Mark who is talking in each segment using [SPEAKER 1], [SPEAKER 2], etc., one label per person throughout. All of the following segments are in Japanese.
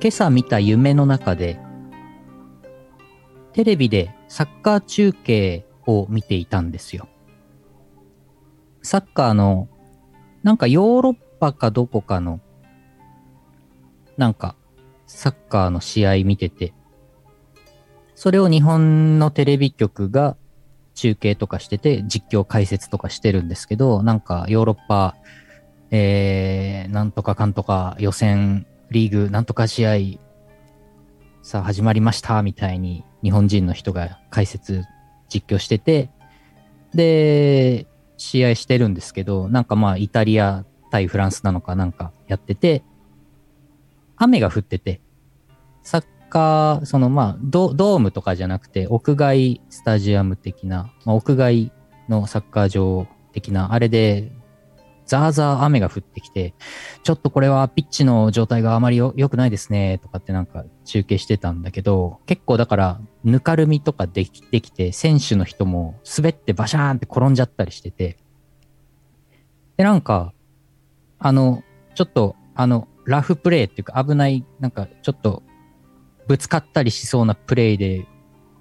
[SPEAKER 1] 今朝見た夢の中で、テレビでサッカー中継を見ていたんですよ。サッカーの、なんかヨーロッパかどこかの、なんかサッカーの試合見てて、それを日本のテレビ局が中継とかしてて、実況解説とかしてるんですけど、なんかヨーロッパ、えー、なんとかかんとか予選リーグなんとか試合、さあ始まりました、みたいに日本人の人が解説、実況してて、で、試合してるんですけど、なんかまあイタリア対フランスなのかなんかやってて、雨が降ってて、サッカー、そのまあドドームとかじゃなくて屋外スタジアム的な、まあ、屋外のサッカー場的な、あれでザーザー雨が降ってきて、ちょっとこれはピッチの状態があまりよ良くないですね、とかってなんか中継してたんだけど、結構だから、ぬかるみとかできできて、選手の人も滑ってバシャーンって転んじゃったりしてて、で、なんか、あの、ちょっと、あの、ラフプレーっていうか危ない、なんかちょっと、ぶつかったりしそうなプレーで、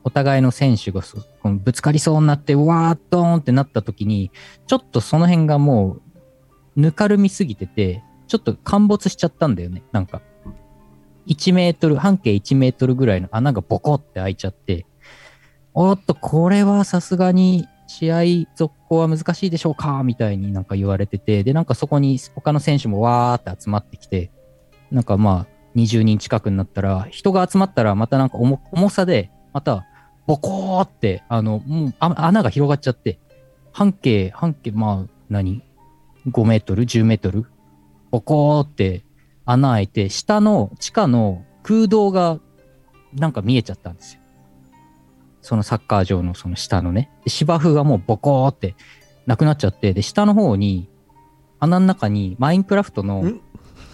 [SPEAKER 1] お互いの選手がそこのぶつかりそうになって、うわーっとーんってなった時に、ちょっとその辺がもうぬかるみすぎてて、ちょっと陥没しちゃったんだよね。なんか、1メートル、半径1メートルぐらいの穴がボコって開いちゃって、おっと、これはさすがに試合続行は難しいでしょうかみたいになんか言われてて、で、なんかそこに他の選手もわーって集まってきて、なんかまあ、20人近くになったら、人が集まったらまたなんか重重さで、また、ボコーって、あの、もうあ穴が広がっちゃって、半径、半径、まあ、何5メートル、10メートル、ボコーって穴開いて、下の地下の空洞がなんか見えちゃったんですよ。そのサッカー場のその下のね。で芝生がもうボコーってなくなっちゃって、で、下の方に、穴の中にマインクラフトの
[SPEAKER 2] ん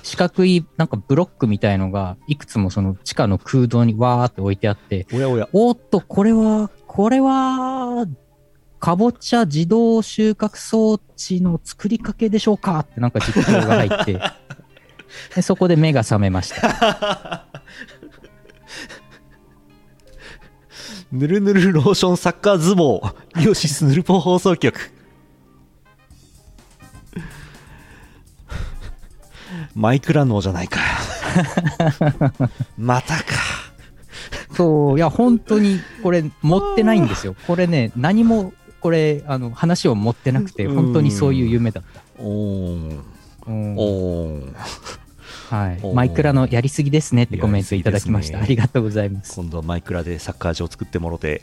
[SPEAKER 1] 四角いなんかブロックみたいのがいくつもその地下の空洞にわーって置いてあって、
[SPEAKER 2] おやおや。
[SPEAKER 1] おーっと、これは、これは、かぼちゃ自動収穫装置の作りかけでしょうかってなんか実況が入って、でそこで目が覚めました。
[SPEAKER 2] ぬるぬるローションサッカー相撲イオシスヌルポ放送局 マイクラノーじゃないか またか
[SPEAKER 1] そう、いや、本当にこれ持ってないんですよ。これね、何も、これ、あの、話を持ってなくて、
[SPEAKER 2] うん
[SPEAKER 1] 本当にそういう夢だった。
[SPEAKER 2] おー
[SPEAKER 1] うん
[SPEAKER 2] おー
[SPEAKER 1] はい
[SPEAKER 2] お。
[SPEAKER 1] マイクラのやりすぎですねってコメントいただきました。
[SPEAKER 2] やり
[SPEAKER 1] あ
[SPEAKER 2] すぎ
[SPEAKER 1] りがとうございます。
[SPEAKER 2] 今度はマイクラでサッカー場作ってもろて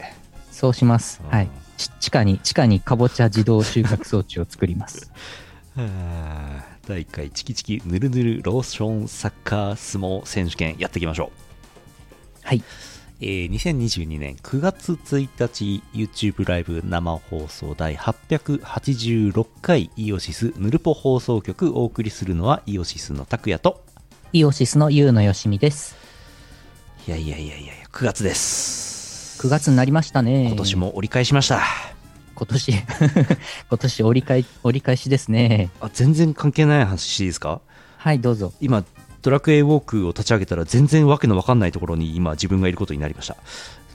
[SPEAKER 1] そうします。は
[SPEAKER 2] う
[SPEAKER 1] い
[SPEAKER 2] ん。
[SPEAKER 1] ち地下に、地下にかぼちゃ自動収穫装置を作ります。
[SPEAKER 2] はあ第1回チキチキぬるぬるローションサッカー相撲選手権やっていきましょう
[SPEAKER 1] はい、
[SPEAKER 2] えー2022年9月1日 YouTube ライブ生放送第886回イオシスぬるぽ放送局お送りするのはイオシスの拓也と
[SPEAKER 1] イオシスのゆうのよしみです。
[SPEAKER 2] いやいやいやいやいや9月です
[SPEAKER 1] 9月になりましたね。
[SPEAKER 2] 今年。も折り返しました
[SPEAKER 1] 今年、 今年折り返、折り返しですね。
[SPEAKER 2] あ全然関係ない話していいですか
[SPEAKER 1] はい、どうぞ。
[SPEAKER 2] 今ドラクエウォークを立ち上げたら全然わけのわかんないところに今自分がいることになりました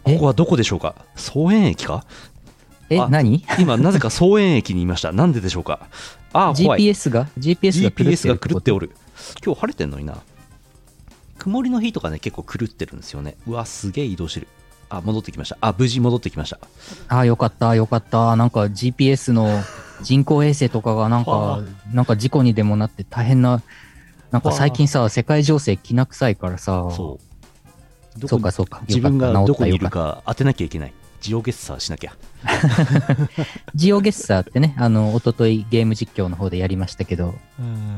[SPEAKER 1] え
[SPEAKER 2] ここはどこでしょうか総園駅か
[SPEAKER 1] え、
[SPEAKER 2] あ
[SPEAKER 1] 何
[SPEAKER 2] 今なぜか総園駅にいましたなんででしょうかああ怖い
[SPEAKER 1] ?GPS が ?GPS が狂ってる
[SPEAKER 2] GPS が狂っておる今日晴れてんのにな曇りの日とかね結構狂ってるんですよねうわすげえ移動してるあ戻ってきましたあ無事戻ってきました
[SPEAKER 1] ああ、よかった、よかった。なんか GPS の人工衛星とかがなん
[SPEAKER 2] は
[SPEAKER 1] か、なんか事故にでもなって大変な、なんか最近さ、世界情勢きな臭いからさ、
[SPEAKER 2] そうどこ
[SPEAKER 1] そうかそうか。
[SPEAKER 2] 自分
[SPEAKER 1] よ
[SPEAKER 2] が
[SPEAKER 1] かった
[SPEAKER 2] どこにい
[SPEAKER 1] 治
[SPEAKER 2] る
[SPEAKER 1] ったよった
[SPEAKER 2] か当てなきゃいけないジオゲッサーしなきゃ
[SPEAKER 1] ジオゲッサーってね、あの、一昨日ゲーム実況の方でやりましたけど、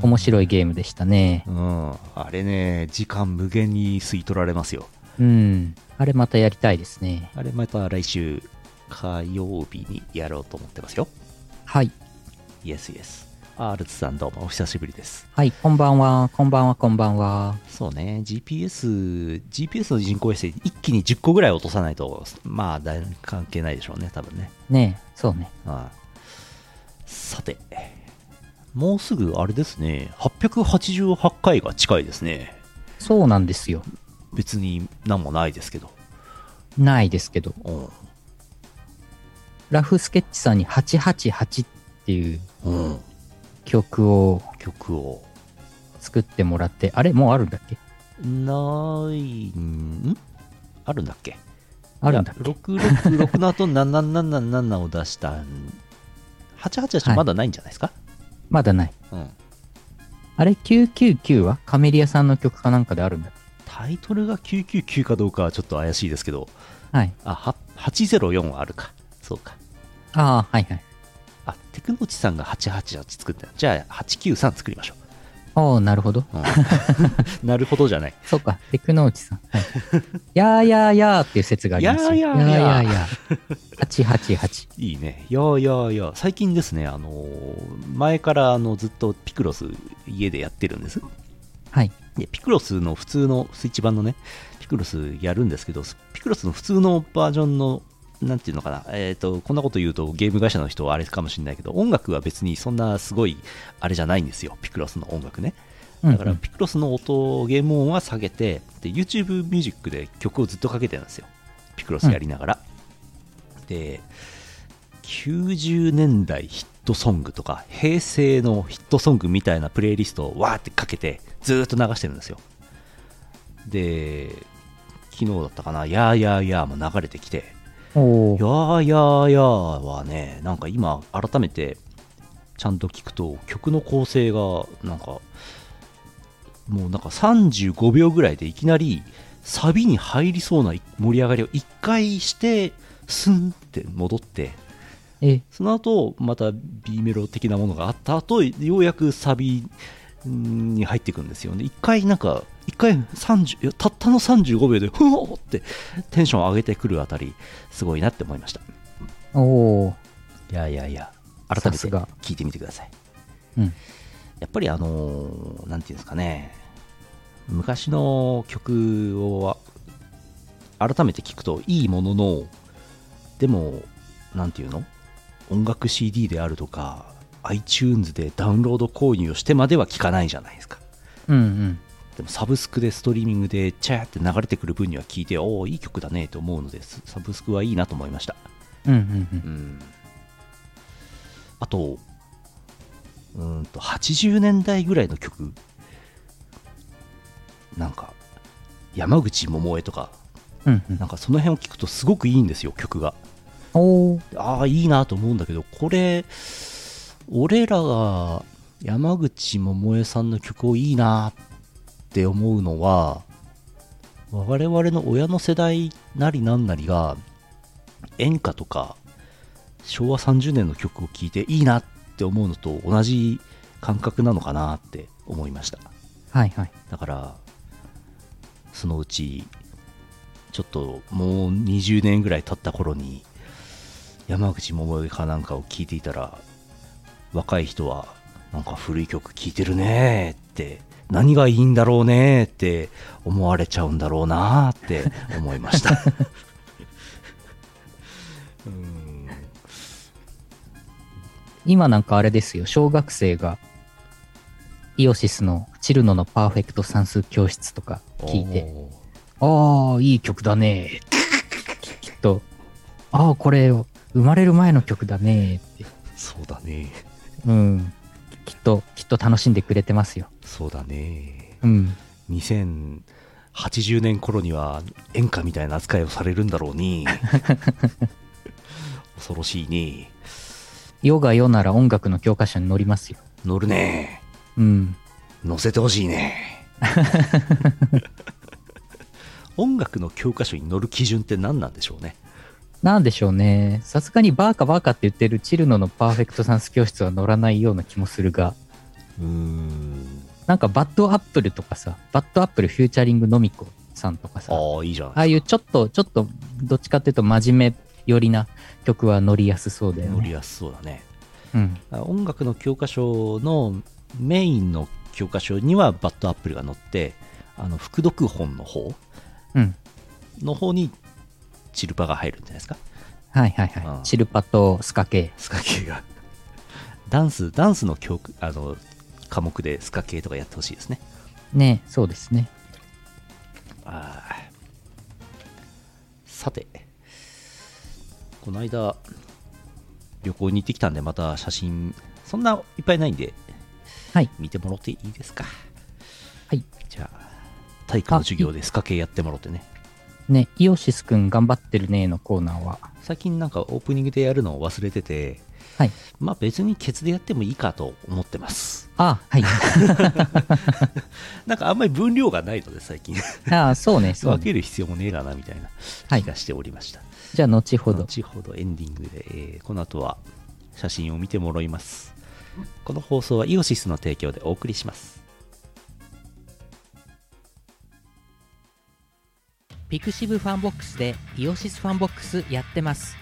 [SPEAKER 1] 面白いゲームでしたね。
[SPEAKER 2] うん、あれね、時間無限に吸い取られますよ。
[SPEAKER 1] うん。あれまたやりたいですね。
[SPEAKER 2] あれまた来週火曜日にやろうと思ってますよ。
[SPEAKER 1] はい。
[SPEAKER 2] イエスイエス。アールツさんどうもお久しぶりです。
[SPEAKER 1] はい、こんばんは。こんばんは、こんばんは。
[SPEAKER 2] そうね、GPS、GPS の人工衛星一気に10個ぐらい落とさないと、まあだい関係ないでしょうね、多分ね。
[SPEAKER 1] ねえ、そうね。
[SPEAKER 2] うんさて、もうすぐあれですね、888回が近いですね。
[SPEAKER 1] そうなんですよ。
[SPEAKER 2] 別に何もないですけど。
[SPEAKER 1] ないですけど、
[SPEAKER 2] うん。
[SPEAKER 1] ラフスケッチさんに888っていう
[SPEAKER 2] うん。
[SPEAKER 1] 曲を
[SPEAKER 2] 曲を。
[SPEAKER 1] 作ってもらって、あれもうあるんだっけ
[SPEAKER 2] ないんあるんだっけ
[SPEAKER 1] あるんだっ
[SPEAKER 2] いや666の後7777を出したん
[SPEAKER 1] は
[SPEAKER 2] 888
[SPEAKER 1] い
[SPEAKER 2] まだないんじゃないですか、
[SPEAKER 1] まだない。
[SPEAKER 2] うん
[SPEAKER 1] あれ999はカメリアさんの曲かなんかであるんだっ
[SPEAKER 2] タイトルが999かどうかはちょっと怪しいですけど
[SPEAKER 1] けはい。
[SPEAKER 2] あは804はあるかそうか
[SPEAKER 1] ああ、はいはい。
[SPEAKER 2] あテクノチさんが888作ったじゃあ893作りましょ
[SPEAKER 1] おー、なるほど。
[SPEAKER 2] う、うんなるほどじゃない
[SPEAKER 1] そうか、テクノウチさん。はい、やーやーやーっていう説がありますよ。
[SPEAKER 2] やーやーや
[SPEAKER 1] や
[SPEAKER 2] ー
[SPEAKER 1] ーやーやー。888。
[SPEAKER 2] いいねいやいやいや最近ですねあのー前からあのずっとピクロス家でやってるんです
[SPEAKER 1] はい。
[SPEAKER 2] でピクロスの普通のスイッチ版のね、ピクロスやるんですけど、ピクロスの普通のバージョンの、なんていうのかな、えっ、と、こんなこと言うとゲーム会社の人はあれかもしれないけど、音楽は別にそんなすごいあれじゃないんですよ、ピクロスの音楽ね。
[SPEAKER 1] うん
[SPEAKER 2] だか
[SPEAKER 1] う
[SPEAKER 2] ら
[SPEAKER 1] ん
[SPEAKER 2] ピクロスの音を、ゲーム音は下げて、で、YouTube ミュージックで曲をずっとかけてるんですよ。ピクロスやりながら。で、90年代ヒットソングとか、平成のヒットソングみたいなプレイリストをわーってかけて、ずーっと流してるんですよ。で、昨日だったかな、やーやーやーも流れてきて、
[SPEAKER 1] お
[SPEAKER 2] や
[SPEAKER 1] ー
[SPEAKER 2] ーやーやーはね、なんか今、改めてちゃんと聞くと、曲の構成が、なんか、もうなんか35秒ぐらいでいきなり、サビに入りそうな盛り上がりを一回して、スンって戻って、
[SPEAKER 1] え、
[SPEAKER 2] その後また B メロ的なものがあった後ようやくサビうんに入っていくんですよね一回なんか一回30いやたったの35秒でふおーってテンション上げてくるあたりすごいなって思いました
[SPEAKER 1] おー。
[SPEAKER 2] いやいやいや改め
[SPEAKER 1] さ
[SPEAKER 2] て
[SPEAKER 1] すが
[SPEAKER 2] 聞いてみてください
[SPEAKER 1] うん。
[SPEAKER 2] やっぱりあのーなんていうんですかね昔の曲を改めて聞くといいもののでもなんていうの音楽 CD であるとか iTunes でダウンロード購入をしてまでは聞かないじゃないですか
[SPEAKER 1] うんうん。
[SPEAKER 2] でもサブスクでストリーミングでチャーって流れてくる分には聞いておおいい曲だねと思うのですサブスクはいいなと思いました
[SPEAKER 1] うんうんうん。
[SPEAKER 2] うんあと、うーんと、80年代ぐらいの曲、なんか、山口百恵とか、
[SPEAKER 1] うんうん
[SPEAKER 2] なんかその辺を聞くとすごくいいんですよ、曲が。
[SPEAKER 1] おー。
[SPEAKER 2] ああ、いいなと思うんだけど、これ、俺らが山口百恵さんの曲をいいなって思うのは、我々の親の世代なりなんなりが、演歌とか、昭和30年の曲を聴いていいなって思うのと同じ感覚なのかなって思いました。
[SPEAKER 1] はいはい。
[SPEAKER 2] だからそのうちちょっともう20年ぐらい経った頃に山口百恵かなんかを聞いていたら若い人はなんか古い曲聴いてるねーって何がいいんだろうねーって思われちゃうんだろうなーって思い ましたうーん
[SPEAKER 1] 今なんかあれですよ、小学生が、イオシスのチルノのパーフェクト算数教室とか聞いて、
[SPEAKER 2] おー
[SPEAKER 1] ああ、いい曲だねー。きっと、ああ、これ、生まれる前の曲だねーって。
[SPEAKER 2] そうだね
[SPEAKER 1] うん。きっと、きっと楽しんでくれてますよ。
[SPEAKER 2] そうだね
[SPEAKER 1] うん。
[SPEAKER 2] 2080年頃には演歌みたいな扱いをされるんだろう に恐ろしいに
[SPEAKER 1] 世が世なら音楽の教科書に載りますよ。
[SPEAKER 2] 乗るね
[SPEAKER 1] うん。
[SPEAKER 2] 乗せてほしい ね音楽の教科書に乗る基準って何なんでしょうね
[SPEAKER 1] なんでしょうね。さすがにバーカバーカって言ってるチルノのパーフェクト算数教室は載らないような気もするが、
[SPEAKER 2] うーん
[SPEAKER 1] なんかバッドアップルとかさ、バッドアップルフューチャリングのみこさんとかさ、あ
[SPEAKER 2] ああいいじゃな
[SPEAKER 1] あ
[SPEAKER 2] い
[SPEAKER 1] いうちょっと、ちょっと、どっちかっていうと真面目寄りな曲は乗りやすそうだよ
[SPEAKER 2] 乗り
[SPEAKER 1] ね。
[SPEAKER 2] やすそうだね
[SPEAKER 1] うん。
[SPEAKER 2] あ音楽の教科書のメインの教科書にはバッドアップルが載ってあの副読本の方
[SPEAKER 1] うん。
[SPEAKER 2] の方にチルパが入るんじゃないですか
[SPEAKER 1] はいはい
[SPEAKER 2] うん
[SPEAKER 1] はい。シルパとスカ系。
[SPEAKER 2] スカ系がダンスダンスの教科あの科目でスカ系とかやってほしいですね
[SPEAKER 1] ね、そうですね。
[SPEAKER 2] ああさて、この間、旅行に行ってきたんで、また写真、そんないっぱいないんで、
[SPEAKER 1] はい
[SPEAKER 2] 見てもらっていいですか。
[SPEAKER 1] はい。
[SPEAKER 2] じゃあ、体育の授業でスカ系やってもらってね。
[SPEAKER 1] ね、イオシスくん頑張ってるねのコーナーは、
[SPEAKER 2] 最近なんかオープニングでやるのを忘れてて、
[SPEAKER 1] はい。
[SPEAKER 2] まあ別にケツでやってもいいかと思ってます。
[SPEAKER 1] あ、はい。
[SPEAKER 2] なんかあんまり分量がないので最近、
[SPEAKER 1] ああ、そうね、そう
[SPEAKER 2] 分
[SPEAKER 1] ね。
[SPEAKER 2] ける必要もねえだなみたいな
[SPEAKER 1] はい
[SPEAKER 2] 気がしておりました。
[SPEAKER 1] じゃあ、後ほど。
[SPEAKER 2] 後ほどエンディングで、えーこの後は写真を見てもらいますこの放送はイオシスの提供でお送りします
[SPEAKER 1] ピクシブファンボックスでイオシスファンボックスやってます。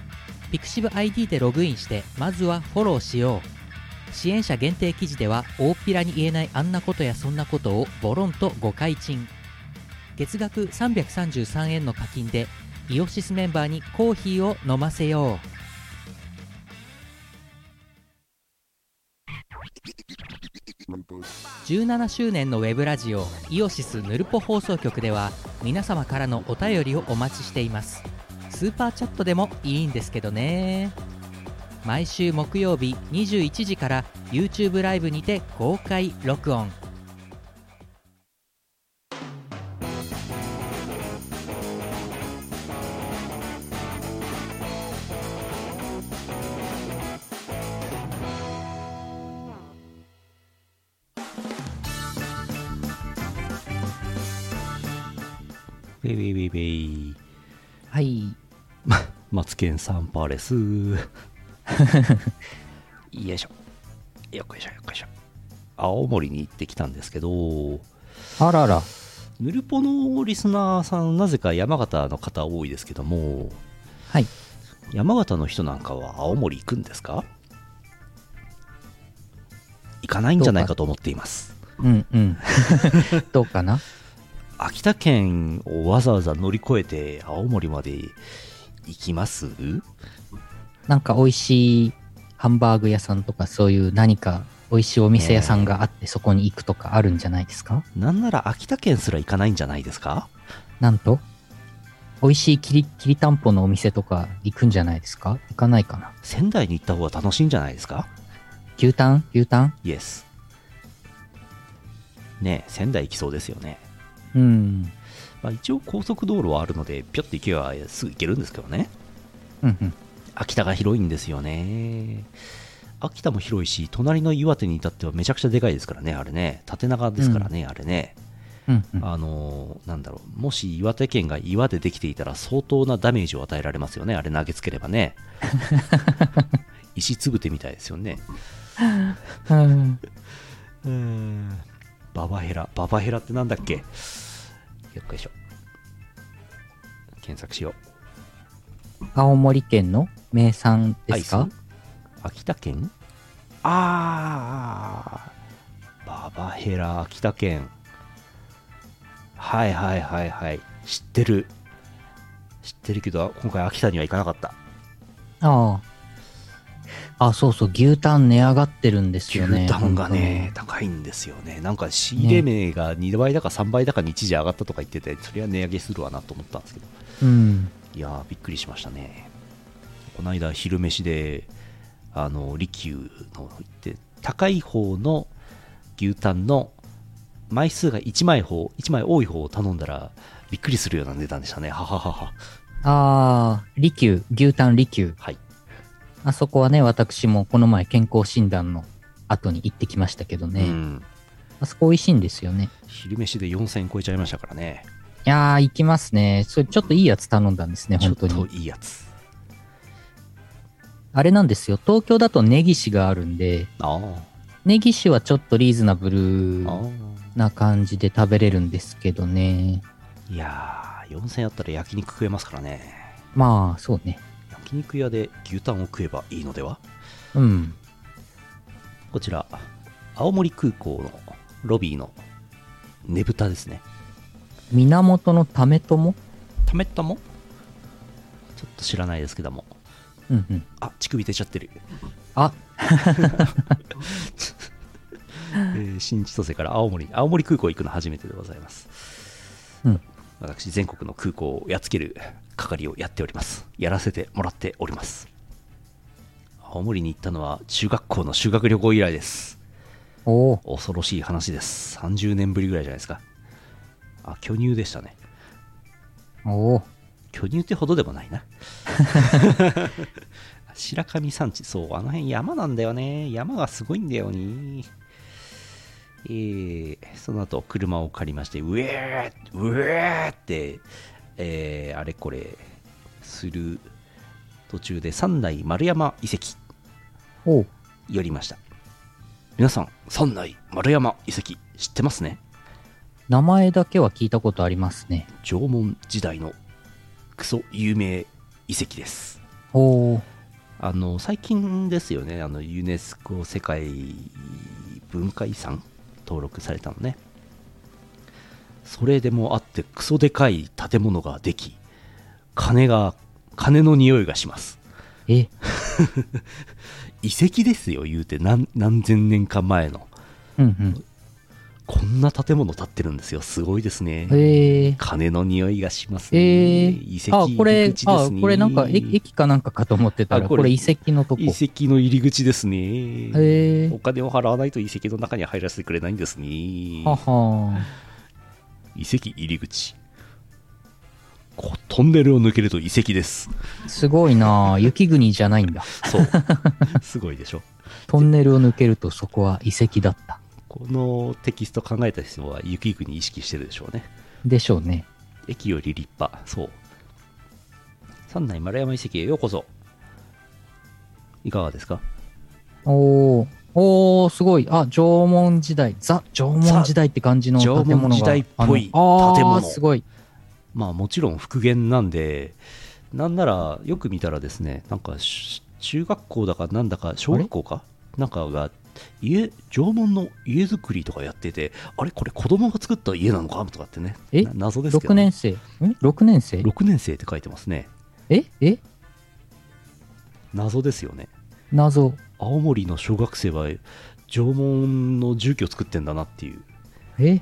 [SPEAKER 1] ピクシブ ID でログインして、まずはフォローしよう。支援者限定記事では、大っぴらに言えないあんなことやそんなことをボロンと誤解賃。月額333円の課金で、イオシスメンバーにコーヒーを飲ませよう。17周年のウェブラジオイオシスヌルポ放送局では皆様からのお便りをお待ちしていますスーパーチャットでもいいんですけどね毎週木曜日21時から YouTube ライブにて公開録音
[SPEAKER 2] ウェイウェイウェイウェイ
[SPEAKER 1] はい
[SPEAKER 2] マツケンサンパーレス よいしょよっこいしょよっこいしょ青森に行ってきたんですけど
[SPEAKER 1] あらら
[SPEAKER 2] ヌルポのリスナーさんなぜか山形の方多いですけども
[SPEAKER 1] はい
[SPEAKER 2] 山形の人なんかは青森行くんですか行かないんじゃないかと思っています
[SPEAKER 1] うんうん どうかな
[SPEAKER 2] 秋田県をわざわざ乗り越えて青森まで行きます
[SPEAKER 1] なんか美味しいハンバーグ屋さんとかそういう何か美味しいお店屋さんがあってそこに行くとかあるんじゃないですか
[SPEAKER 2] なんなら秋田県すら行かないんじゃないですか
[SPEAKER 1] なんと美味しいきりきりたんぽのお店とか行くんじゃないですか行かないかな
[SPEAKER 2] 仙台に行った方が楽しいんじゃないですか
[SPEAKER 1] 牛タン牛タン
[SPEAKER 2] イエスねえ仙台行きそうですよね、
[SPEAKER 1] うん
[SPEAKER 2] まあ、一応高速道路はあるのでピョッて行けばすぐ行けるんですけどね
[SPEAKER 1] うんうん
[SPEAKER 2] 秋田が広いんですよね秋田も広いし隣の岩手に至ってはめちゃくちゃでかいですからねあれね縦長ですからね、あれね
[SPEAKER 1] うんうん
[SPEAKER 2] あのーなんだろう、もし岩手県が岩でできていたら相当なダメージを与えられますよね、あれ投げつければ ね。石つぶてみたいですよね。
[SPEAKER 1] うん
[SPEAKER 2] ババヘラ、ババヘラってなんだっけよっこいしょ。検索しよ
[SPEAKER 1] 青森県の名産
[SPEAKER 2] う。
[SPEAKER 1] ですか
[SPEAKER 2] アイス秋田県あー、ババヘラ、秋田県。はいはいはいはい。知ってる。知ってるけど、今回秋田には行かなかった。
[SPEAKER 1] ああ。あ、そうそう、牛タン値上がってるんですよね。
[SPEAKER 2] 牛タンがね、高いんですよね。なんか仕入れ値が2倍だか3倍だかに一時上がったとか言ってて、それは値上げするわなと思ったんですけど、
[SPEAKER 1] 本当に。うん。
[SPEAKER 2] いやー、びっくりしましたね。この間、昼飯で、あの、利休の行って、高い方の牛タンの枚数が1枚方、1枚多い方を頼んだら、びっくりするような値段でしたね。はははは。
[SPEAKER 1] ああ、利休、牛タン利休。
[SPEAKER 2] はい。
[SPEAKER 1] あそこはね、私もこの前健康診断の後に行ってきましたけどね。
[SPEAKER 2] うん。
[SPEAKER 1] あそこ美味しいんですよね。
[SPEAKER 2] 昼飯で4000超えちゃいましたからね。
[SPEAKER 1] いやー、行きますね。それちょっといいやつ頼んだんですね、
[SPEAKER 2] ちょっ
[SPEAKER 1] 本当
[SPEAKER 2] と
[SPEAKER 1] に。
[SPEAKER 2] いいやつ。
[SPEAKER 1] あれなんですよ、東京だと根岸があるんで、
[SPEAKER 2] あー
[SPEAKER 1] 根岸はちょっとリーズナブル
[SPEAKER 2] あー。
[SPEAKER 1] な感じで食べれるんですけどね。
[SPEAKER 2] いやー、4000円あったら焼肉食えますからね。
[SPEAKER 1] まあ、そうね。
[SPEAKER 2] 焼肉屋で牛タンを食えばいいのでは
[SPEAKER 1] うん。
[SPEAKER 2] こちら、青森空港のロビーのねぶたですね。
[SPEAKER 1] 源の為友
[SPEAKER 2] ためたもちょっと知らないですけども。
[SPEAKER 1] うんうん。
[SPEAKER 2] あ、乳首出ちゃってる。
[SPEAKER 1] あ、
[SPEAKER 2] えー新千歳から青森、青森空港行くの初めてでございます。
[SPEAKER 1] うん
[SPEAKER 2] 私、全国の空港をやっつける係をやっておりますやらせてもらっております青森に行ったのは中学校の修学旅行以来です
[SPEAKER 1] おお、
[SPEAKER 2] 恐ろしい話です30年ぶりぐらいじゃないですかあ巨乳でしたね
[SPEAKER 1] おお、
[SPEAKER 2] 巨乳ってほどでもないな 白神山地そうあの辺山なんだよね山がすごいんだよねえーその後車を借りましてうえーうえーって、えーあれこれする途中で三内丸山遺跡
[SPEAKER 1] おう
[SPEAKER 2] 寄りました皆さん三内丸山遺跡知ってますね
[SPEAKER 1] 名前だけは聞いたことありますね。
[SPEAKER 2] 縄文時代のクソ有名遺跡です
[SPEAKER 1] おお、
[SPEAKER 2] あの最近ですよねあのユネスコ世界文化遺産登録されたのねそれでもあってクソでかい建物ができ金が金の匂いがします
[SPEAKER 1] え、
[SPEAKER 2] 遺跡ですよ言うて何何千年か前の
[SPEAKER 1] うん
[SPEAKER 2] こんな建物建ってるんですよすごいですね
[SPEAKER 1] うん。へえ。
[SPEAKER 2] 金の匂いがしますね、
[SPEAKER 1] えー
[SPEAKER 2] 遺跡
[SPEAKER 1] あ、こ
[SPEAKER 2] 入り
[SPEAKER 1] れ
[SPEAKER 2] 口、で
[SPEAKER 1] あ
[SPEAKER 2] す、ね
[SPEAKER 1] これなんか駅駅かなんかかと思ってた
[SPEAKER 2] あ
[SPEAKER 1] ら、
[SPEAKER 2] こ
[SPEAKER 1] こ
[SPEAKER 2] れ
[SPEAKER 1] れ遺跡のとこ。
[SPEAKER 2] 遺
[SPEAKER 1] へ
[SPEAKER 2] 跡の入り口ですね
[SPEAKER 1] え。
[SPEAKER 2] お金を払わないと遺跡の中には入らせてくれないんですね。遺
[SPEAKER 1] はは
[SPEAKER 2] 跡入り口。こトンネルを抜けると遺跡です。
[SPEAKER 1] すごいなあ雪国じゃないんだ。
[SPEAKER 2] そう。すごいでしょ。
[SPEAKER 1] トンネルを抜けるとそこは遺跡だった。
[SPEAKER 2] このテキスト考えた人は雪国意識してるでしょうね。
[SPEAKER 1] でしょうね。
[SPEAKER 2] 駅より立派。そう。三内丸山遺跡へようこそ。いかがですか
[SPEAKER 1] おお、おお、すごい。あ、縄文時代。ザ・縄文時代って感じの建物が。
[SPEAKER 2] ザ縄文時代っぽい
[SPEAKER 1] あの
[SPEAKER 2] 建物
[SPEAKER 1] あーすごい。
[SPEAKER 2] まあもちろん復元なんで、なんならよく見たらですね、なんかし中学校だかなんだか小学校かなんかが家、縄文の家づくりとかやってて、あれこれ子供が作った家なのかとかってね、
[SPEAKER 1] え
[SPEAKER 2] な謎ですけ
[SPEAKER 1] 6
[SPEAKER 2] ど、
[SPEAKER 1] 年生。ん ?6 年生
[SPEAKER 2] 6年生って書いてますね。
[SPEAKER 1] ええ
[SPEAKER 2] 謎ですよね。
[SPEAKER 1] 謎。
[SPEAKER 2] 青森の小学生は縄文の住居を作ってんだなっていう。
[SPEAKER 1] え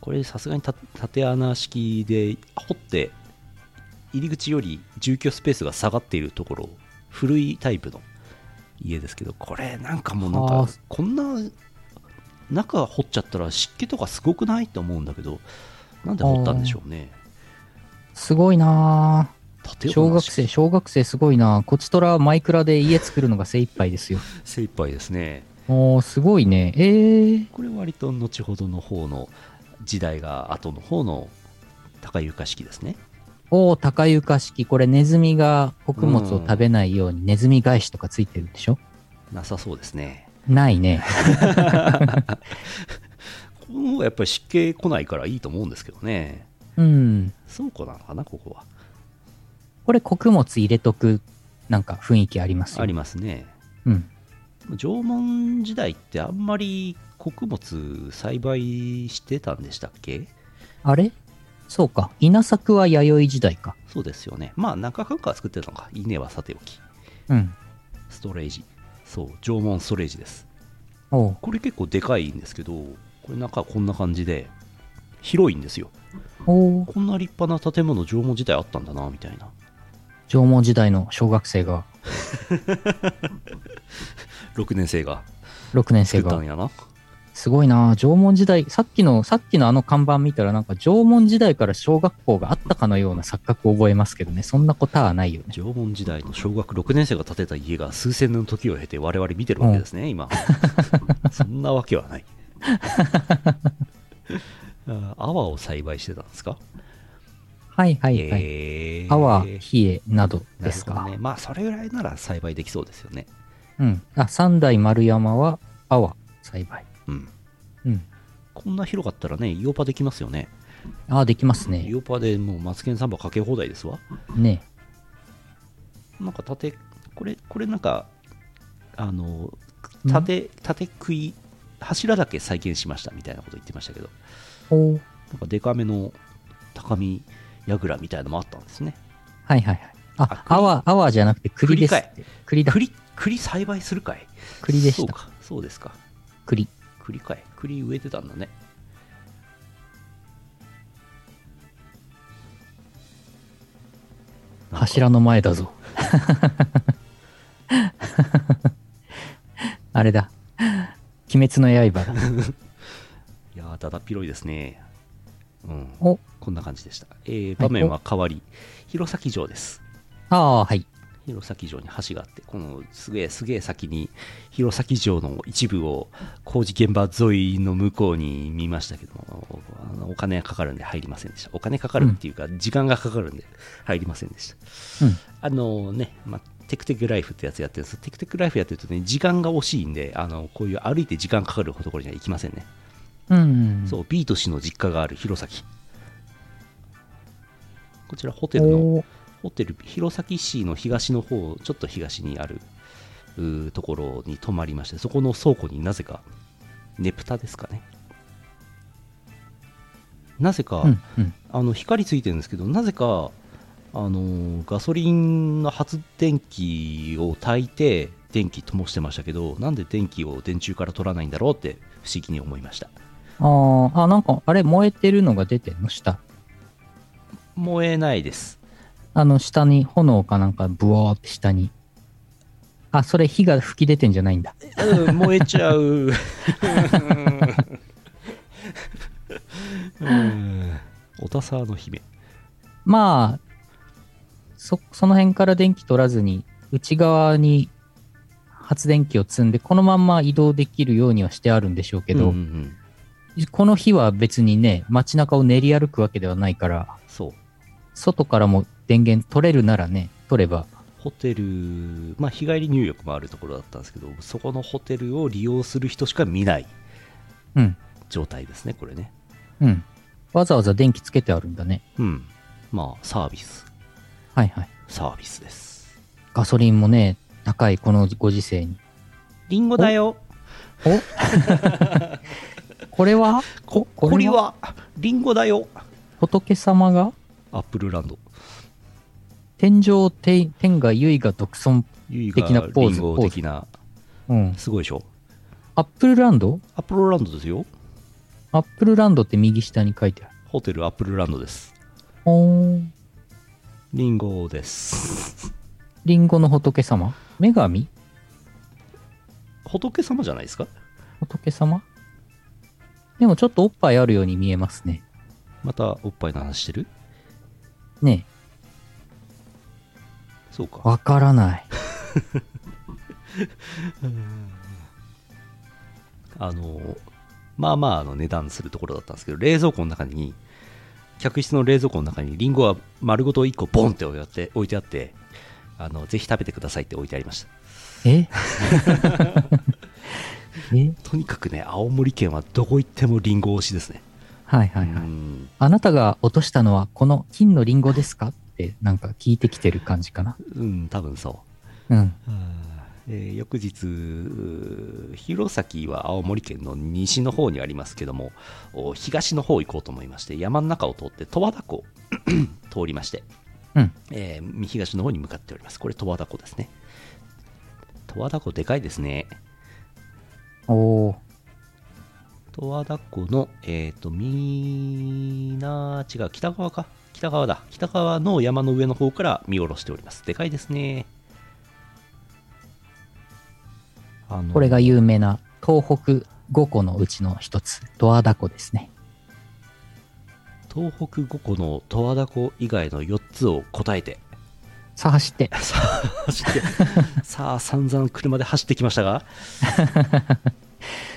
[SPEAKER 2] これさすがにた縦穴式で掘って入り口より住居スペースが下がっているところ古いタイプの家ですけどこれなんかもうな
[SPEAKER 1] は
[SPEAKER 2] ん
[SPEAKER 1] あ
[SPEAKER 2] かこんな中掘っちゃったら湿気とかすごくないと思うんだけどなんで掘ったんでしょうね
[SPEAKER 1] すごいなあ
[SPEAKER 2] 縦穴式
[SPEAKER 1] 小学生、小学生すごいなあこちとらマイクラで家作るのが精一杯ですよ。
[SPEAKER 2] 精一杯ですね
[SPEAKER 1] おー、すごいね。えー、
[SPEAKER 2] これ割と後ほどの方の時代が後の方の高床式ですね
[SPEAKER 1] おー、高床式。これネズミが穀物を食べないようにネズミ返しとかついてるでしょ
[SPEAKER 2] なさそうですね
[SPEAKER 1] ないね。
[SPEAKER 2] この方がやっぱり湿気来ないからいいと思うんですけどね
[SPEAKER 1] うん。
[SPEAKER 2] 倉庫なのかなここは
[SPEAKER 1] これ穀物入れとく、なんか雰囲気ありますよ。
[SPEAKER 2] ありますね
[SPEAKER 1] うん。
[SPEAKER 2] でも縄文時代ってあんまり穀物栽培してたんでしたっけ
[SPEAKER 1] あれそうか。稲作は弥生時代か。
[SPEAKER 2] そうですよねまあ中間から作ってたのか稲はさておき
[SPEAKER 1] うん。
[SPEAKER 2] ストレージそう縄文ストレージです
[SPEAKER 1] おう
[SPEAKER 2] これ結構でかいんですけどこれ中はこんな感じで広いんですよ
[SPEAKER 1] おう
[SPEAKER 2] こんな立派な建物縄文時代あったんだなみたいな
[SPEAKER 1] 縄文時代の小学生が、
[SPEAKER 2] 6年生が
[SPEAKER 1] 6年
[SPEAKER 2] 作
[SPEAKER 1] 生
[SPEAKER 2] った
[SPEAKER 1] が
[SPEAKER 2] ん。やな
[SPEAKER 1] すごいなあ縄文時代、さっきの、さっきのあの看板見たら、なんか縄文時代から小学校があったかのような錯覚を覚えますけどね。そんなことはないよね。
[SPEAKER 2] 縄文時代の小学6年生が建てた家が数千年の時を経て我々見てるわけですね、今 そんなわけはない あ泡を栽培してたんですか
[SPEAKER 1] はいはいはい。
[SPEAKER 2] えー
[SPEAKER 1] パワー、冷えなどです
[SPEAKER 2] なる
[SPEAKER 1] か
[SPEAKER 2] ほ。どね、まあそれぐらいなら栽培できそうですよね
[SPEAKER 1] うん。あ、三代丸山は、パワー、栽培。
[SPEAKER 2] うん
[SPEAKER 1] うん。
[SPEAKER 2] こんな広かったらねイオパできますよね
[SPEAKER 1] ああ、できます
[SPEAKER 2] イ
[SPEAKER 1] ね。
[SPEAKER 2] オパでもうマツケンサンバかけ放題ですわ
[SPEAKER 1] ね。
[SPEAKER 2] なんか縦これこれなんかあの
[SPEAKER 1] うん
[SPEAKER 2] 縦縦食い柱だけ再現しましたみたいなこと言ってましたけど
[SPEAKER 1] おう
[SPEAKER 2] なんかデカめの高見櫓みたいのもあったんですね。
[SPEAKER 1] はいはいはい。あ、
[SPEAKER 2] あ
[SPEAKER 1] アワー、アワーじゃなくて栗ですって。栗だ。
[SPEAKER 2] 栗、栗栽培するかい
[SPEAKER 1] 栗でし
[SPEAKER 2] そう
[SPEAKER 1] た。
[SPEAKER 2] か、そうですか。
[SPEAKER 1] 栗。
[SPEAKER 2] 栗かい栗植えてたんだね。
[SPEAKER 1] 柱の前だぞ。 あれだ。鬼滅の刃 だ。
[SPEAKER 2] いやーだだっ広いですねうん
[SPEAKER 1] お
[SPEAKER 2] こんな感じでした、えー場面は変わり弘前城です
[SPEAKER 1] ああ、はい。
[SPEAKER 2] 弘前城に橋があってこのすげえすげえ先に弘前城の一部を工事現場沿いの向こうに見ましたけどもあのお金がかかるんで入りませんでしたお金かかるっていうか時間がかかるんで入りませんでした、
[SPEAKER 1] うん。
[SPEAKER 2] あのね、まあ、テクテクライフってやつやってるんですテクテクライフやってるとね時間が惜しいんであのこういう歩いて時間かかるところには行きませんね、
[SPEAKER 1] うん。
[SPEAKER 2] そうビート氏の実家がある弘前こちらホテルの
[SPEAKER 1] おー
[SPEAKER 2] ホテル弘前市の東の方ちょっと東にあるうーところに泊まりましてそこの倉庫になぜかネプタですかねなぜか、
[SPEAKER 1] うん。うん。
[SPEAKER 2] あの光ついてるんですけどなぜかあのーガソリンの発電機を焚いて電気灯してましたけどなんで電気を電柱から取らないんだろうって不思議に思いました
[SPEAKER 1] あーあ、なんか、あれ、燃えてるのが出てんの下。
[SPEAKER 2] 燃えないです
[SPEAKER 1] あの、下に炎かなんか、ブワーって下に。あ、それ火が吹き出てんじゃないんだ。
[SPEAKER 2] うん、燃えちゃう。うん。小田沢の姫。
[SPEAKER 1] まあ、そ、その辺から電気取らずに、内側に発電機を積んで、このまんま移動できるようにはしてあるんでしょうけ
[SPEAKER 2] け
[SPEAKER 1] ど、
[SPEAKER 2] うんうん、
[SPEAKER 1] この日は別にね、街中を練り歩くわけではないから、
[SPEAKER 2] そう。
[SPEAKER 1] 外からも電源取れるならね、取れば。
[SPEAKER 2] ホテル、まあ、日帰り入浴もあるところだったんですけど、そこのホテルを利用する人しか見ない
[SPEAKER 1] うん、
[SPEAKER 2] 状態ですね、これね。
[SPEAKER 1] うん。わざわざ電気つけてあるんだね。
[SPEAKER 2] うん。まあ、サービス。
[SPEAKER 1] はいはい。
[SPEAKER 2] サービスです。
[SPEAKER 1] ガソリンもね、高いこのご時世に。
[SPEAKER 2] リンゴだよ。
[SPEAKER 1] お これは
[SPEAKER 2] こ、
[SPEAKER 1] こ
[SPEAKER 2] こ
[SPEAKER 1] これ
[SPEAKER 2] れ
[SPEAKER 1] は
[SPEAKER 2] は、リンゴだよ。
[SPEAKER 1] 仏様が
[SPEAKER 2] アップルランド。
[SPEAKER 1] 天上天天が唯が独尊。
[SPEAKER 2] ゆいが
[SPEAKER 1] 的なポーズ
[SPEAKER 2] リンゴ的な。
[SPEAKER 1] うん。
[SPEAKER 2] すごいでしょ。
[SPEAKER 1] アップルランド
[SPEAKER 2] アップルランドですよ。
[SPEAKER 1] アップルランドって右下に書いてある。
[SPEAKER 2] ホテルアップルランドです。
[SPEAKER 1] おー
[SPEAKER 2] リンゴです。
[SPEAKER 1] リンゴの仏様女神
[SPEAKER 2] 仏様じゃないですか
[SPEAKER 1] 仏様でもちょっとおっぱいあるように見えますね。
[SPEAKER 2] またおっぱいの話してる
[SPEAKER 1] ね
[SPEAKER 2] そう
[SPEAKER 1] え、
[SPEAKER 2] か。
[SPEAKER 1] わからない。
[SPEAKER 2] あの、まあまああの値段するところだったんですけど、冷蔵庫の中に、客室の冷蔵庫の中にリンゴは丸ごと1個ボンって置いてあって置いてあって、あの、ぜひ食べてくださいって置いてありました。
[SPEAKER 1] え え
[SPEAKER 2] とにかくね、青森県はどこ行ってもリンゴ推しですね。
[SPEAKER 1] はいはいはい。
[SPEAKER 2] うん
[SPEAKER 1] あなたが落としたのはこの金のリンゴですかってなんか聞いてきてる感じかな。
[SPEAKER 2] うん、多分そう。
[SPEAKER 1] うん。
[SPEAKER 2] えー翌日うー弘前は青森県の西の方にありますけどもお東の方行こうと思いまして山の中を通って十和田湖 通りまして、
[SPEAKER 1] うん
[SPEAKER 2] えー東の方に向かっておりますこれ十和田湖ですね十和田湖でかいですね
[SPEAKER 1] おお。
[SPEAKER 2] 十和田湖のえっ、とみな違う北側か北側だ北側の山の上の方から見下ろしておりますでかいですねあの
[SPEAKER 1] これが有名な東北5個のうちの一つ、十和田湖ですね。
[SPEAKER 2] 東北5個の十和田湖以外の4つを答えて
[SPEAKER 1] さあ走って。
[SPEAKER 2] さあ走ってさあ散々車で走ってきましたが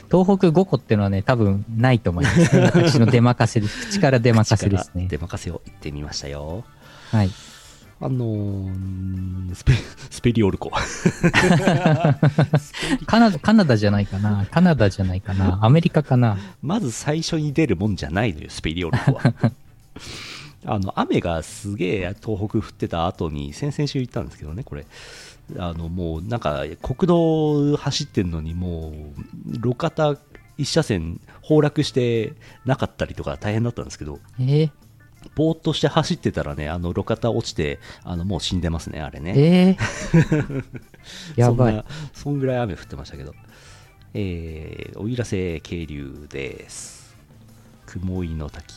[SPEAKER 1] 東北5個ってのはね、多分ないと思います。私の出任せです。口から出任せです ね
[SPEAKER 2] 出。任せを行ってみましたよ
[SPEAKER 1] はい。
[SPEAKER 2] あのースペスペリオ ル 湖
[SPEAKER 1] カナカナダじゃないかな。カナダじゃないかな。アメリカかな。
[SPEAKER 2] まず最初に出るもんじゃないのよスペリオル湖は あの雨がすげえ東北降ってた後に先々週行ったんですけどねこれあのもうなんか国道走ってんのにもう路肩一車線崩落してなかったりとか大変だったんですけど
[SPEAKER 1] えー、
[SPEAKER 2] ぼーっとして走ってたらねあの路肩落ちてあのもう死んでますねあれね
[SPEAKER 1] えー、 やば
[SPEAKER 2] そん
[SPEAKER 1] い。
[SPEAKER 2] なそんぐらい雨降ってましたけどえー、おいらせ渓流です雲井の滝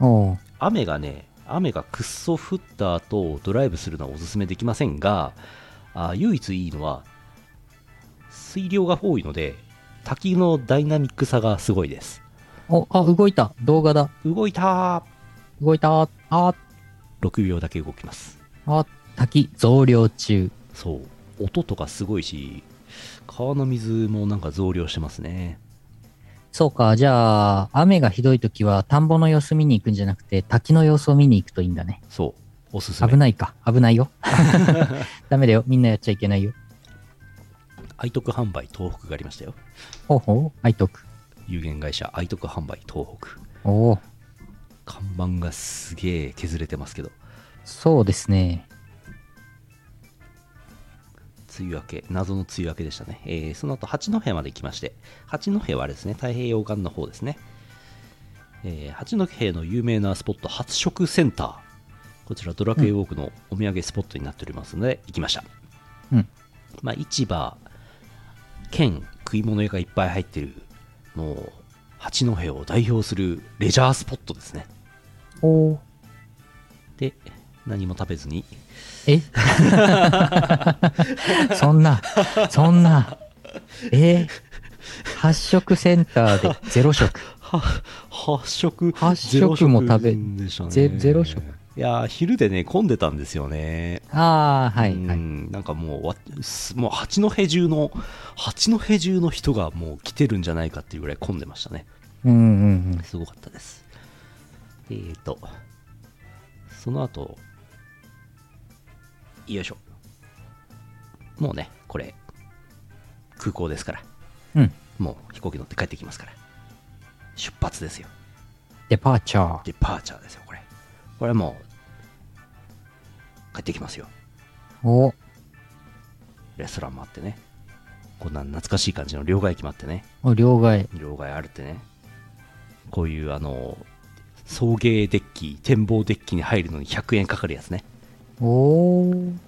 [SPEAKER 1] おう
[SPEAKER 2] 雨がね雨がくっそ降った後ドライブするのはおすすめできませんがあ唯一いいのは水量が多いので滝のダイナミックさがすごいです
[SPEAKER 1] お、あ、動いた。動画だ。
[SPEAKER 2] 動いた
[SPEAKER 1] 動いた。あー、
[SPEAKER 2] ー6秒だけ動きます
[SPEAKER 1] あー、滝増量中。
[SPEAKER 2] そう音とかすごいし川の水もなんか増量してますね
[SPEAKER 1] そうか、じゃあ、雨がひどい時は、田んぼの様子見に行くんじゃなくて、滝の様子を見に行くといいんだね。
[SPEAKER 2] そうおすすめ
[SPEAKER 1] 危ないか。危ない よ。ダメだよ。みんなやっちゃいけないよ。
[SPEAKER 2] 愛徳販売東北がありましたよ
[SPEAKER 1] ほうほう、愛徳。
[SPEAKER 2] 有限会社愛徳販売東北
[SPEAKER 1] おお、
[SPEAKER 2] 看板がすげえ削れてますけど
[SPEAKER 1] そうですね。
[SPEAKER 2] 梅雨明け謎の梅雨明けでしたね、えーその後八戸まで来まして八戸はあれですね太平洋岸の方ですね、えー八戸の有名なスポット発色センターこちらドラクエウォークのお土産スポットになっておりますので、行きました、
[SPEAKER 1] うん
[SPEAKER 2] まあ、市場兼食い物屋がいっぱい入ってるもう八戸を代表するレジャースポットですね
[SPEAKER 1] おお。
[SPEAKER 2] で何も食べずに
[SPEAKER 1] え そんな、そんな。えー発色センターでゼロ食。
[SPEAKER 2] は発色
[SPEAKER 1] 発色も食べ
[SPEAKER 2] ゼロ食でしたね
[SPEAKER 1] ゼゼロ食
[SPEAKER 2] いやー昼でね混んでたんですよね、
[SPEAKER 1] ああ、はいう
[SPEAKER 2] ん
[SPEAKER 1] はい。
[SPEAKER 2] なんかもうわすもう八戸中の八戸中の人がもう来てるんじゃないかっていうぐらい混んでましたね
[SPEAKER 1] うんうんうん。
[SPEAKER 2] すごかったですえーとその後よいしょもうねこれ空港ですから
[SPEAKER 1] うん。
[SPEAKER 2] もう飛行機乗って帰ってきますから出発ですよ
[SPEAKER 1] デパーチャー。
[SPEAKER 2] デパーチャーですよこれこれはもう帰ってきますよ
[SPEAKER 1] お
[SPEAKER 2] レストランもあってねこんな懐かしい感じの両替機もあってね
[SPEAKER 1] お、両替。
[SPEAKER 2] 両替あるってねこういうあの送迎デッキ展望デッキに入るのに100円かかるやつね
[SPEAKER 1] おー。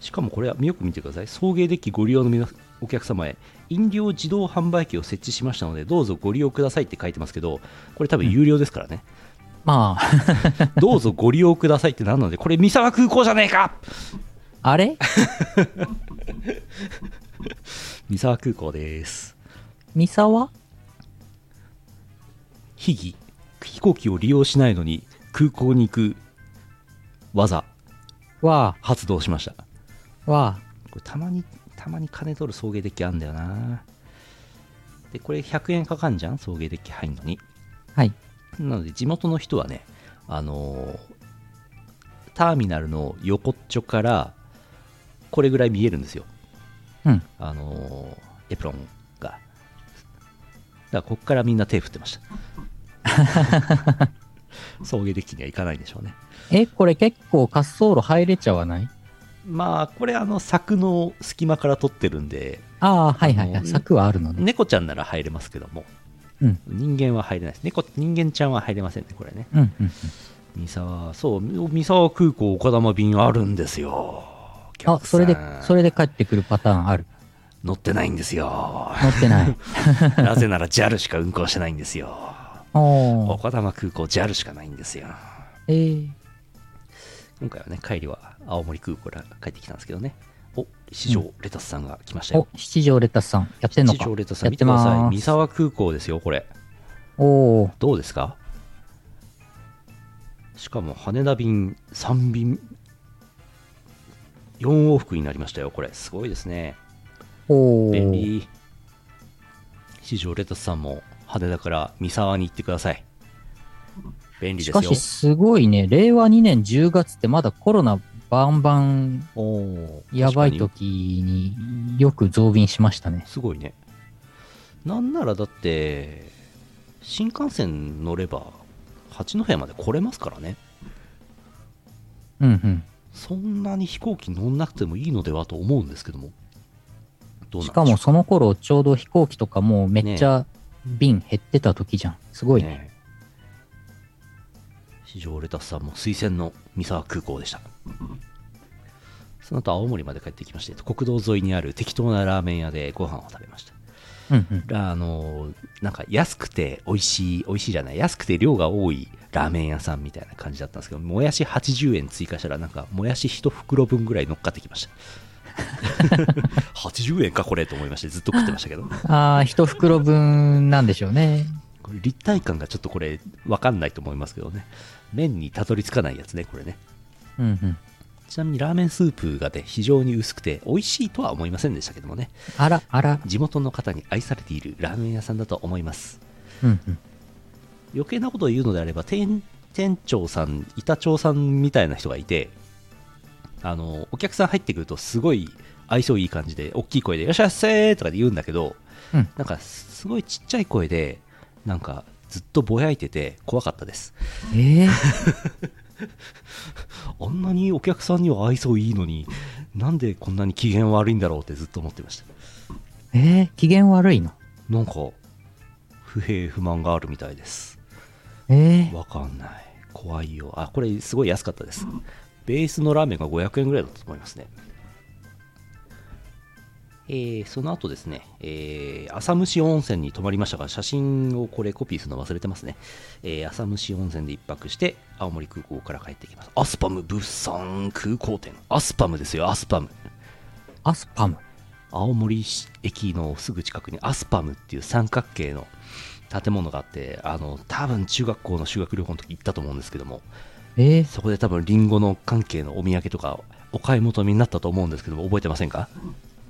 [SPEAKER 2] しかもこれはよく見てください送迎デッキご利用の皆お客様へ飲料自動販売機を設置しましたのでどうぞご利用くださいって書いてますけどこれ多分有料ですからね、
[SPEAKER 1] まあ、
[SPEAKER 2] どうぞご利用くださいってなんなのでこれ三沢空港じゃねえか
[SPEAKER 1] あれ
[SPEAKER 2] 三沢空港です
[SPEAKER 1] 三沢
[SPEAKER 2] 秘技飛行機を利用しないのに空港に行く技
[SPEAKER 1] は、
[SPEAKER 2] 発動しましたこ
[SPEAKER 1] は、
[SPEAKER 2] れたまにたまに金取る送迎デッキあんだよなでこれ100円かかんじゃん送迎デッキ入んのに
[SPEAKER 1] はい。
[SPEAKER 2] なので地元の人はねあのーターミナルの横っちょからこれぐらい見えるんですよ
[SPEAKER 1] うん。
[SPEAKER 2] あのーエプロンがだからこっからみんな手振ってました 送迎デッキには行かないんでしょうね
[SPEAKER 1] え、これ結構滑走路入れちゃわない
[SPEAKER 2] まあこれあの柵の隙間から撮ってるんで
[SPEAKER 1] ああ、はいはいは
[SPEAKER 2] あの
[SPEAKER 1] い。柵はあるのね。
[SPEAKER 2] 猫ちゃんなら入れますけども、
[SPEAKER 1] うん
[SPEAKER 2] 人間は入れないです猫人間ちゃんは入れませんねこれね
[SPEAKER 1] うんうんうん。
[SPEAKER 2] 三沢そう三沢空港岡玉便あるんですよお客さん
[SPEAKER 1] あ、それで、それで帰ってくるパターンある。
[SPEAKER 2] 乗ってないんですよ
[SPEAKER 1] 乗って ない。
[SPEAKER 2] なぜなら JAL しか運航してないんですよ
[SPEAKER 1] おー。
[SPEAKER 2] 岡玉空港 JAL しかないんですよ
[SPEAKER 1] えー、
[SPEAKER 2] 今回はね帰りは青森空港から帰ってきたんですけどねお市場レタスさんが来ました
[SPEAKER 1] お
[SPEAKER 2] よ、、
[SPEAKER 1] 七条レタスさん、やってんの
[SPEAKER 2] 市
[SPEAKER 1] か
[SPEAKER 2] 場レタスさ
[SPEAKER 1] やっ
[SPEAKER 2] ん見
[SPEAKER 1] て
[SPEAKER 2] てください
[SPEAKER 1] ま
[SPEAKER 2] 三
[SPEAKER 1] す。
[SPEAKER 2] 沢空港ですよこれ
[SPEAKER 1] おー。
[SPEAKER 2] どうですかしかも羽田便3便4往復になりましたよこれすごいですね
[SPEAKER 1] お
[SPEAKER 2] 便
[SPEAKER 1] ー。
[SPEAKER 2] 利市場レタスさんも羽田から三沢に行ってください便利
[SPEAKER 1] し
[SPEAKER 2] で
[SPEAKER 1] か
[SPEAKER 2] すよ
[SPEAKER 1] し、すごいね。令和2年10月ってまだコロナバンバン
[SPEAKER 2] おー
[SPEAKER 1] やばい
[SPEAKER 2] 確かに
[SPEAKER 1] 時によく増便しましたね。
[SPEAKER 2] すごいねなんならだって新幹線乗れば八戸まで来れますからね
[SPEAKER 1] うんうん。
[SPEAKER 2] そんなに飛行機乗んなくてもいいのではと思うんですけどもどうなんで
[SPEAKER 1] し
[SPEAKER 2] しょ
[SPEAKER 1] か
[SPEAKER 2] う
[SPEAKER 1] もその頃ちょうど飛行機とかもうめっちゃ便減ってた時じゃん。すごいね。
[SPEAKER 2] ね市場レタスさんも推薦の三沢空港でしたその後青森まで帰ってきまして国道沿いにある適当なラーメン屋でご飯を食べました
[SPEAKER 1] うんうん。
[SPEAKER 2] あのなんか安くて美味しい美味しいじゃない安くて量が多いラーメン屋さんみたいな感じだったんですけど、もやし80円追加したら、なんか、もやし1袋分ぐらい乗っかってきました。80円か、これと思いまして、ずっと食ってましたけど、
[SPEAKER 1] ああ、一袋分なんでしょうね。
[SPEAKER 2] これ立体感がちょっとこれ、わかんないと思いますけどね、麺にたどり着かないやつね、これね。
[SPEAKER 1] うんうん。
[SPEAKER 2] ちなみにラーメンスープがね、非常に薄くて、美味しいとは思いませんでしたけどもね、
[SPEAKER 1] あら、あら。
[SPEAKER 2] 地元の方に愛されているラーメン屋さんだと思います。
[SPEAKER 1] うんうん。
[SPEAKER 2] 余計なことを言うのであれば店店長さん板長さんみたいな人がいてあのお客さん入ってくるとすごい愛想いい感じで大きい声で「いらっしゃいませ!」とかで言うんだけど、
[SPEAKER 1] うん
[SPEAKER 2] なんかすごいちっちゃい声でなんかずっとぼやいてて怖かったです
[SPEAKER 1] ええ
[SPEAKER 2] あんなにお客さんには愛想いいのになんでこんなに機嫌悪いんだろうってずっと思ってました
[SPEAKER 1] ええ機嫌悪いの。
[SPEAKER 2] なんか不平不満があるみたいです
[SPEAKER 1] ええ
[SPEAKER 2] わかんない。怖いよ。あ、これすごい安かったです。ベースのラーメンが500円ぐらいだったと思いますね。えーその後ですね、えー浅虫温泉に泊まりましたが、写真をこれコピーするの忘れてますね。えー浅虫温泉で一泊して、青森空港から帰ってきます。アスパム物産空港店。アスパムですよ、アスパム。
[SPEAKER 1] アスパム。
[SPEAKER 2] 青森市駅のすぐ近くにアスパムっていう三角形の建物があってあの多分中学校の修学旅行の時行ったと思うんですけども
[SPEAKER 1] ええ
[SPEAKER 2] そこで多分リンゴの関係のお土産とかお買い求めになったと思うんですけども覚えてませんか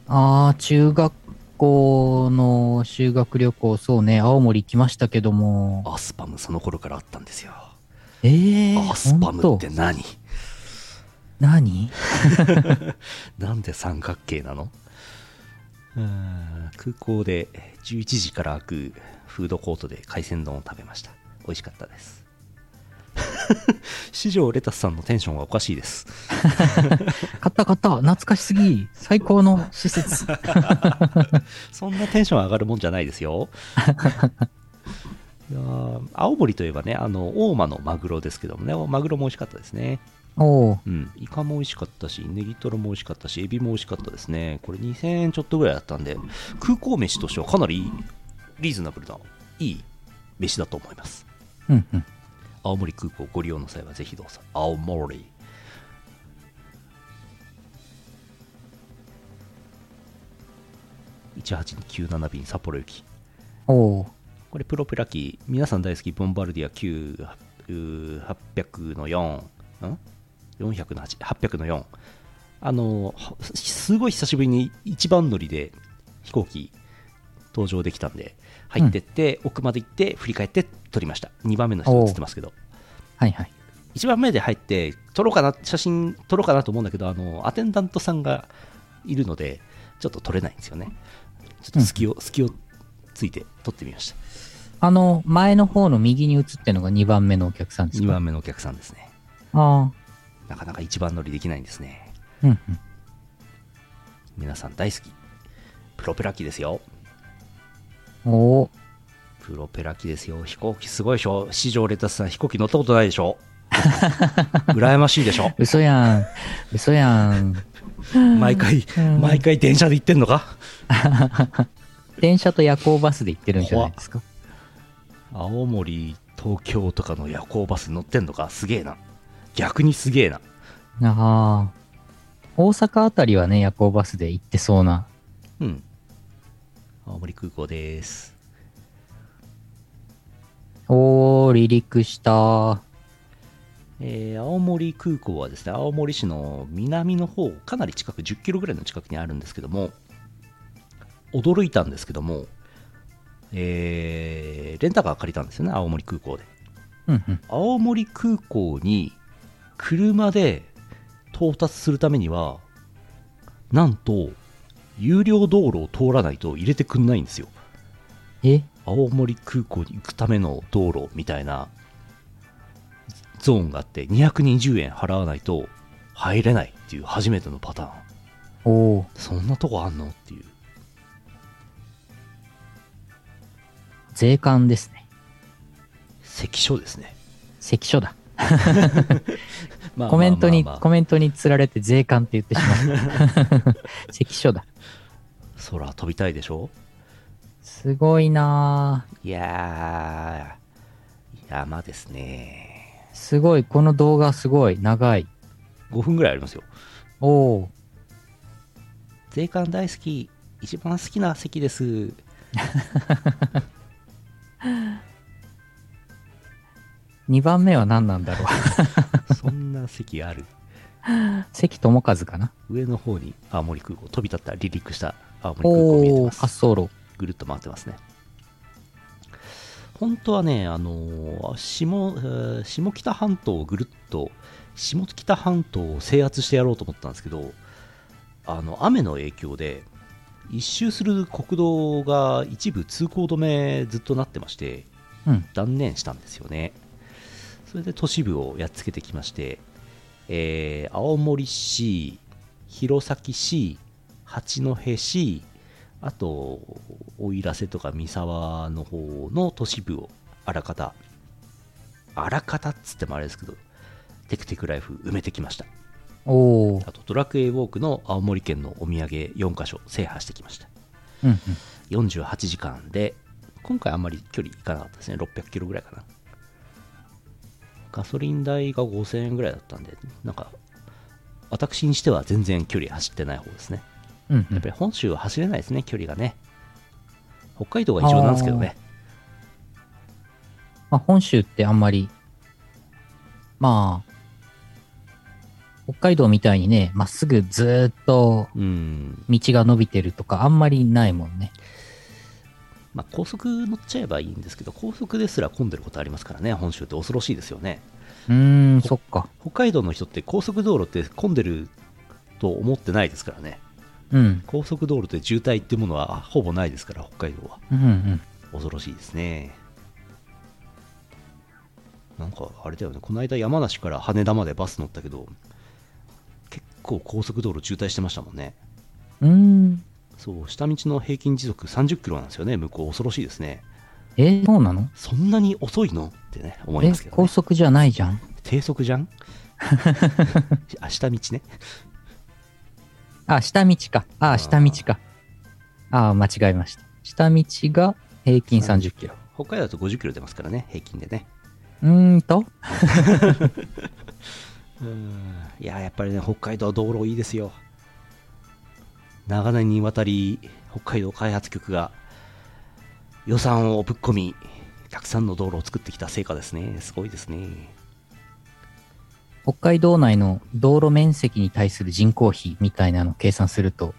[SPEAKER 1] ああ、中学校の修学旅行、そうね、青森来ましたけども。
[SPEAKER 2] アスパムその頃からあったんですよ
[SPEAKER 1] ええ
[SPEAKER 2] アスパムっ
[SPEAKER 1] 本
[SPEAKER 2] て
[SPEAKER 1] 当
[SPEAKER 2] 何
[SPEAKER 1] 何
[SPEAKER 2] なんで三角形なのうーん空港で11時から開くフードコートで海鮮丼を食べました美味しかったです 四条レタスさんのテンションがおかしいです
[SPEAKER 1] 買った買った懐かしすぎ最高の施 設。
[SPEAKER 2] そんなテンション上がるもんじゃないですよ。 いやー青森といえばね、あの、大間のマグロですけどもね、マグロも美味しかったですね。
[SPEAKER 1] おお
[SPEAKER 2] うん、イカも美味しかったし、ネギトロも美味しかったし、エビも美味しかったですね。これ2000円ちょっとぐらいだったんで、空港飯としてはかなりリーズナブルな、いい飯だと思います。
[SPEAKER 1] うんうん。
[SPEAKER 2] 青森空港ご利用の際はぜひどうぞ。青森。1897便札幌行き。
[SPEAKER 1] おお
[SPEAKER 2] これプロペラ機、皆さん大好きボンバルディア9、うー800の4、ん ?400 の8、800の4。あの、はすごい久しぶりに一番乗りで飛行機搭乗できたんで、入ってって、奥まで行って、振り返って撮りました。2番目の人映ってますけど。
[SPEAKER 1] はいはい。
[SPEAKER 2] 1番目で入って撮ろうかな写真撮ろうかなと思うんだけどあのアテンダントさんがいるのでちょっと撮れないんですよねちょっと隙を、隙をついて撮ってみました
[SPEAKER 1] あの、前の方の右に映ってるのが2番目のお客さんです
[SPEAKER 2] 2
[SPEAKER 1] か
[SPEAKER 2] 番目のお客さんですね
[SPEAKER 1] ああ。
[SPEAKER 2] なかなか一番乗りできないんですね
[SPEAKER 1] うんうん。
[SPEAKER 2] 皆さん大好きプロペラ機ですよ
[SPEAKER 1] おお
[SPEAKER 2] プロペラ機ですよ飛行機すごいでしょ市場レタスさん飛行機乗ったことないでし ょ羨ましいでしょ
[SPEAKER 1] 嘘やん。嘘や ん。
[SPEAKER 2] 毎回
[SPEAKER 1] うん
[SPEAKER 2] 毎回電車で行ってんのか
[SPEAKER 1] 電車と夜行バスで行ってるんじゃないですか。
[SPEAKER 2] 青森東京とかの夜行バス乗ってんのかすげえな逆にすげえな
[SPEAKER 1] ああ。大阪あたりはね、夜行バスで行ってそうな。
[SPEAKER 2] うん青森空港です
[SPEAKER 1] おお離陸した。
[SPEAKER 2] えー青森空港はですね青森市の南の方かなり近く10キロぐらいの近くにあるんですけども驚いたんですけどもえーレンタカー借りたんですよね青森空港で
[SPEAKER 1] うんうん。
[SPEAKER 2] 青森空港に車で到達するためにはなんと有料道路を通らないと入れてくんないんですよ
[SPEAKER 1] え
[SPEAKER 2] 青森空港に行くための道路みたいなゾーンがあって220円払わないと入れないっていう初めてのパターン
[SPEAKER 1] おお
[SPEAKER 2] そんなとこあんのっていう
[SPEAKER 1] 税関ですね。
[SPEAKER 2] 関所ですね、
[SPEAKER 1] 関所だ。
[SPEAKER 2] まあ
[SPEAKER 1] コメントに、
[SPEAKER 2] まあまあまあ
[SPEAKER 1] コメントにつられて税関って言ってし まう。関所だ。
[SPEAKER 2] 空飛びたいでしょ
[SPEAKER 1] すごいない
[SPEAKER 2] やー山ですね
[SPEAKER 1] すごい、この動画すごい、長い。
[SPEAKER 2] 5分ぐらいありますよ。
[SPEAKER 1] おお
[SPEAKER 2] 税関大好き。一番好きな席です。
[SPEAKER 1] ー、2番目は何なんだ ろう。
[SPEAKER 2] そんな席ある。
[SPEAKER 1] 関智和かな
[SPEAKER 2] 上の方に青森空港、飛び立った離陸した青森空港見えて
[SPEAKER 1] おお
[SPEAKER 2] ま
[SPEAKER 1] ー、滑走
[SPEAKER 2] す。
[SPEAKER 1] 路。
[SPEAKER 2] ぐるっと回ってますね。本当はね、あのー下、えー下北半島をぐるっと、下北半島を制圧してやろうと思ったんですけど、あの、雨の影響で、一周する国道が一部通行止めずっとなってまして、
[SPEAKER 1] うん。
[SPEAKER 2] 断念したんですよねそれで都市部をやっつけてきまして、えー青森市弘前市八戸市あと奥入瀬とか三沢の方の都市部をあらかたあらかたっつってもあれですけどテクテクライフ埋めてきました
[SPEAKER 1] おお、
[SPEAKER 2] あとドラクエウォークの青森県のお土産4カ所制覇してきました
[SPEAKER 1] うんうん。
[SPEAKER 2] 48時間で今回あんまり距離いかなかったですね600キロぐらいかなガソリン代が5000円ぐらいだったんでなんか私にしては全然距離走ってない方ですね
[SPEAKER 1] うんう
[SPEAKER 2] や
[SPEAKER 1] ん
[SPEAKER 2] っぱ、り本州は走れないですね距離がね北海道が一番なんですけどね
[SPEAKER 1] まあ、本州ってあんまり、まあ、北海道みたいにね、まっすぐずーっと
[SPEAKER 2] うん
[SPEAKER 1] 道が伸びてるとかあんまりないもんね。
[SPEAKER 2] まあ高速乗っちゃえばいいんですけど高速ですら混んでることありますからね本州って恐ろしいですよね
[SPEAKER 1] うーん、そっか。
[SPEAKER 2] 北海道の人って高速道路って混んでると思ってないですからね
[SPEAKER 1] うん、
[SPEAKER 2] 高速道路で渋滞ってものはほぼないですから北海道は
[SPEAKER 1] うん、うん。
[SPEAKER 2] 恐ろしいですねなんかあれだよねこの間山梨から羽田までバス乗ったけど結構高速道路渋滞してましたもんね
[SPEAKER 1] うーん。
[SPEAKER 2] そう下道の平均時速30キロなんですよね向こう恐ろしいですね
[SPEAKER 1] えーそうなの
[SPEAKER 2] そんなに遅いのってね思い
[SPEAKER 1] え
[SPEAKER 2] ますけ、ど、
[SPEAKER 1] 高
[SPEAKER 2] ね、
[SPEAKER 1] 速じゃないじゃん。
[SPEAKER 2] 低 速じゃんあ下道ね
[SPEAKER 1] あ、下道か。あ、下道か。あー、間違えました。下道が平均30キロ。
[SPEAKER 2] 北海道だと50キロ出ますからね平均でね
[SPEAKER 1] うーんと、
[SPEAKER 2] いやーやっぱりね北海道道路いいですよ長年にわたり北海道開発局が予算をぶっ込みたくさんの道路を作ってきた成果ですねすごいですね
[SPEAKER 1] 北海道内の道路面積に対する人口比みたいなのを計算すると、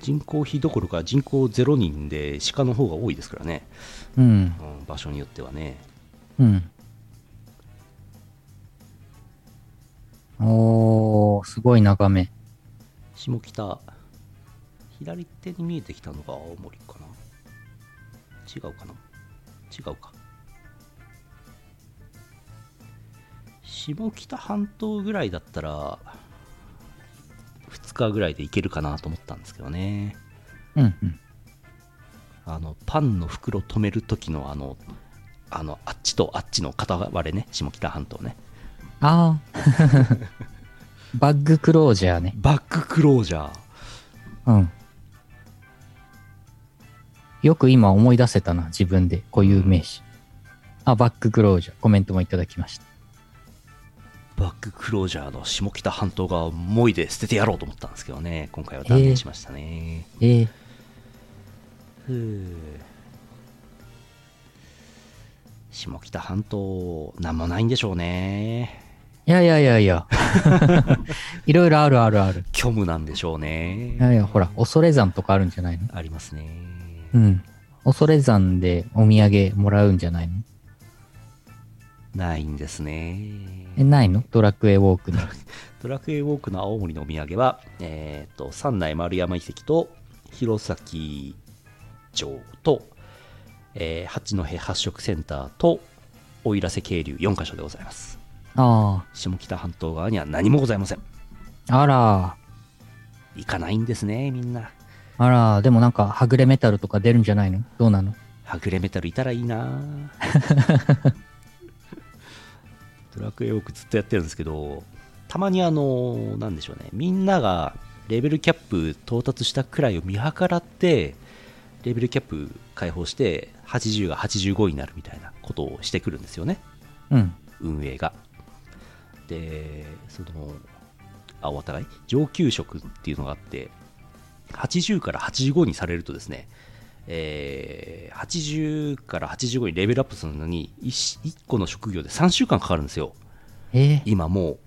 [SPEAKER 2] 人口比どころか人口0人で鹿の方が多いですからね、
[SPEAKER 1] うん、
[SPEAKER 2] うん場所によってはね
[SPEAKER 1] うん。おー、すごい眺め。
[SPEAKER 2] 下北左手に見えてきたのが青森かな違うかな違うか下北半島ぐらいだったら2日ぐらいで行けるかなと思ったんですけどね
[SPEAKER 1] うんうん。
[SPEAKER 2] あのパンの袋止める時のあのあのあっちとあっちの片割れね下北半島ね
[SPEAKER 1] あ ー。バッグクロージャーね。
[SPEAKER 2] バッククロージャ
[SPEAKER 1] う
[SPEAKER 2] ー
[SPEAKER 1] ん。よく今思い出せたな、自分で。固有名詞。あ、バッククロージャー。コメントもいただきました。
[SPEAKER 2] バッククロージャーの下北半島が思いで捨ててやろうと思ったんですけどね今回は断念しましたね、
[SPEAKER 1] えー、
[SPEAKER 2] ふう下北半島なんもないんでしょうね
[SPEAKER 1] いやいやいやいや。 いろいろあるあるある。
[SPEAKER 2] 虚無なんでしょう
[SPEAKER 1] いや
[SPEAKER 2] ね
[SPEAKER 1] いや、ほら、恐山とかあるんじゃないの
[SPEAKER 2] ありますね
[SPEAKER 1] うん。恐山でお土産もらうんじゃないの
[SPEAKER 2] ないんですね
[SPEAKER 1] え、ないのドラクエウォークの。
[SPEAKER 2] ドラクエウォークの青森のお土産は、えー、と三内丸山遺跡と弘前城と、えー八戸発色センターと奥入瀬渓流4カ所でございます
[SPEAKER 1] あ
[SPEAKER 2] 下北半島側には何もございません
[SPEAKER 1] あ。あら。
[SPEAKER 2] 行かないんですねみんな
[SPEAKER 1] あら、でもなんか、はぐれメタルとか出るんじゃないのどうなの
[SPEAKER 2] はぐれメタルいたらいいな ドラクエウォークずっとやってるんですけどたまにあのなんでしょうねみんながレベルキャップ到達したくらいを見計らってレベルキャップ解放して80が85になるみたいなことをしてくるんですよね
[SPEAKER 1] うん。
[SPEAKER 2] 運営がでそのあお互い上級職っていうのがあって80から85にされるとですね、えー80から85にレベルアップするのに 1, 個の職業で3週間かかるんですよ
[SPEAKER 1] えー、
[SPEAKER 2] 今もう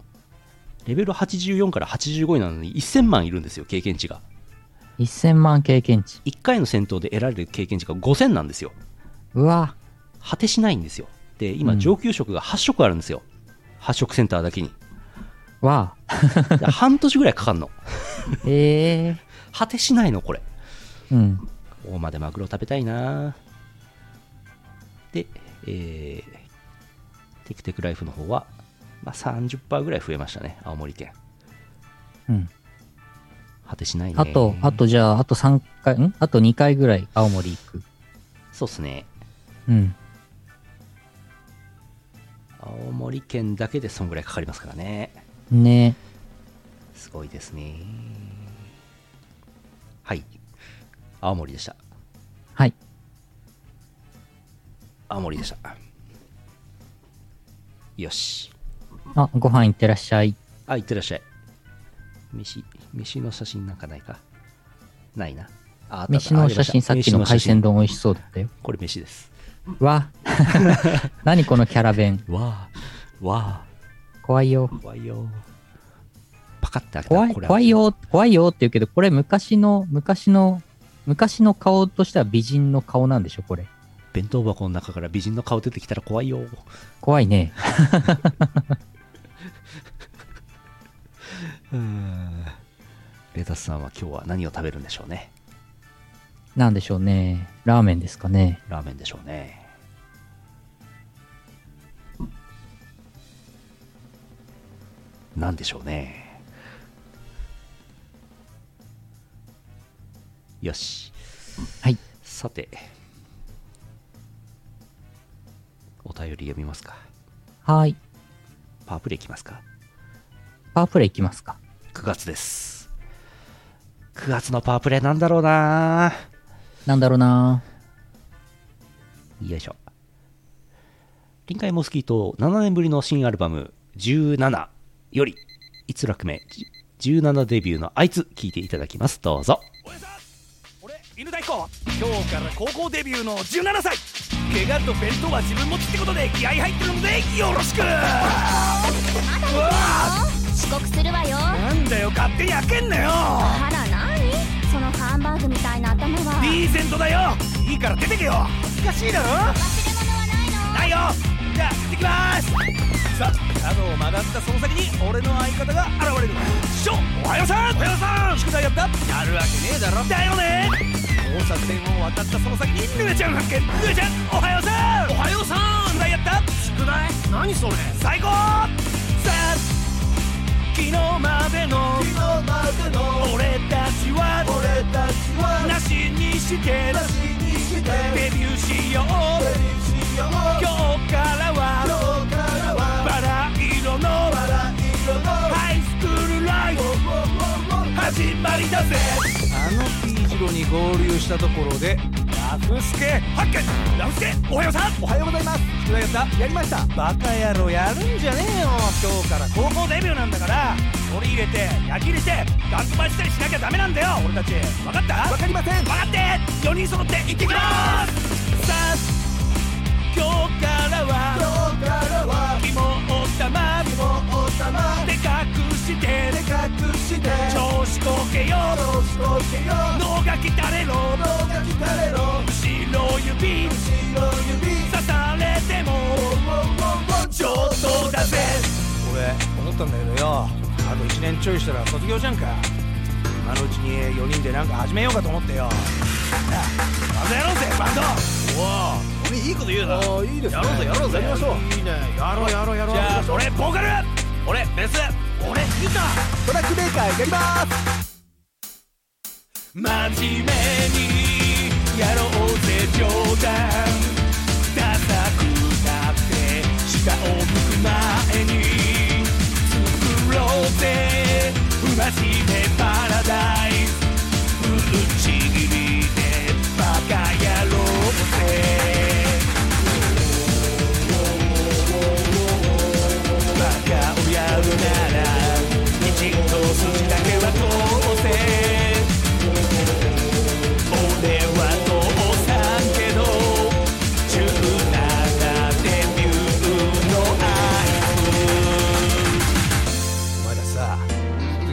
[SPEAKER 2] レベル84から85になるのに1000万いるんですよ経験値が
[SPEAKER 1] 1000万経験値。
[SPEAKER 2] 1回の戦闘で得られる経験値が5000なんですよ
[SPEAKER 1] うわ、
[SPEAKER 2] 果てしないんですよで今
[SPEAKER 1] うん
[SPEAKER 2] 上級職が8色あるんですよ、8色センターだけに
[SPEAKER 1] わ、
[SPEAKER 2] で半年ぐらいかかるの
[SPEAKER 1] ええ
[SPEAKER 2] 果てしないのこれ
[SPEAKER 1] うん。
[SPEAKER 2] 大間でマグロ食べたいなで、えーテクテクライフの方は、まあ、30%ぐらい増えましたね青森県
[SPEAKER 1] うん。
[SPEAKER 2] 果てしないね
[SPEAKER 1] あと、あとじゃあ、あと3回、んあと2回ぐらい青森行く。
[SPEAKER 2] そうっすね
[SPEAKER 1] うん。
[SPEAKER 2] 青森県だけでそんぐらいかかりますからね
[SPEAKER 1] ね
[SPEAKER 2] すごいですねはい青森でした
[SPEAKER 1] はい。
[SPEAKER 2] 青森でしたよし
[SPEAKER 1] あ、ご飯行ってらっしゃい。
[SPEAKER 2] あいってらっしゃい飯飯の写真なんかないかないなああったあった
[SPEAKER 1] 飯の写真、さ
[SPEAKER 2] あ
[SPEAKER 1] っ
[SPEAKER 2] り
[SPEAKER 1] き
[SPEAKER 2] ました
[SPEAKER 1] の海
[SPEAKER 2] 飯
[SPEAKER 1] 鮮
[SPEAKER 2] の写
[SPEAKER 1] 丼美味しそうだったよ。
[SPEAKER 2] 真これ飯です
[SPEAKER 1] わ、 何このキャラ弁。
[SPEAKER 2] わあわ
[SPEAKER 1] 怖いよ
[SPEAKER 2] あ。怖いよパカッて開けたら
[SPEAKER 1] 怖い、
[SPEAKER 2] これ
[SPEAKER 1] 怖いよ、怖いよって言うけど、これ昔の、昔の、昔の顔としては美人の顔なんでしょ、これ。
[SPEAKER 2] 弁当箱の中から美人の顔出てきたら怖いよ
[SPEAKER 1] 怖いね。
[SPEAKER 2] うんレタスさんは今日は何を食べるんでしょうね
[SPEAKER 1] なんでしょうね。ラーメンですかね。
[SPEAKER 2] ラーメンでしょうねなんでしょうねよし
[SPEAKER 1] はい
[SPEAKER 2] さてお便り読みますか
[SPEAKER 1] はーい。
[SPEAKER 2] パワープレイいきますか
[SPEAKER 1] パワープレイいきますか。
[SPEAKER 2] 9月です9月のパワープレイなんだろうな
[SPEAKER 1] なんだろうな
[SPEAKER 2] よいしょ。臨海モスキート7年ぶりの新アルバム17より一楽目じ17デビューのあいつ聞いていただきます。どうぞ。
[SPEAKER 3] 俺だ俺犬太鼓今日から高校デビューの17歳怪我と弁当は自分持ちってことで気合入ってるのでよろしく
[SPEAKER 4] 遅刻するわよ
[SPEAKER 3] なんだよ勝手に開けんなよ
[SPEAKER 4] あら何そのハンバーグみたいな頭は
[SPEAKER 3] リーゼントだよいいから出てけよ恥ずかしいだろないよじゃあ行ってきますさあ角を曲がったその先に俺の相方が現れる師匠おはようさんおはようさん宿題やったやるわけねえだろだよね交差点を渡ったその先にぬえちゃん発見ぬえちゃんおはようさんおはようさん宿題やった宿題何それ最高さあ昨日までの俺たちはなしにしてデビューしよう今日からはバラ色のハイスクールライフ始まりだぜあの P 字路に合流したところでラフスケ発見ラフスケおはようさんおはようございます宿題やったやりましたバカ野郎やるんじゃねえよ今日から高校デビューなんだから取り入れて焼き入れてガン飛ばしたりしなきゃダメなんだよ俺たち分かった分かりません分かって4人揃って行ってきますさあ今日からは肝を玉でかくして調子こけよ脳がきたれろ後ろ指刺されても上等だぜ俺思ったんだけどよあと1年ちょいしたら卒業じゃんか今のうちに4人でなんか始めようかと思ってよバンドやろうぜバンドおお俺いいこと言うな
[SPEAKER 5] ああいいです
[SPEAKER 3] やろうぜやろうぜ
[SPEAKER 5] やりましょういいねやろうやろうやろう
[SPEAKER 3] じゃあ俺ボーカル俺ベース俺ギター
[SPEAKER 5] トラックメーカーやります
[SPEAKER 3] 真面目にやろうぜ冗談ダサくなって下を向く前に作ろうぜ不真面目パラダイスぶっちぎりでバカ野郎ぜバカをやろ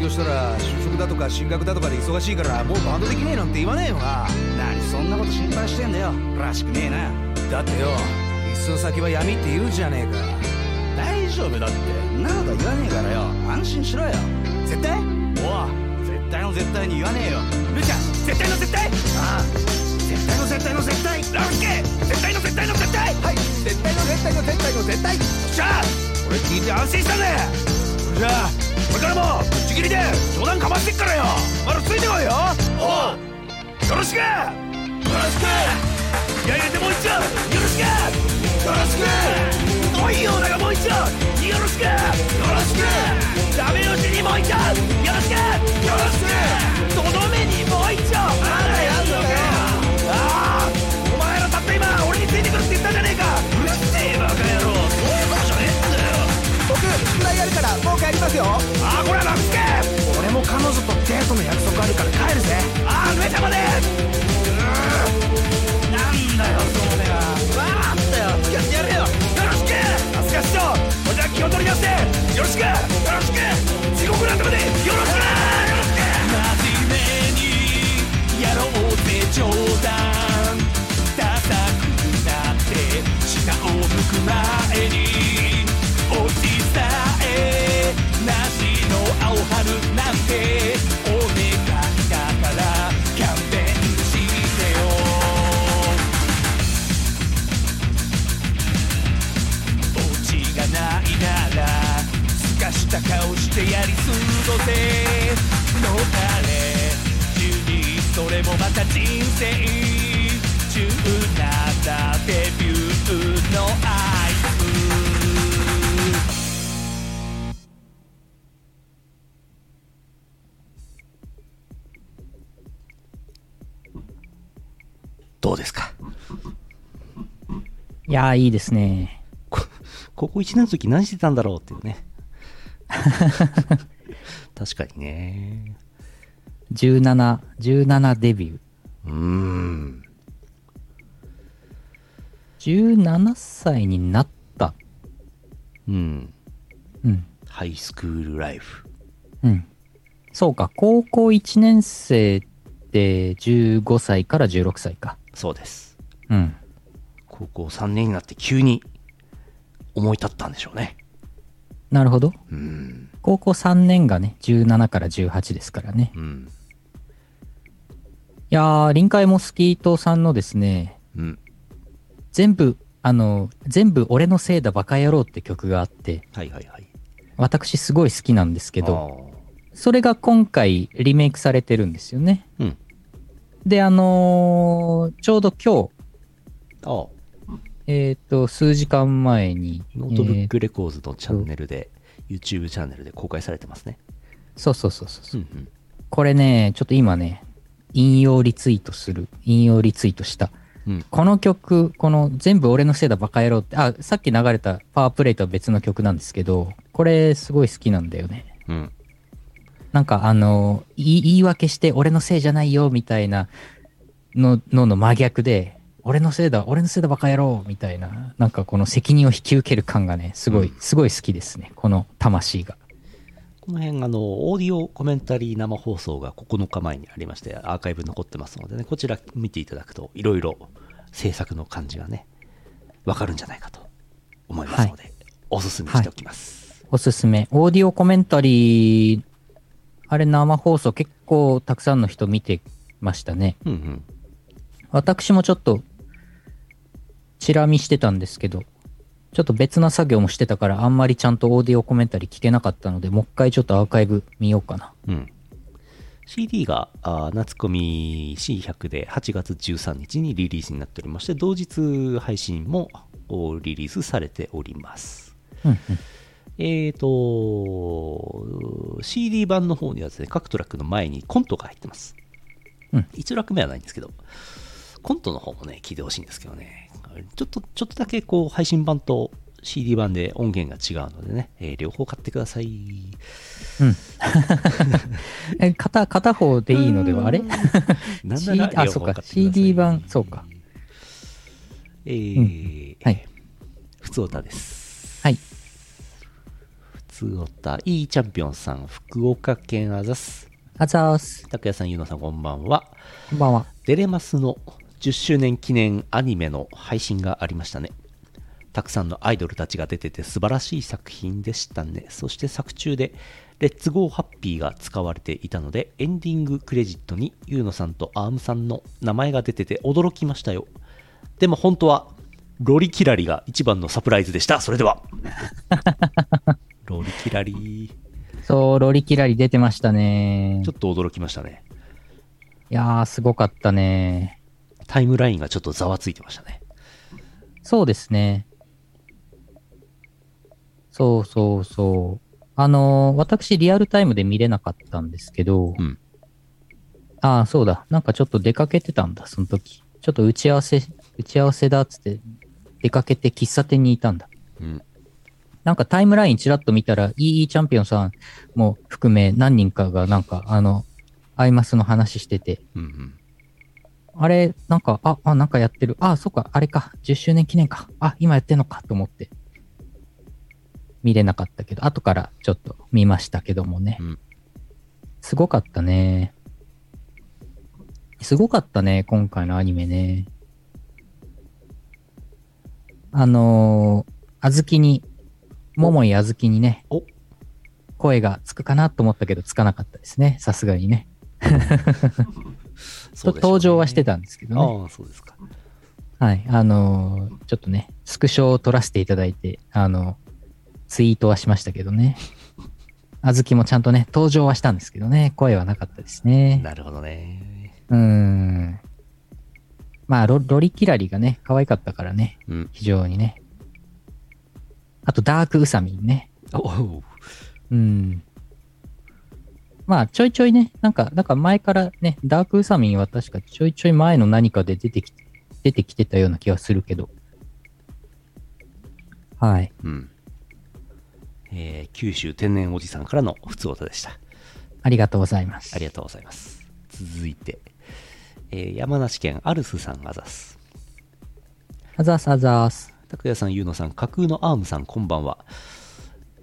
[SPEAKER 3] か進学だとかで忙しいからもうバンドできねえなんて言わねえよな
[SPEAKER 5] 何そんなこと心配してんだよらしくねえな
[SPEAKER 3] だってよ一寸先は闇って言うじゃねえか
[SPEAKER 5] 大丈夫だってんなこと言わねえからよ安心しろよ絶対おう絶対の絶対に言わねえよ
[SPEAKER 3] ルちゃん絶対の絶対
[SPEAKER 5] ああ絶対の絶対の絶対
[SPEAKER 3] ラウンケ絶対の絶対の絶対
[SPEAKER 5] はい絶対の絶対の絶対の絶対
[SPEAKER 3] じゃあ俺聞いて安心したぜそれじゃあこれからもぶっちぎりで冗談かましてっからよまだついてこいよおうよろしくよろしく気合い入れてもう一丁よろしくよろしく来いよだがもう一丁よろしくよろしくダメ押しにもう一丁よろしくよろしくとどめにもう一丁まだやんのかよああお前らたった今俺についてくるって言ったじゃねえかうるせえバカ野郎そういうことじゃねえんだよ
[SPEAKER 5] 僕宿題あるからもう帰りますよ
[SPEAKER 3] あーこれはラブスケ
[SPEAKER 5] 俺も彼女とデートの約束あるから帰るぜ
[SPEAKER 3] あー上様ですうーなんだよその目はわあったよ聞かせてやれよよろしくさすが師匠こちら気を取り出してよろしくよろしく地獄なんてまでよろしくよろしく
[SPEAKER 6] 真面目にやろうぜ冗談ダサくなって下を向く前に落ちさえなしの青春なんてお願いだからキャンペーンしてよオチがないならすかした顔してやりすごせのたれ急にそれもまた人生17デビューのアイス
[SPEAKER 2] どうですか
[SPEAKER 1] いやー、いいですね。
[SPEAKER 2] こ高校1年の時何してたんだろうっていうね 確かにね
[SPEAKER 1] 17、17デビュー。
[SPEAKER 2] うーん
[SPEAKER 1] 17歳になった。
[SPEAKER 2] うん
[SPEAKER 1] うん。
[SPEAKER 2] ハイスクールライフ
[SPEAKER 1] うん。そうか、高校1年生って15歳から16歳か。
[SPEAKER 2] そうです
[SPEAKER 1] うん。
[SPEAKER 2] 高校3年になって急に思い立ったんでしょうね
[SPEAKER 1] なるほど。
[SPEAKER 2] うん
[SPEAKER 1] 高校3年がね、17から18ですからね。
[SPEAKER 2] うん
[SPEAKER 1] いやー、臨海モスキートさんのですね、
[SPEAKER 2] うん
[SPEAKER 1] 全部、あの、全部俺のせいだバカ野郎って曲があって、
[SPEAKER 2] はいはいはい
[SPEAKER 1] 私すごい好きなんですけ
[SPEAKER 2] け
[SPEAKER 1] ど、それが今回リメイクされてるんですよね。
[SPEAKER 2] うん
[SPEAKER 1] で、あのーちょうど今
[SPEAKER 2] ああ
[SPEAKER 1] 日、えっ、と、数時間前に、
[SPEAKER 2] ノートブ
[SPEAKER 1] え
[SPEAKER 2] ッ
[SPEAKER 1] ー
[SPEAKER 2] クレコーズのチャンネルで、YouTube チャンネルで公開されてますね。
[SPEAKER 1] そうそうそうそう
[SPEAKER 2] う
[SPEAKER 1] そう、
[SPEAKER 2] んうん。
[SPEAKER 1] これね、ちょっと今ね、引用リツイートする。引用リツイートした。
[SPEAKER 2] うん
[SPEAKER 1] この曲、この全部俺のせいだバカ野郎って、あ、さっき流れたパワープレイとは別の曲なんですけど、これすごい好きなんだよね。
[SPEAKER 2] うん。
[SPEAKER 1] なんかあの、い言い訳して俺のせいじゃないよみたいなののの真逆で、俺のせいだ、俺のせいだバカ野郎みたいな、なんかこの責任を引き受ける感がね、すごい、すごい好きですね。この魂が。
[SPEAKER 2] この辺、あの、オーディオコメンタリー生放送が9日前にありまして、アーカイブ残ってますのでね、こちら見ていただくと、いろいろ制作の感じがね、わかるんじゃないかと思いますので、おすすめしておきます。
[SPEAKER 1] おすすめ。オーディオコメンタリー、あれ生放送結構たくさんの人見てましたね。
[SPEAKER 2] うんうん。
[SPEAKER 1] 私もちょっと、チラ見してたんですけど、ちょっと別な作業もしてたから、あんまりちゃんとオーディオコメンタリー聞けなかったので、もう一回ちょっとアーカイブ見ようかな。
[SPEAKER 2] うん。CD が、あー夏コミ C100 で8月13日にリリースになっておりまして、同日配信もおリリースされております。
[SPEAKER 1] うん
[SPEAKER 2] えーと、CD 版の方にはですね、各トラックの前にコントが入ってます。
[SPEAKER 1] うん
[SPEAKER 2] 1トラック目はないんですけど、コントの方もね、聞いてほしいんですけどね、ちょっと、ちょっとだけこう、配信版と CD 版で音源が違うのでね、えー両方買ってください。
[SPEAKER 1] うん。え、片、片方でいいのではあれ
[SPEAKER 2] なん
[SPEAKER 1] C-
[SPEAKER 2] なら
[SPEAKER 1] あ、
[SPEAKER 2] 両
[SPEAKER 1] そ
[SPEAKER 2] 方
[SPEAKER 1] うか
[SPEAKER 2] 買ってくだ。さい
[SPEAKER 1] CD 版、そうか。。
[SPEAKER 2] えー、
[SPEAKER 1] はい。
[SPEAKER 2] ふつおたです。
[SPEAKER 1] はい。
[SPEAKER 2] ふつおた、いいチャンピオンさん、福岡県あざす。
[SPEAKER 1] あざーす。
[SPEAKER 2] 拓也さん、ゆうなさん、こんばんは。
[SPEAKER 1] こんばんは。
[SPEAKER 2] デレマスの10周年記念アニメの配信がありましたね。たくさんのアイドルたちが出てて素晴らしい作品でしたね。そして作中で、レッツゴーハッピーが使われていたので、エンディングクレジットにユーノさんとアームさんの名前が出てて驚きましたよ。でも本当は、ロリキラリが一番のサプライズでした。それでは。ロリキラリ
[SPEAKER 1] そう、ロリキラリ出てましたね
[SPEAKER 2] ちょ。っと驚きましたね。
[SPEAKER 1] いやー、すごかったね。
[SPEAKER 2] タイムラインがちょっとざわついてましたね。
[SPEAKER 1] そうですね。そうそうそう。あのー私、リアルタイムで見れなかったんですけど、
[SPEAKER 2] うん
[SPEAKER 1] ああ、そうだ。なんかちょっと出かけてたんだ、その時。ちょっと打ち合わせ、打ち合わせだっつって、出かけて喫茶店にいたんだ。
[SPEAKER 2] うん
[SPEAKER 1] なんかタイムラインちらっと見たら、EE チャンピオンさんも含め何人かがなんか、あの、アイマスの話してて、
[SPEAKER 2] うんうん。
[SPEAKER 1] あれ、なんか、あ、あ、なんかやってる。あ、そっか、あれか。10周年記念か。あ、今やってんのかと思って。見れなかったけど、後からちょっと見ましたけどもね。
[SPEAKER 2] うん
[SPEAKER 1] すごかったね。すごかったね、今回のアニメね。あのー、あずきに、桃井あずきにね
[SPEAKER 2] お、
[SPEAKER 1] 声がつくかなと思ったけど、つかなかったですね。さすがにね。
[SPEAKER 2] そうでしょうね
[SPEAKER 1] 登場はしてたんですけどね。
[SPEAKER 2] ああ、そうですか。
[SPEAKER 1] はい、あのーちょっとね、スクショを撮らせていただいて、あのツイートはしましたけどね。 あずきもちゃんとね、登場はしたんですけどね、声はなかったですね。
[SPEAKER 2] なるほどね。
[SPEAKER 1] うーん。まあロ、ロリキラリがね、可愛かったからね、
[SPEAKER 2] うん。
[SPEAKER 1] 非常にね。あと、ダークウサミンね。
[SPEAKER 2] おおう
[SPEAKER 1] うん。まあ、ちょいちょいね、なんか、なんか前からね、ダークウサミンは確かちょいちょい前の何かで出てきて、出てきてたような気がするけど。はい。
[SPEAKER 2] うん。えー九州天然おじさんからの普通歌でした。
[SPEAKER 1] ありがとうございます。
[SPEAKER 2] ありがとうございます。続いて、えー山梨県アルスさんあざす。
[SPEAKER 1] あざーすあざーす。
[SPEAKER 2] 拓也さん、ゆうのさん、架空のアームさん、こんばんは。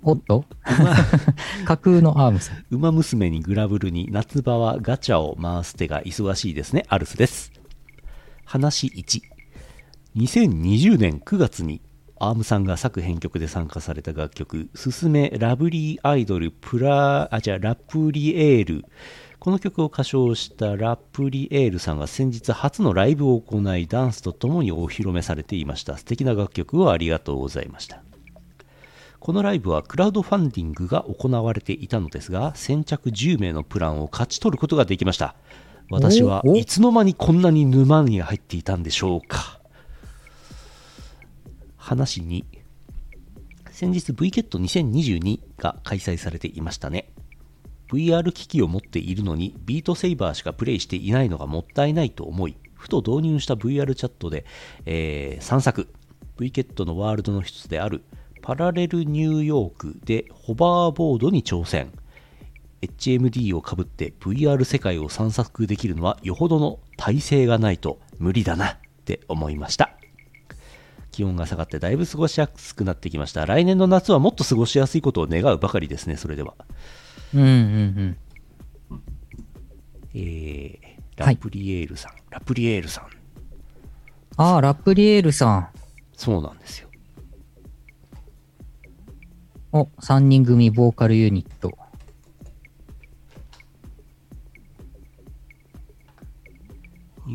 [SPEAKER 1] おっと 架空のアームさん。
[SPEAKER 2] ウマ娘にグラブルに夏場はガチャを回す手が忙しいですね。アルスです。話1。2020年9月にアームさんが作編曲で参加された楽曲「すすめラブリーアイドルプラあじゃあラプリエール」この曲を歌唱したラプリエールさんが先日初のライブを行いダンスとともにお披露目されていました素敵な楽曲をありがとうございましたこのライブはクラウドファンディングが行われていたのですが先着10名のプランを勝ち取ることができました私は
[SPEAKER 1] おお
[SPEAKER 2] いつの間にこんなに沼に入っていたんでしょうか話に先日 VKET2022 が開催されていましたね VR 機器を持っているのにビートセイバーしかプレイしていないのがもったいないと思いふと導入した VR チャットで、えー散策 VKET のワールドの一つであるパラレルニューヨークでホバーボードに挑戦 HMD をかぶって VR 世界を散策できるのはよほどの体勢がないと無理だなって思いました気温が下がってだいぶ過ごしやすくなってきました来年の夏はもっと過ごしやすいことを願うばかりですねそれでは
[SPEAKER 1] うんうんうん。
[SPEAKER 2] えー、
[SPEAKER 1] は
[SPEAKER 2] ラ
[SPEAKER 1] い
[SPEAKER 2] プリエールさん、ラプリエールさん
[SPEAKER 1] ああ、ラプリエールさん。
[SPEAKER 2] そうなんですよ
[SPEAKER 1] お、3人組ボーカルユニット。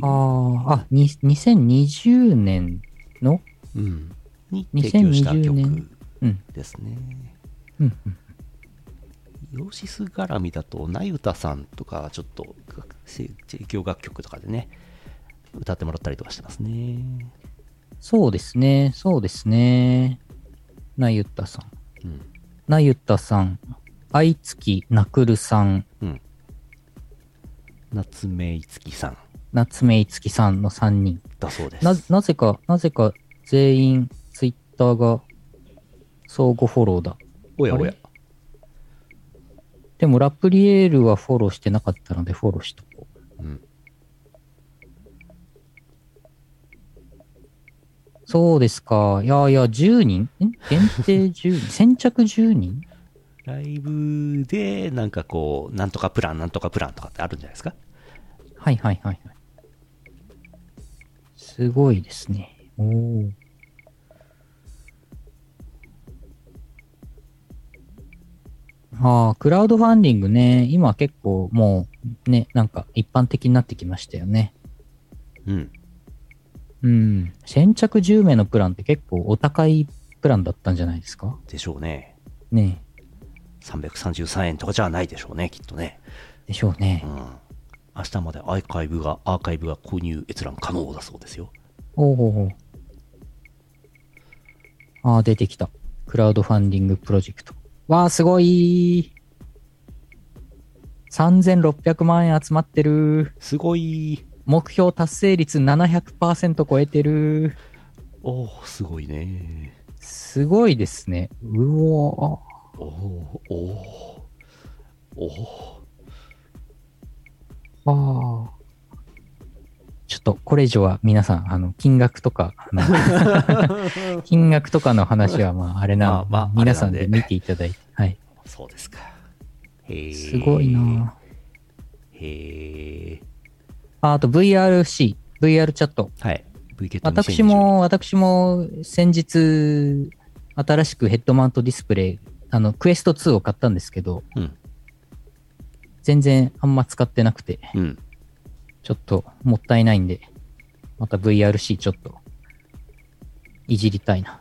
[SPEAKER 1] あーあ、に2020年の
[SPEAKER 2] うんに提供した
[SPEAKER 1] 2020
[SPEAKER 2] 曲
[SPEAKER 1] 年うん。
[SPEAKER 2] ですね
[SPEAKER 1] うん
[SPEAKER 2] ヨシス絡みだと、ナユタさんとかがちょっと提供楽曲とかでね、歌ってもらったりとかしてますね。
[SPEAKER 1] そうですね、そうですね。なゆったさん。
[SPEAKER 2] うん。
[SPEAKER 1] なゆったさん。愛月なくるさん。
[SPEAKER 2] うん。夏目いつきさん
[SPEAKER 1] 夏目いつきさんの3人。
[SPEAKER 2] だそうです。
[SPEAKER 1] な、なぜか、なぜか全員ツイッターが相互フォローだ。
[SPEAKER 2] おやおや
[SPEAKER 1] あれ。でもラプリエールはフォローしてなかったのでフォローしとこう。
[SPEAKER 2] うん。
[SPEAKER 1] そうですか。いやいや、10人ん限定10人先着10人
[SPEAKER 2] ライブで、なんかこう、なんとかプラン、なんとかプランとかってあるんじゃないですか
[SPEAKER 1] はいはいはいはい。すごいですね。おお。ああ、クラウドファンディングね、今結構もうね、なんか一般的になってきましたよね。
[SPEAKER 2] うん。
[SPEAKER 1] うん。先着10名のプランって結構お高いプランだったんじゃないですか
[SPEAKER 2] でしょうね。
[SPEAKER 1] ね
[SPEAKER 2] 333円とかじゃないでしょうね、きっとね。
[SPEAKER 1] え。でしょうね
[SPEAKER 2] う。ん。明日までアーカイブが、アーカイブが購入閲覧可能だそうですよ。
[SPEAKER 1] おお。ああ、出てきた。クラウドファンディングプロジェクト。わあ、すごい3600万円集まってる。
[SPEAKER 2] すごい。
[SPEAKER 1] 目標達成率700%超えてる。
[SPEAKER 2] おおすごいね。
[SPEAKER 1] すごいですね。うお
[SPEAKER 2] おおおおお
[SPEAKER 1] ーああ。ちょっと、これ以上は皆さん、あの、金額とか、あ の金額とかの話は、まあ、あれな、
[SPEAKER 2] まあまあ
[SPEAKER 1] 皆さんで
[SPEAKER 2] あれなんで
[SPEAKER 1] 見ていただいて、はい。
[SPEAKER 2] そうですか。へえ。
[SPEAKER 1] すごいな。
[SPEAKER 2] へえ。
[SPEAKER 1] ああと VRC、VR チャット。
[SPEAKER 2] はい。v ケット
[SPEAKER 1] 私も、私も先日、新しくヘッドマウントディスプレイ、あの、クエスト2を買ったんですけど、
[SPEAKER 2] うん
[SPEAKER 1] 全然あんま使ってなくて、
[SPEAKER 2] うん。
[SPEAKER 1] ちょっともったいないんで、また VRC ちょっと、いじりたいな。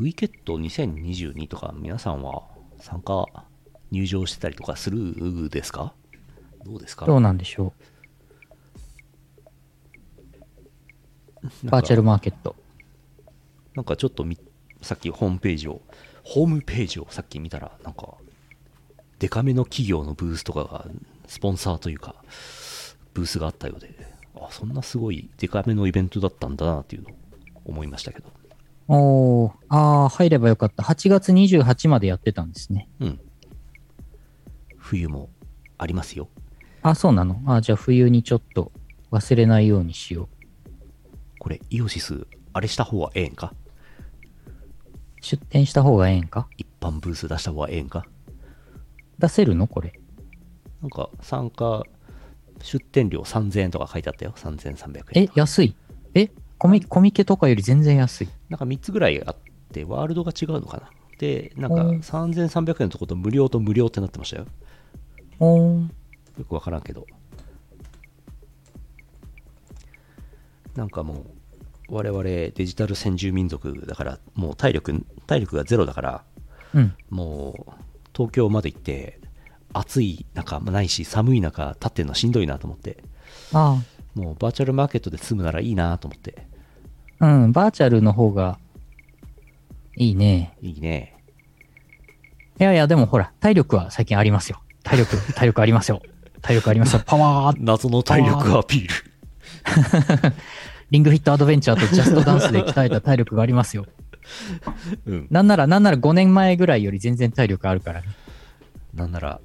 [SPEAKER 2] v ケット2022とか皆さんは参加入場してたりとかするですかどうですか
[SPEAKER 1] どうなんでしょう。バーチャルマーケット。
[SPEAKER 2] なんかちょっとみさっきホームページをホームページをさっき見たらなんかデカめの企業のブースとかがスポンサーというかブースがあったようであそんなすごいデカめのイベントだったんだなっていうのを思いましたけど
[SPEAKER 1] おー、あー、入ればよかった。8月28までやってたんですね。
[SPEAKER 2] うん冬もありますよ
[SPEAKER 1] あ、そうなのあ、じゃあ冬にちょっと忘れないようにしよう。
[SPEAKER 2] これイオシスあれした方がええんか
[SPEAKER 1] 出店した方がええんか
[SPEAKER 2] 一般ブース出した方がええんか
[SPEAKER 1] 出せるのこれ。
[SPEAKER 2] なんか参加出店料3000円とか書いてあったよ3300円
[SPEAKER 1] え、安いえコミ、コミケとかより全然安い。
[SPEAKER 2] なんか3つぐらいあって、ワールドが違うのかな。で、なんか
[SPEAKER 1] うん
[SPEAKER 2] 3300円のとこと無料と無料ってなってましたよ。
[SPEAKER 1] おー
[SPEAKER 2] よくわからんけど。なんかもう、我々デジタル先住民族だから、もう体力、体力がゼロだから、
[SPEAKER 1] うん。
[SPEAKER 2] もう東京まで行って、暑い中、ないし寒い中、立ってるのしんどいなと思って、
[SPEAKER 1] あ
[SPEAKER 2] もうバーチャルマーケットで住むならいいなと思って、
[SPEAKER 1] あ、うん、バーチャルの方がいいね。
[SPEAKER 2] いいね。
[SPEAKER 1] いやいや、でもほら、体力は最近ありますよ。体力、 体力ありますよ。体力ありますよ。パワー
[SPEAKER 2] 謎の体力アピール。
[SPEAKER 1] リングフィットアドベンチャーとジャストダンスで鍛えた体力がありますよ。
[SPEAKER 2] うん。
[SPEAKER 1] なんなら、なんなら5年前ぐらいより全然体力あるからね。
[SPEAKER 2] なんなら、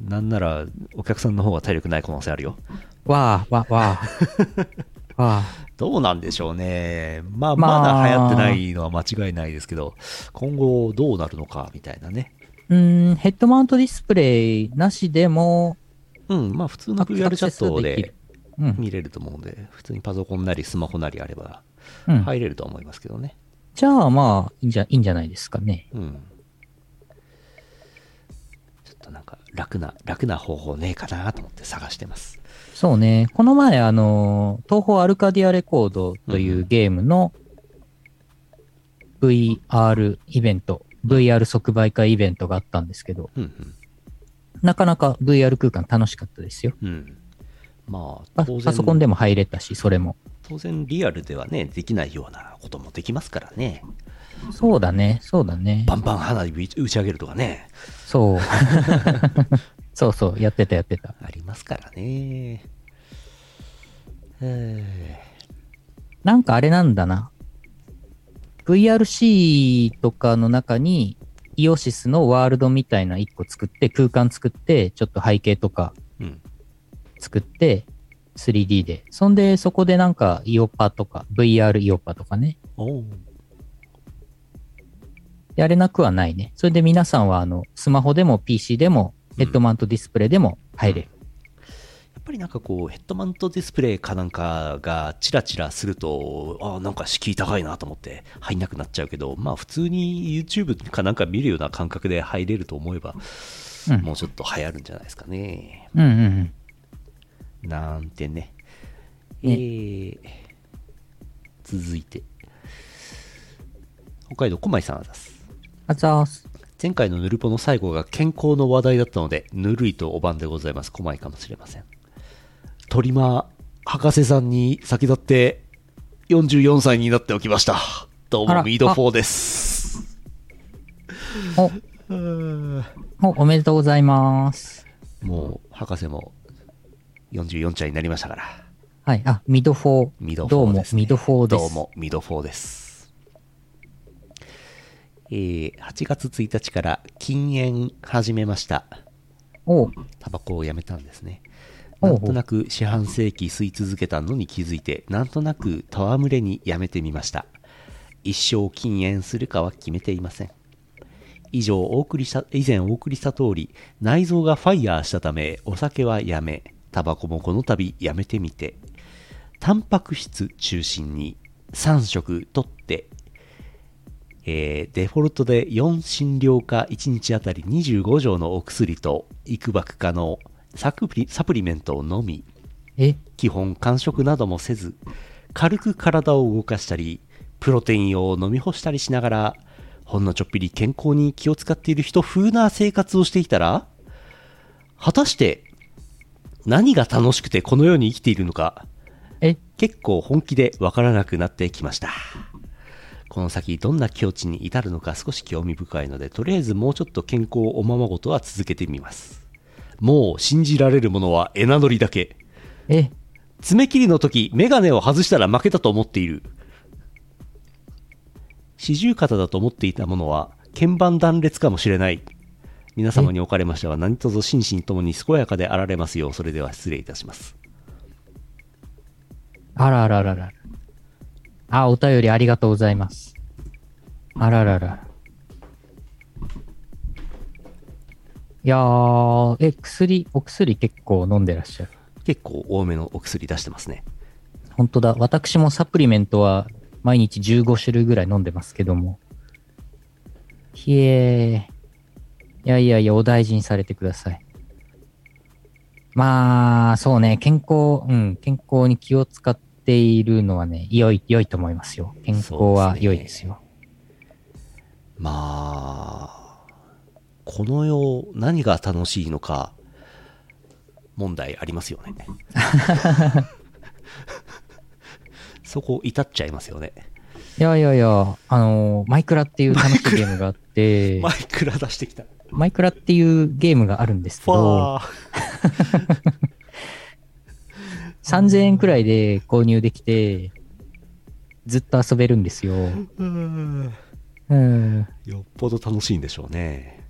[SPEAKER 2] なんなら、お客さんの方が体力ない可能性あるよ。
[SPEAKER 1] わあ、わ、わ あ。わあ。
[SPEAKER 2] どうなんでしょうね。まあ、
[SPEAKER 1] ま
[SPEAKER 2] ま
[SPEAKER 1] あ
[SPEAKER 2] だ流行ってないのは間違いないですけど、今後どうなるのか、みたいなね。
[SPEAKER 1] うーん、ヘッドマウントディスプレイなしでも、
[SPEAKER 2] うん、まあ、普通の VR チャット
[SPEAKER 1] アクセスでき
[SPEAKER 2] で
[SPEAKER 1] るうん、
[SPEAKER 2] 見れると思うんで、普通にパソコンなりスマホなりあれば
[SPEAKER 1] うん
[SPEAKER 2] 入れると思いますけどね。
[SPEAKER 1] じゃあまあ、いいんじゃ、いいんじゃないですかね。
[SPEAKER 2] うん。ちょっとなんか、楽な、楽な方法ねえかなと思って探してます。
[SPEAKER 1] そうね。この前、あの、東宝アルカディアレコードというゲームの VR イベント、VR 即売会イベントがあったんですけど、
[SPEAKER 2] うん、
[SPEAKER 1] なかなか VR 空間楽しかったですよ。
[SPEAKER 2] うん。うん。まあ、
[SPEAKER 1] パ
[SPEAKER 2] 当然。
[SPEAKER 1] パソコンでも入れたし、それも。
[SPEAKER 2] 当然リアルではねできないようなこともできますからね
[SPEAKER 1] そうだね、そうだね。
[SPEAKER 2] バンバン花火打ち上げるとかね
[SPEAKER 1] そう。そうそう、やってたやってた。
[SPEAKER 2] ありますからねえ
[SPEAKER 1] なんかあれなんだな。VRC とかの中に、イオシスのワールドみたいな一個作って、空間作って、ちょっと背景とか
[SPEAKER 2] ーうん
[SPEAKER 1] 作って、3D で。そんで、そこでなんか、イオパとか、VR イオパとかね、
[SPEAKER 2] おう
[SPEAKER 1] やれなくはないね。それで皆さんは、あの、スマホでも PC でも、ヘッドマウントディスプレイでも入れる。
[SPEAKER 2] やっぱりなんかこう、ヘッドマウントディスプレイかなんかがチラチラすると、ああ、なんか敷居高いなと思って入んなくなっちゃうけど、まあ普通に YouTube かなんか見るような感覚で入れると思えば、
[SPEAKER 1] うん
[SPEAKER 2] もうちょっと流行るんじゃないですかね。
[SPEAKER 1] うん、うんうん。
[SPEAKER 2] なんてね。え
[SPEAKER 1] ね
[SPEAKER 2] ー、続いて。北海道小前さんあざす。
[SPEAKER 1] あざーす。
[SPEAKER 2] 前回のぬるぽの最後が健康の話題だったので、ぬるいとお晩でございます。こまいかもしれません。トリマー、博士さんに先立って、44歳になっておきました。どう
[SPEAKER 1] あ
[SPEAKER 2] も、
[SPEAKER 1] ら
[SPEAKER 2] ミード4です。
[SPEAKER 1] お、
[SPEAKER 2] うーん
[SPEAKER 1] お、おめでとうございます。
[SPEAKER 2] もう、博士も44歳になりましたから、
[SPEAKER 1] はい。あ、ミドフォー。
[SPEAKER 2] ミド
[SPEAKER 1] どう
[SPEAKER 2] 4
[SPEAKER 1] も
[SPEAKER 2] で、す、ね。
[SPEAKER 1] ミドフォーです。
[SPEAKER 2] どうも、ミド4です。えー、8月1日から禁煙始めました。
[SPEAKER 1] おう。
[SPEAKER 2] タバコをやめたんですね。
[SPEAKER 1] ほう
[SPEAKER 2] な
[SPEAKER 1] ほうん
[SPEAKER 2] となく四半世紀吸い続けたのに気づいて、なんとなく戯れにやめてみました。一生禁煙するかは決めていません。以上、お送りした、以前お送りした通り、内臓がファイヤーしたため、お酒はやめ、タバコもこの度やめてみて、タンパク質中心に3食とって、えーデフォルトで4診療科1日あたり25錠のお薬と幾くかのサプリサプリメントを飲み
[SPEAKER 1] え、
[SPEAKER 2] 基本間食などもせず軽く体を動かしたりプロテインを飲み干したりしながらほんのちょっぴり健康に気を使っている人風な生活をしていたら果たして何が楽しくてこの世に生きているのか
[SPEAKER 1] え、
[SPEAKER 2] 結構本気でわからなくなってきましたこの先どんな境地に至るのか少し興味深いのでとりあえずもうちょっと健康おままごとは続けてみますもう信じられるものはエナドリだけ
[SPEAKER 1] え、
[SPEAKER 2] 爪切りの時メガネを外したら負けたと思っている四十肩だと思っていたものは鍵盤断裂かもしれない皆様におかれましては何卒心身ともに健やかであられますようそれでは失礼いたします
[SPEAKER 1] あらあらあらあら。あ、お便りありがとうございます。あららら。いやー、え、薬、お薬結構飲んでらっしゃる。
[SPEAKER 2] 結構多めのお薬出してますね
[SPEAKER 1] 本当だ。私もサプリメントは毎日15種類ぐらい飲んでますけども。ひえー。いやいやいや、お大事にされてください。まあ、そうね、健康、うん、健康に気を使っているのはね、良い、良いと思いますよ。健康は良いですよ。
[SPEAKER 2] まあ、この世何が楽しいのか、問題ありますよ ね。そこ至っちゃいますよね。
[SPEAKER 1] いやいやいや、あのーマイクラっていう楽しいゲームがあって、
[SPEAKER 2] マイクラ出してきた。
[SPEAKER 1] マイクラっていうゲームがあるんですけ
[SPEAKER 2] フ
[SPEAKER 1] ど、
[SPEAKER 2] ァー。
[SPEAKER 1] 3000円くらいで購入できて、ずっと遊べるんですよ。
[SPEAKER 2] うーん
[SPEAKER 1] うん。
[SPEAKER 2] よっぽど楽しいんでしょうね。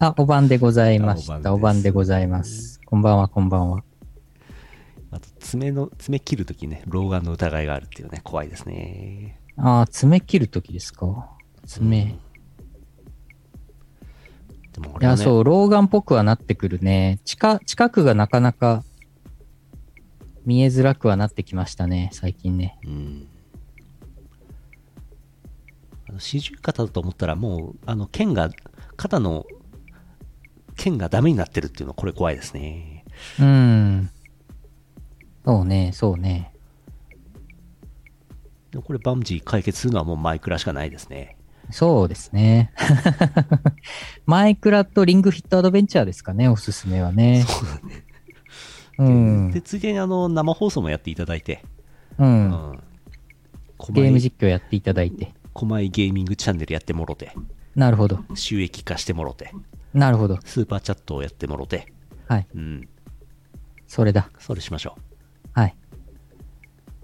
[SPEAKER 1] あ、お晩でございました。
[SPEAKER 2] あお
[SPEAKER 1] お
[SPEAKER 2] 晩です
[SPEAKER 1] 晩でございます。こんばんは、こんばんは。
[SPEAKER 2] あと、爪の、爪切るときね、老眼の疑いがあるっていうね、怖いですね。
[SPEAKER 1] あー爪切るときですか。爪。い
[SPEAKER 2] でも俺は
[SPEAKER 1] や、
[SPEAKER 2] ね、
[SPEAKER 1] そう、老眼っぽくはなってくるね。近、近くがなかなか見えづらくはなってきましたね、最近ね。
[SPEAKER 2] うんあの四十肩だと思ったらもうあの剣が肩の剣がダメになってるっていうのはこれ怖いですね
[SPEAKER 1] うん。そうね、そうね。
[SPEAKER 2] でもこれバンジー解決するのはもうマイクラしかないですね
[SPEAKER 1] そうですね。 マイクラとリングフィットアドベンチャーですかね、おすすめはね。そうだね。うん。
[SPEAKER 2] でついでにあの生放送もやっていただいて、
[SPEAKER 1] う。
[SPEAKER 2] うんん、こ
[SPEAKER 1] ゲ
[SPEAKER 2] ま
[SPEAKER 1] ーム
[SPEAKER 2] い
[SPEAKER 1] 実況やっていただいて。
[SPEAKER 2] こまいゲーミングチャンネルやってもろて
[SPEAKER 1] なるほど。
[SPEAKER 2] 収益化してもろて
[SPEAKER 1] なるほど。
[SPEAKER 2] スーパーチャットをやってもろて
[SPEAKER 1] はい。
[SPEAKER 2] うん
[SPEAKER 1] それだ。
[SPEAKER 2] それしましょ
[SPEAKER 1] はい。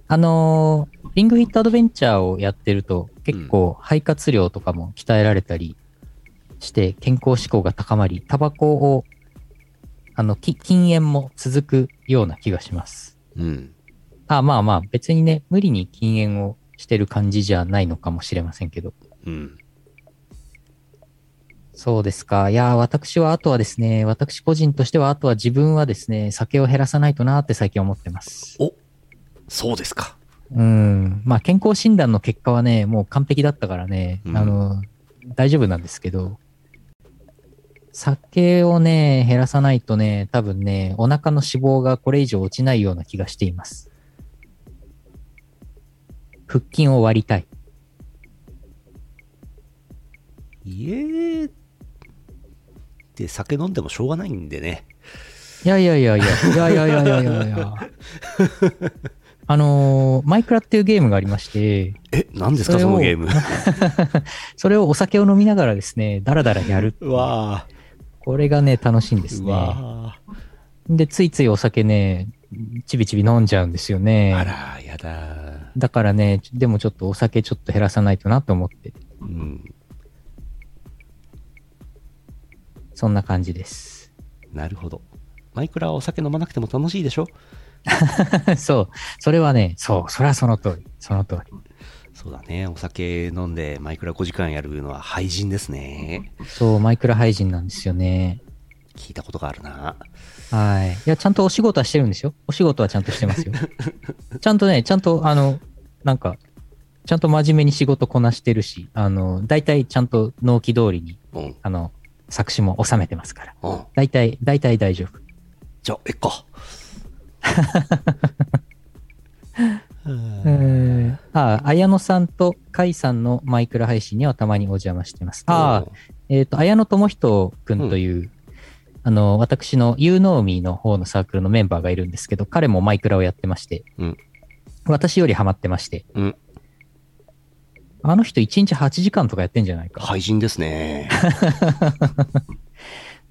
[SPEAKER 1] あのーリングフィットアドベンチャーをやってると、結構肺活量とかも鍛えられたりして、健康志向が高まり、タバコを、あの、き禁煙も続くような気がします。
[SPEAKER 2] ううん
[SPEAKER 1] あ、まあまあ、別にね、無理に禁煙をしてる感じじゃないのかもしれませんけど。
[SPEAKER 5] うん。
[SPEAKER 1] そうですか。いやー、私はあとはですね、私個人としてはあとは自分はですね、酒を減らさないとなーって最近思ってます。
[SPEAKER 5] そうですか。
[SPEAKER 1] うん。まあ健康診断の結果はね、もう完璧だったからね、
[SPEAKER 5] うん
[SPEAKER 1] あの、大丈夫なんですけど、酒をね、減らさないとね、多分ね、お腹の脂肪がこれ以上落ちないような気がしています。腹筋を割りたい。
[SPEAKER 2] 家で酒飲んでもしょうがないんでね。
[SPEAKER 1] いやいやいやいや、いやいやいやいやいやいや。あのーマイクラっていうゲームがありまして、
[SPEAKER 2] え、何です
[SPEAKER 1] そ
[SPEAKER 2] か
[SPEAKER 1] れ
[SPEAKER 2] そ
[SPEAKER 1] を
[SPEAKER 2] のゲーム。
[SPEAKER 1] それをお酒を飲みながらですね、ダラダラやる。
[SPEAKER 2] う わぁ
[SPEAKER 1] これがね、楽しいんです
[SPEAKER 2] う
[SPEAKER 1] ね。
[SPEAKER 2] わぁ
[SPEAKER 1] で、ついついお酒ね、ちびちび飲んじゃうんですよ
[SPEAKER 2] あ
[SPEAKER 1] ね。
[SPEAKER 2] ら、やだ。
[SPEAKER 1] だからね、でもちょっとお酒ちょっと減らさないとなと思って、
[SPEAKER 2] うん。
[SPEAKER 1] そんな感じです。
[SPEAKER 2] なるほど。マイクラはお酒飲まなくても楽しいでしょ
[SPEAKER 1] そう。それはね、そう。それはその通り。その通り。
[SPEAKER 2] そうだね。お酒飲んでマイクラ5時間やるのは廃人ですね。
[SPEAKER 1] そう、マイクラ配信なんですよね。
[SPEAKER 2] 聞いたことがあるな。
[SPEAKER 1] はい。いや、ちゃんとお仕事はしてるんですよ。お仕事はちゃんとして ますよ。ちゃんとね、ちゃんと、あの、なんか、ちゃんと真面目に仕事こなしてるし、あの、大体ちゃんと納期通りに、
[SPEAKER 2] うん。
[SPEAKER 1] あの、作詞も収めてますから。
[SPEAKER 2] うん。
[SPEAKER 1] 大体、大体大丈夫。
[SPEAKER 2] じゃあ、えっか。 うん
[SPEAKER 1] えー、ああ、綾野さんと甲斐さんのマイクラ配信にはたまにお邪魔してます。ああ、えっ、と、綾野智人くんという、あの、私の You Know Me の方のサークルのメンバーがいるんですけど、彼もマイクラをやってまして、
[SPEAKER 2] うん
[SPEAKER 1] 私よりハマってまして、
[SPEAKER 2] うん
[SPEAKER 1] あの人1日8時間とかやってんじゃないか。
[SPEAKER 2] 廃人です ね。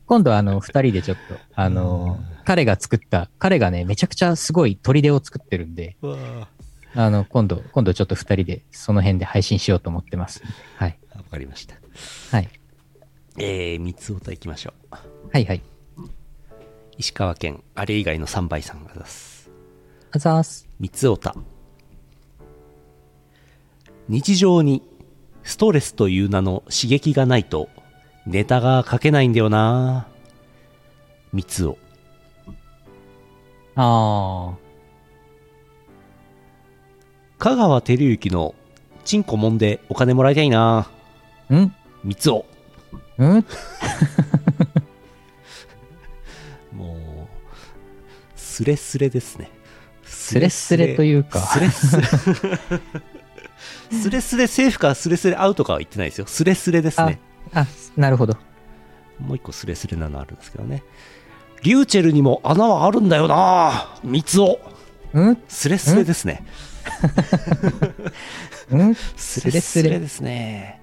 [SPEAKER 1] 今度はあの、2人でちょっと、あの、彼が作った、彼がね、めちゃくちゃすごい砦を作ってるんで、
[SPEAKER 2] わ
[SPEAKER 1] あの、今度、今度ちょっと2人でその辺で配信しようと思ってます。はい。
[SPEAKER 2] かりました。
[SPEAKER 1] はい。
[SPEAKER 2] えー、三つおた行きましょう。
[SPEAKER 1] はいはい。
[SPEAKER 2] 石川県、あれ以外の3倍さんが出す。
[SPEAKER 1] あざーす。
[SPEAKER 2] 三つおた日常にストレスという名の刺激がないとネタが書けないんだよな三つお
[SPEAKER 1] あー。
[SPEAKER 2] 香川照之のチンコもんでお金もらいたいなん三つお
[SPEAKER 1] うん
[SPEAKER 2] もうスレスレですねス
[SPEAKER 1] レスレというか
[SPEAKER 2] スレ スレスレスレセーフかスレスレアウトかは言ってないですよスレスレですね
[SPEAKER 1] あ、なるほど。
[SPEAKER 2] もう一個スレスレなのあるんですけどね。リューチェルにも穴はあるんだよな三つを
[SPEAKER 1] うん
[SPEAKER 2] スレスレですね。
[SPEAKER 1] うん
[SPEAKER 2] ス
[SPEAKER 1] レスレ
[SPEAKER 2] レスレですね。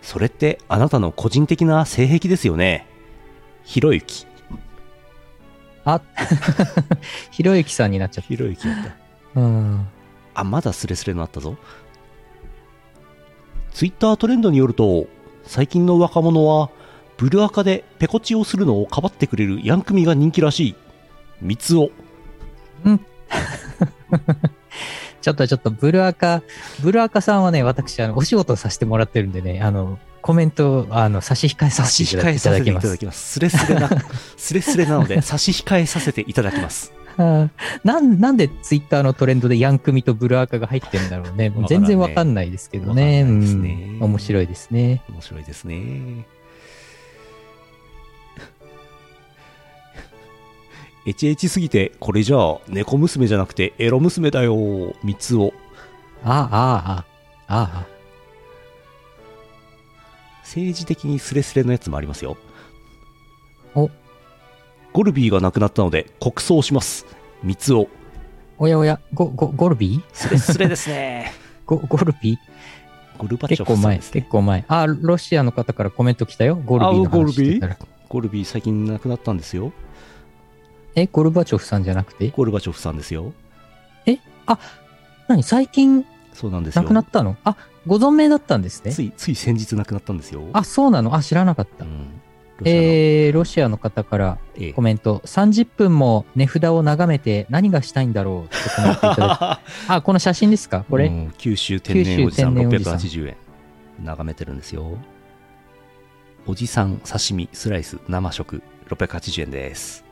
[SPEAKER 2] それってあなたの個人的な性癖ですよね。ひろゆき。
[SPEAKER 1] あ、 ひろゆきさんになっちゃっ
[SPEAKER 2] ひろゆきだった。
[SPEAKER 1] た。うん。
[SPEAKER 2] あ、まだスレスレになったぞ。ツイッタートレンドによると、最近の若者は、ブルアカでペコチをするのをかばってくれるヤンクミが人気らしい。三つを
[SPEAKER 1] ちょっとちょっと、ブルアカ、ブルアカさんはね、私、あの、お仕事をさせてもらってるんでね、あの、コメントを、あの、差し控えさ
[SPEAKER 2] 差
[SPEAKER 1] せ
[SPEAKER 2] して
[SPEAKER 1] い
[SPEAKER 2] 控えさ
[SPEAKER 1] た
[SPEAKER 2] せ
[SPEAKER 1] だ
[SPEAKER 2] て
[SPEAKER 1] き
[SPEAKER 2] い
[SPEAKER 1] ま
[SPEAKER 2] ただ
[SPEAKER 1] す
[SPEAKER 2] き。ます。スレスレな、 スレスレなので、差し控えさせていただきます。
[SPEAKER 1] あーなんなんでツイッターのトレンドでヤンクミとブルアカが入ってんだろうね。もう全然わかんないですけどね。
[SPEAKER 2] わか
[SPEAKER 1] うん
[SPEAKER 2] ないですね
[SPEAKER 1] ん面白いですね。
[SPEAKER 2] 面白いですね。エチエチすぎて、これじゃあ、猫娘じゃなくて、エロ娘だよ、三つを。
[SPEAKER 1] ああ、ああ、あ
[SPEAKER 2] 政治的にスレスレのやつもありますよ。
[SPEAKER 1] あ。お、
[SPEAKER 2] ゴルビーが亡くなったので、国葬します。三つを。
[SPEAKER 1] おやおや、ゴ、ゴ、ゴルビー
[SPEAKER 2] スレスレですね。
[SPEAKER 1] ゴ、ゴルビー
[SPEAKER 2] ゴルバチ
[SPEAKER 1] 結
[SPEAKER 2] ョフ
[SPEAKER 1] 構
[SPEAKER 2] さん
[SPEAKER 1] 前、
[SPEAKER 2] ですね
[SPEAKER 1] 結。構前。あ、ロシアの方からコメント来たよ。ゴルビーの
[SPEAKER 2] あゴルビ
[SPEAKER 1] 話
[SPEAKER 2] ー
[SPEAKER 1] してたら。
[SPEAKER 2] ゴルビー最近亡くなったんですよ。
[SPEAKER 1] え、ゴルバチョフさんじゃなくて
[SPEAKER 2] ゴルバチョフさんですよ。
[SPEAKER 1] 何最近
[SPEAKER 2] そうなんですよ。
[SPEAKER 1] 亡くなったのあ、ご存命だったんですね
[SPEAKER 2] つ。いつい先日亡くなったんですよ。
[SPEAKER 1] あ、そうなのあ、知らなかっ
[SPEAKER 2] う
[SPEAKER 1] た。
[SPEAKER 2] ん、ロシアの
[SPEAKER 1] えーロシアの方から
[SPEAKER 2] ええ
[SPEAKER 1] コメント、30分も値札を眺めて何がしたいんだろうってコメントいただいて あ、この写真ですかこれ、
[SPEAKER 2] うん九州天然おじさん
[SPEAKER 1] 九州天然おじさん
[SPEAKER 2] 680円眺めてるんですよおじさん刺身スライス生食680円です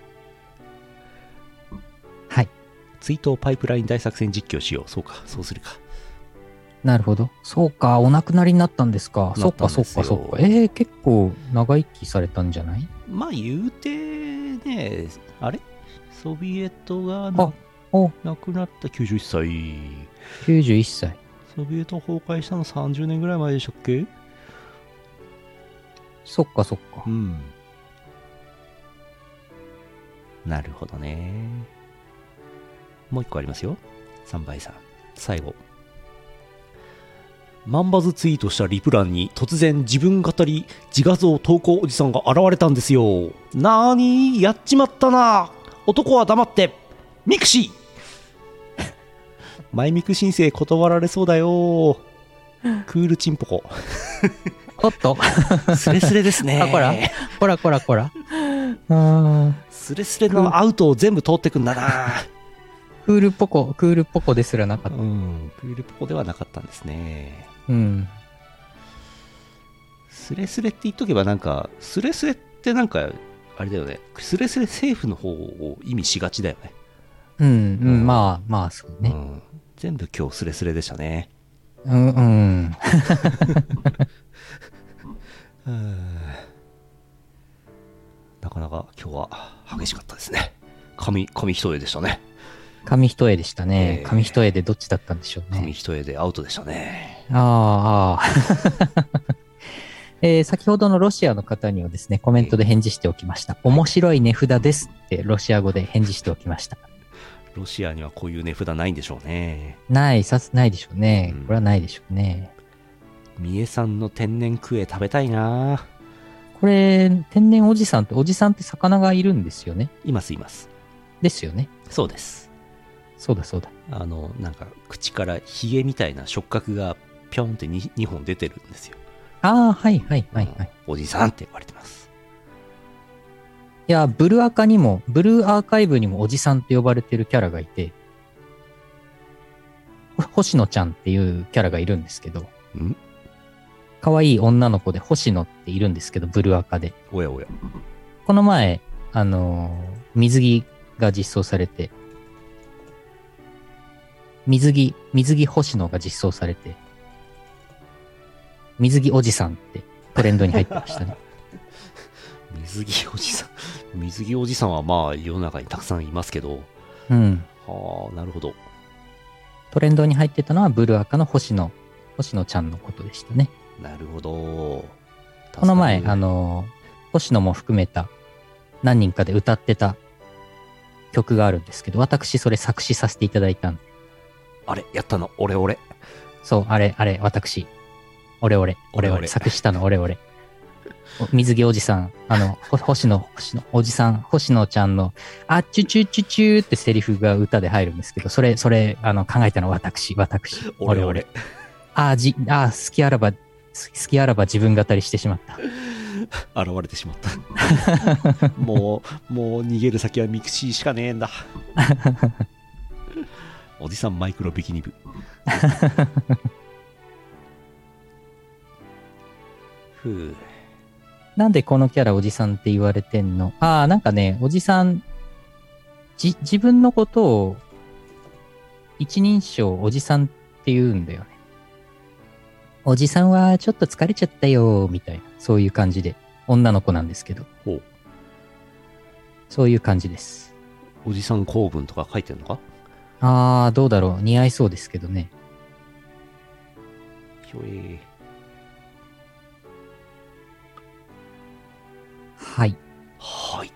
[SPEAKER 1] はい
[SPEAKER 2] 追悼パイプライン大作戦実況しようそうかそうするか
[SPEAKER 1] なるほど。そうか、お亡くなりになったんですか。
[SPEAKER 2] な
[SPEAKER 1] そ
[SPEAKER 2] っ
[SPEAKER 1] った
[SPEAKER 2] ん
[SPEAKER 1] か、
[SPEAKER 2] です
[SPEAKER 1] そっ
[SPEAKER 2] よ
[SPEAKER 1] か、そっか。えー、結構長生きされたんじゃない
[SPEAKER 2] まあ言うてねあれソビエトが
[SPEAKER 1] あお
[SPEAKER 2] 亡くなった91歳
[SPEAKER 1] ?91 歳。
[SPEAKER 2] ソビエト崩壊したの30年ぐらい前でしたっけ
[SPEAKER 1] そっか、そっか
[SPEAKER 2] う。んなるほどねもう一個ありますよ3倍さん最後万バズツイートしたリプランに突然自分語り自画像投稿おじさんが現れたんですよなーにやっちまったな男は黙ってミクシー マイミク申請断られそうだよクールチンポコ
[SPEAKER 1] おっ と、
[SPEAKER 2] スレスレですね
[SPEAKER 1] あ、こら、こらこらこら。うーん。
[SPEAKER 2] スレスレのアウトを全部通ってくんだな
[SPEAKER 1] クールポコ、クールポコですらなかった。
[SPEAKER 2] うんクールポコではなかったんですね
[SPEAKER 1] うん。
[SPEAKER 2] スレスレって言っとけばなんかスレスレってなんかあれだよねスレスレ政府の方を意味しがちだよね、
[SPEAKER 1] うん、うん、まあ、まあ、そう
[SPEAKER 2] う
[SPEAKER 1] ね。
[SPEAKER 2] ん、全部今日スレスレでしたね
[SPEAKER 1] うん、うん。
[SPEAKER 2] なかなか今日は激しかったですね紙紙一重でしたね
[SPEAKER 1] 紙一重でしたね
[SPEAKER 2] え。ー
[SPEAKER 1] 紙一重でどっちだったんでしょう
[SPEAKER 2] 紙
[SPEAKER 1] ね。
[SPEAKER 2] 一重でアウトでしたね
[SPEAKER 1] あーあー。 えー先ほどのロシアの方にはですね、コメントで返事しておきました。面白い値札ですってロシア語で返事しておきました。
[SPEAKER 2] ロシアにはこういう値札ないんでしょうね
[SPEAKER 1] ない、さす、ないでしょうね
[SPEAKER 2] うん。
[SPEAKER 1] これはないでしょうね。
[SPEAKER 2] 三重さんの天然クエ食べたいな
[SPEAKER 1] これ、天然おじさんって、おじさんって魚がいるんですよね。
[SPEAKER 2] いますいます
[SPEAKER 1] ですよね。
[SPEAKER 2] そうです
[SPEAKER 1] そうだそうだ。
[SPEAKER 2] あのなんか口からヒゲみたいな触覚がぴょんって 2, 本出てるんですよ、
[SPEAKER 1] ああ、はいはいはいはい。
[SPEAKER 2] おじさんって言われてます
[SPEAKER 1] いや、ブルアカにも、ブルーアーカイブにもおじさんと呼ばれてるキャラがいて、ほ星野ちゃんっていうキャラがいるんですけど、
[SPEAKER 2] ん
[SPEAKER 1] 可愛い女の子で星野っているんですけど、ブルアカで。
[SPEAKER 2] おやおや
[SPEAKER 1] この前、あのー水着が実装されて、水着、水着星野が実装されて、水着おじさんってトレンドに入ってましたね。
[SPEAKER 2] 水着おじさ ん水着おじさんはまあ世の中にたくさんいますけど
[SPEAKER 1] うん。
[SPEAKER 2] はあなるほど
[SPEAKER 1] トレンドに入ってたのはブルアカの星野、星野ちゃんのことでしたね。
[SPEAKER 2] なるほど
[SPEAKER 1] この前
[SPEAKER 2] 助、かる
[SPEAKER 1] あの、星野も含めた何人かで歌ってた曲があるんですけど、私それ作詞させていただいたんで、
[SPEAKER 2] あれやったの俺俺
[SPEAKER 1] そう、あれ、あれ、私、俺俺、俺
[SPEAKER 2] 俺俺
[SPEAKER 1] 俺、作詞したの俺俺。お水着おじさん、あの、ほ星野、星野、おじさん、星野ちゃんの、あっちゅちゅちゅちゅってセリフが歌で入るんですけど、それ、それ、あの、考えたの私、私、俺
[SPEAKER 2] 俺俺
[SPEAKER 1] 俺。ああ、じ、ああ、好きあらば、好好きあらば自分語りしてしまった。
[SPEAKER 2] 現れてしまった もうもう逃げる先はミクシーしかねえん だおじさんマイクロビキニ部 ふう
[SPEAKER 1] なんでこのキャラおじさんって言われてんのああ、なんかね、おじさん、じ、自分のことを、一人称おじさんって言うんだよね。おじさんはちょっと疲れちゃったよ、みたいな。そういう感じで。女の子なんですけど。
[SPEAKER 2] ほう
[SPEAKER 1] そういう感じです。
[SPEAKER 2] おじさん公文とか書いてんのか
[SPEAKER 1] ああ、どうだろう。似合いそうですけどね。
[SPEAKER 2] ひょえ
[SPEAKER 1] はい。
[SPEAKER 2] はい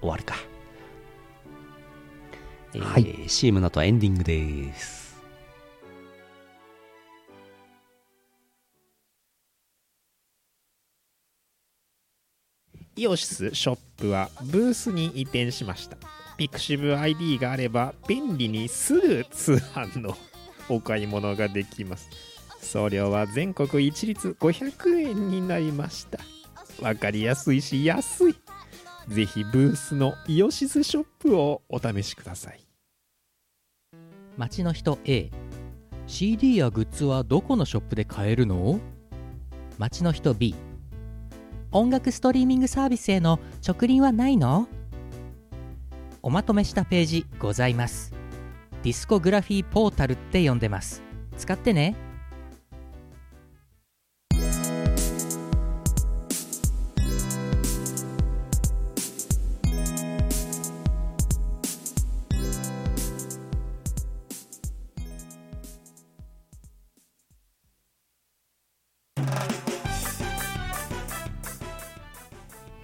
[SPEAKER 2] 終わりか、えー
[SPEAKER 1] はい
[SPEAKER 2] CM の後はエンディングです
[SPEAKER 7] イオシスショップはブースに移転しました。ピクシブ ID があれば便利にすぐ通販のお買い物ができます。送料は全国一律500円になりました。わかりやすいし安いぜひブースのイオシスショップをお試しください
[SPEAKER 1] 街の人 A CD やグッズはどこのショップで買えるの街の人 B 音楽ストリーミングサービスへの直輪はないのおまとめしたページございますディスコグラフィーポータルって呼んでます使ってね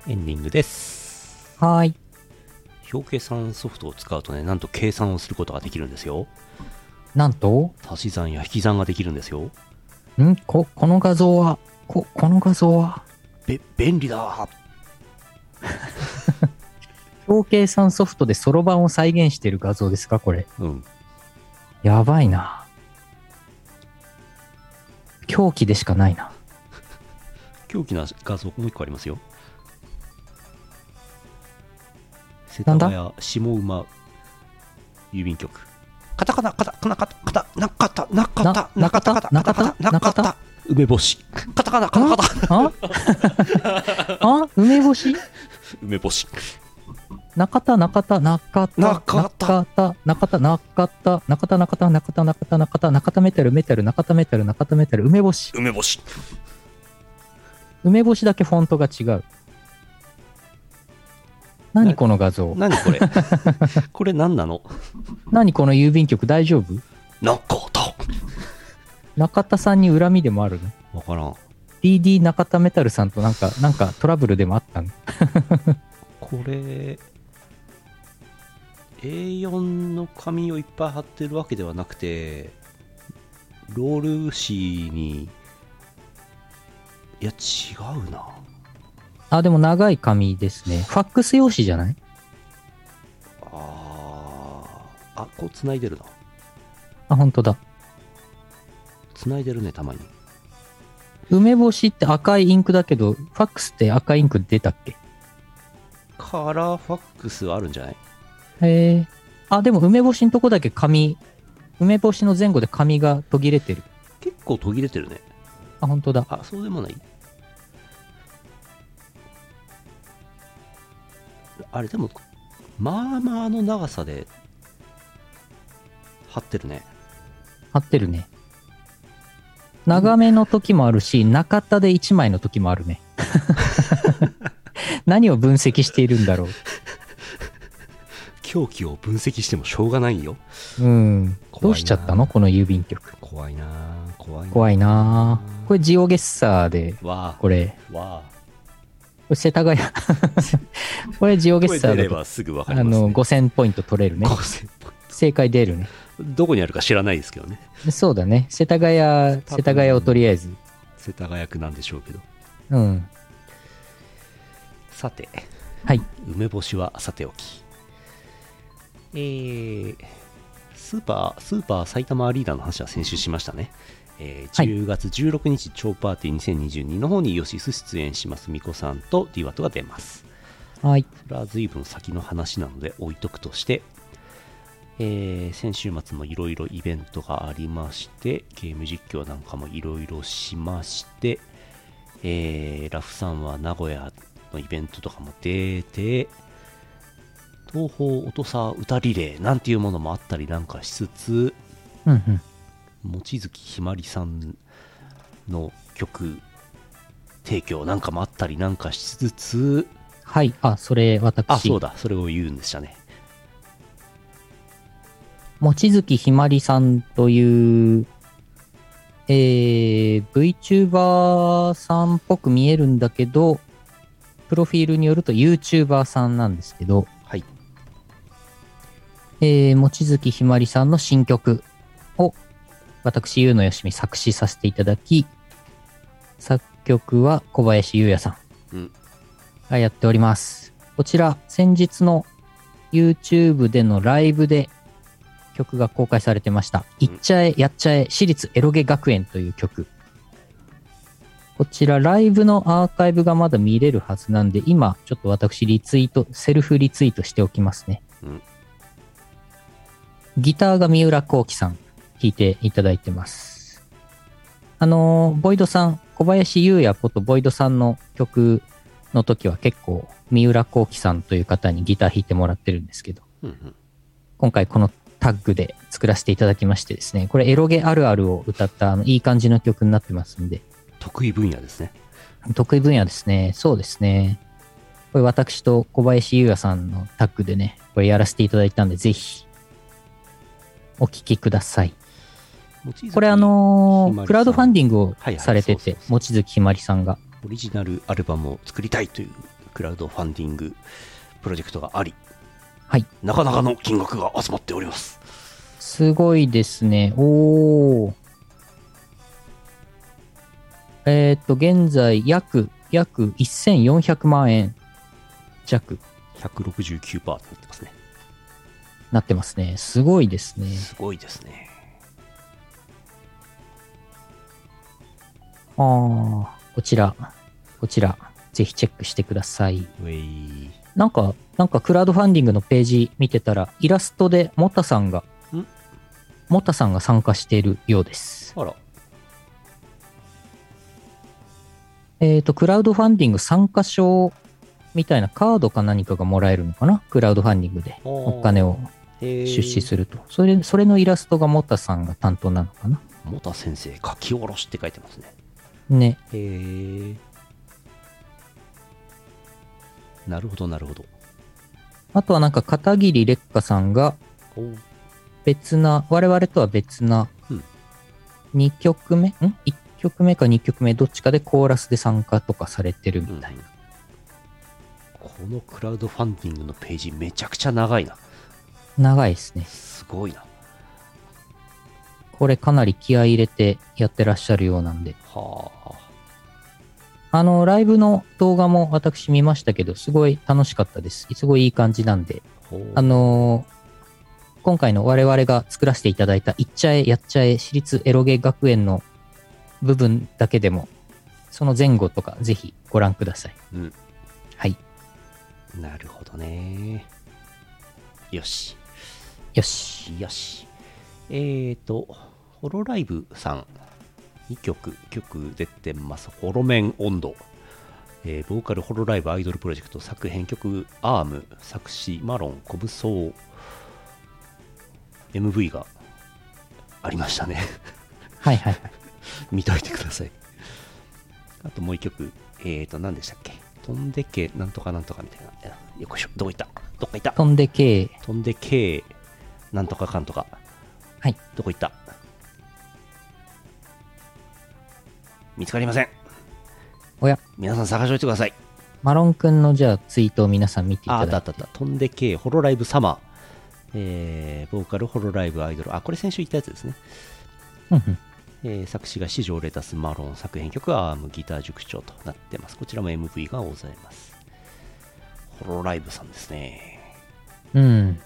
[SPEAKER 2] エンディングです
[SPEAKER 1] はい
[SPEAKER 2] 表計算ソフトを使うとねなんと計算をすることができるんですよ
[SPEAKER 1] なんと
[SPEAKER 2] 足し算や引き算ができるんですよ
[SPEAKER 1] んここの画像はここの画像は
[SPEAKER 2] べ便利だ
[SPEAKER 1] 表計算ソフトでそろばんを再現している画像ですかこれ
[SPEAKER 2] うん
[SPEAKER 1] やばいな狂気でしかないな
[SPEAKER 2] 狂気な画像もう一個ありますよ世
[SPEAKER 1] な
[SPEAKER 2] 田
[SPEAKER 1] んだ
[SPEAKER 2] 谷下馬郵便局カタカナカタカナカタカタなかったなかった
[SPEAKER 1] な
[SPEAKER 2] なかった
[SPEAKER 1] なかった
[SPEAKER 2] なかったなかっ
[SPEAKER 1] な
[SPEAKER 2] た梅干しカタカナカタカタ
[SPEAKER 1] ああ梅干し
[SPEAKER 2] 梅干し
[SPEAKER 1] 中田中田中田
[SPEAKER 2] 中田
[SPEAKER 1] 中田中田中田中田中田中田中田中田メタルメタル中田メタル中田メタル梅干し
[SPEAKER 2] 梅干し
[SPEAKER 1] 梅干しだけフォントが違う何この画像
[SPEAKER 2] 何 これこれ何なの
[SPEAKER 1] 何この郵便局大丈夫
[SPEAKER 2] なかった
[SPEAKER 1] 中田さんに恨みでもあるの
[SPEAKER 2] わからん
[SPEAKER 1] DD 中田メタルさんとなんかなんかトラブルでもあったの
[SPEAKER 2] これ A4 の紙をいっぱい貼ってるわけではなくてロール紙にいや違うな
[SPEAKER 1] あでも長い紙ですねファックス用紙じゃない
[SPEAKER 2] あーあこう繋いでるな
[SPEAKER 1] あ本当だ
[SPEAKER 2] 繋いでるねたまに
[SPEAKER 1] 梅干しって赤いインクだけど、ファックスって赤いインク出たっけ
[SPEAKER 2] カラーファックスあるんじゃない
[SPEAKER 1] へえ。あ、でも梅干しのとこだけ紙、梅干しの前後で紙が途切れてる。
[SPEAKER 2] 結構途切れてるね
[SPEAKER 1] あ、本当だ。
[SPEAKER 2] あそうでもないあれでもまあまあの長さで張ってるね
[SPEAKER 1] 貼ってるね。長めの時もあるし、中田で1枚の時もあ るね。何を分析しているんだろ
[SPEAKER 2] 狂気を分析してもしょうがないよ
[SPEAKER 1] う。うん。
[SPEAKER 2] 怖いな
[SPEAKER 1] どうしちゃったのこの郵便局。
[SPEAKER 2] 怖いなあ怖いな
[SPEAKER 1] 怖いなあこれジオゲッサーで、
[SPEAKER 2] あわ
[SPEAKER 1] これ、
[SPEAKER 2] あわ
[SPEAKER 1] これ世田谷。 これジオ
[SPEAKER 2] あ
[SPEAKER 1] ゲ
[SPEAKER 2] こ
[SPEAKER 1] ッ
[SPEAKER 2] れ
[SPEAKER 1] サ
[SPEAKER 2] 出
[SPEAKER 1] ーだ
[SPEAKER 2] れ
[SPEAKER 1] と
[SPEAKER 2] ばすぐわかり
[SPEAKER 1] あ
[SPEAKER 2] ます、
[SPEAKER 1] の、
[SPEAKER 2] ね、
[SPEAKER 1] 5000ポイント取れるね。
[SPEAKER 2] 5000
[SPEAKER 1] 正解出るね。
[SPEAKER 2] どこにあるか知らないですけどね
[SPEAKER 1] そうだね。世田谷、世田谷をとりあえず。
[SPEAKER 2] 世田谷区なんでしょうけど
[SPEAKER 1] うん。
[SPEAKER 2] さて
[SPEAKER 1] はい。
[SPEAKER 2] 梅干しはさておきえースーパースーパー埼玉アリーナの話は先週しましたね、えー
[SPEAKER 1] はい
[SPEAKER 2] 10月16日超パーティー2022の方にヨシス出演しますみこさんと d ワットが出ます
[SPEAKER 1] はい。
[SPEAKER 2] それは随分先の話なので置いとくとして、えー先週末もいろいろイベントがありましてゲーム実況なんかもいろいろしまして、えーラフさんは名古屋のイベントとかも出て東宝音さ歌リレーなんていうものもあったりなんかしつつ
[SPEAKER 1] うんうん。
[SPEAKER 2] 望月ひまりさんの曲提供なんかもあったりなんかしつつ
[SPEAKER 1] はい。あ、それ、私。
[SPEAKER 2] あそうだそれを言うんでしたね
[SPEAKER 1] 望月ひまりさんという、えー、VTuber さんっぽく見えるんだけど、プロフィールによると YouTuber さんなんですけど、
[SPEAKER 2] はい
[SPEAKER 1] えー、望月ひまりさんの新曲を、私、ゆうのよしみ作詞させていただき、作曲は小林優也さ
[SPEAKER 2] うんん
[SPEAKER 1] がやっております。こちら、先日の YouTube でのライブで曲が公開されてました。いっちゃえ、やっちゃえ、私立エロゲ学園という曲。ここちらライブのアーカイブがまだ見れるはずなんで、今ちょっと私リツイート、セルフリツイートしておきますね。
[SPEAKER 2] うん
[SPEAKER 1] ギターが三浦幸喜さん、弾いていただいてます。あのーボイドさん、小林優也ことボイドさんの曲の時は結構三浦幸喜さんという方にギター弾いてもらってるんですけど、
[SPEAKER 2] うんうん
[SPEAKER 1] 今回このタッグで作らせていただきましてですね、これエロゲあるあるを歌ったあのいい感じの曲になってますんで、
[SPEAKER 2] 得意分野ですね。
[SPEAKER 1] 得意分野ですね。そうですね。これ私と小林優也さんのタッグでね、これやらせていただいたんで、ぜひ、お聴きください。
[SPEAKER 2] 望月
[SPEAKER 1] これあ
[SPEAKER 2] ひ
[SPEAKER 1] の
[SPEAKER 2] まりさ
[SPEAKER 1] ー
[SPEAKER 2] ん
[SPEAKER 1] クラウドファンディングを
[SPEAKER 2] はいはい
[SPEAKER 1] されて
[SPEAKER 2] そうそう
[SPEAKER 1] て
[SPEAKER 2] そう、
[SPEAKER 1] 望月ひまりさんが。
[SPEAKER 2] オリジナルアルバムを作りたいというクラウドファンディングプロジェクトがあり、
[SPEAKER 1] はい、
[SPEAKER 2] なかなかの金額が集まっております。
[SPEAKER 1] すごいですね。おー。えっ、と、現在、約、約1400万円弱
[SPEAKER 2] 169%になってますね。
[SPEAKER 1] なってますね。すごいですね。
[SPEAKER 2] すごいですね。
[SPEAKER 1] ああ、こちら、こちら、ぜひチェックしてください。
[SPEAKER 2] ウェイ。
[SPEAKER 1] なんか、なんかクラウドファンディングのページ見てたら、イラストでモタさんが
[SPEAKER 2] ん、
[SPEAKER 1] モタさんが参加しているようです。
[SPEAKER 2] あら、
[SPEAKER 1] えっ、と、クラウドファンディング参加賞みたいなカードか何かがもらえるのかなクラウドファンディングで
[SPEAKER 2] お
[SPEAKER 1] お金を
[SPEAKER 2] 出
[SPEAKER 1] 出資すると。それ、それのイラストがモタさんが担当なのかな
[SPEAKER 2] モタ先生、書き下ろしって書いてますね。
[SPEAKER 1] ね。
[SPEAKER 2] へえ。なるほど、なるほど。
[SPEAKER 1] あとはなんか片桐劣化さんが
[SPEAKER 2] おう
[SPEAKER 1] 別な、我々とは別な
[SPEAKER 2] うん、
[SPEAKER 1] 2曲目、ん ?1 曲目か2曲目、どっちかでコーラスで参加とかされてるみたいな。
[SPEAKER 2] このクラウドファンディングのページ、めちゃくちゃ長いな。
[SPEAKER 1] 長いですね。
[SPEAKER 2] すごいな。
[SPEAKER 1] これかなり気合い入れてやってらっしゃるようなんで。
[SPEAKER 2] はあ。
[SPEAKER 1] あの、ライブの動画も私見ましたけど、すごい楽しかったです。すごいいい感じなんで。
[SPEAKER 2] ほう
[SPEAKER 1] あのー今回の我々が作らせていただいた、いっちゃえ、やっちゃえ、私立エロゲ学園の部分だけでも、その前後とかぜひご覧ください。
[SPEAKER 2] うん
[SPEAKER 1] はい。
[SPEAKER 2] なるほどね。よし。
[SPEAKER 1] よし。
[SPEAKER 2] よし。えーと、ホロライブさん、2曲、曲出てます。ホロメン温度。えーボーカルホロライブアイドルプロジェクト作編曲アーム作詞マロンコブソウ MV がありましたね
[SPEAKER 1] はいはいはい。
[SPEAKER 2] 見といてくださいあともう一曲えーと何でしたっけ飛んでけなんとかなんとかみたいなよこしょどこ行ったどっか行った
[SPEAKER 1] 飛んでけ
[SPEAKER 2] 飛んでけなんとかかんとか
[SPEAKER 1] はい
[SPEAKER 2] どこ行った見つかりません
[SPEAKER 1] おや、
[SPEAKER 2] 皆さん探しといてください
[SPEAKER 1] マロンくんのじゃあツイートを皆さん見てい
[SPEAKER 2] ああ
[SPEAKER 1] た
[SPEAKER 2] った
[SPEAKER 1] だ
[SPEAKER 2] あ
[SPEAKER 1] い
[SPEAKER 2] ったあ
[SPEAKER 1] て。
[SPEAKER 2] った飛んでけホロライブサマーえーボーカルホロライブアイドルあこれ先週言ったやつですね、
[SPEAKER 1] うんうん
[SPEAKER 2] えー作詞が史上レタスマロン作編曲はアームギター塾長となってますこちらも MV がございますホロライブさんですね
[SPEAKER 1] うん。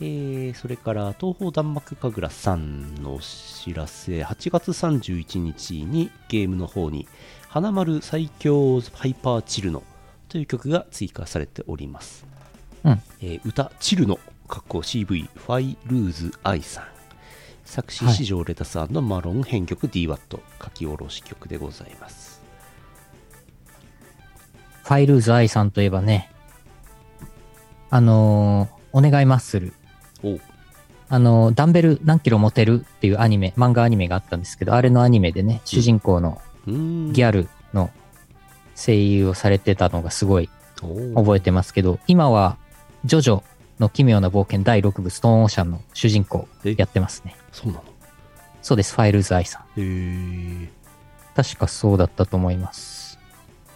[SPEAKER 2] えーそれから東方弾幕神楽さんのお知らせ8月31日にゲームの方に「花丸最強ハイパーチルノ」という曲が追加されております、
[SPEAKER 1] うん
[SPEAKER 2] えー歌「チルノ」かっこ CV ファイルーズアイさん作詞
[SPEAKER 1] はい
[SPEAKER 2] 史上レタスマロン編曲 DWAT 書き下ろし曲でございます
[SPEAKER 1] ファイルーズ愛さんといえばね、あのーお願いマッスル。
[SPEAKER 2] おう
[SPEAKER 1] あのーダンベル何キロ持てるっていうアニメ、漫画アニメがあったんですけど、あれのアニメでね、主人公の
[SPEAKER 2] うーん
[SPEAKER 1] ギャルの声優をされてたのがすごい
[SPEAKER 2] おう
[SPEAKER 1] 覚えてますけど、今は、ジョジョの奇妙な冒険第6部ストーンオーシャンの主人公
[SPEAKER 2] え
[SPEAKER 1] やってますね。
[SPEAKER 2] そうなの
[SPEAKER 1] そうです、ファイルーズ愛さん。
[SPEAKER 2] へえ
[SPEAKER 1] 確かそうだったと思います。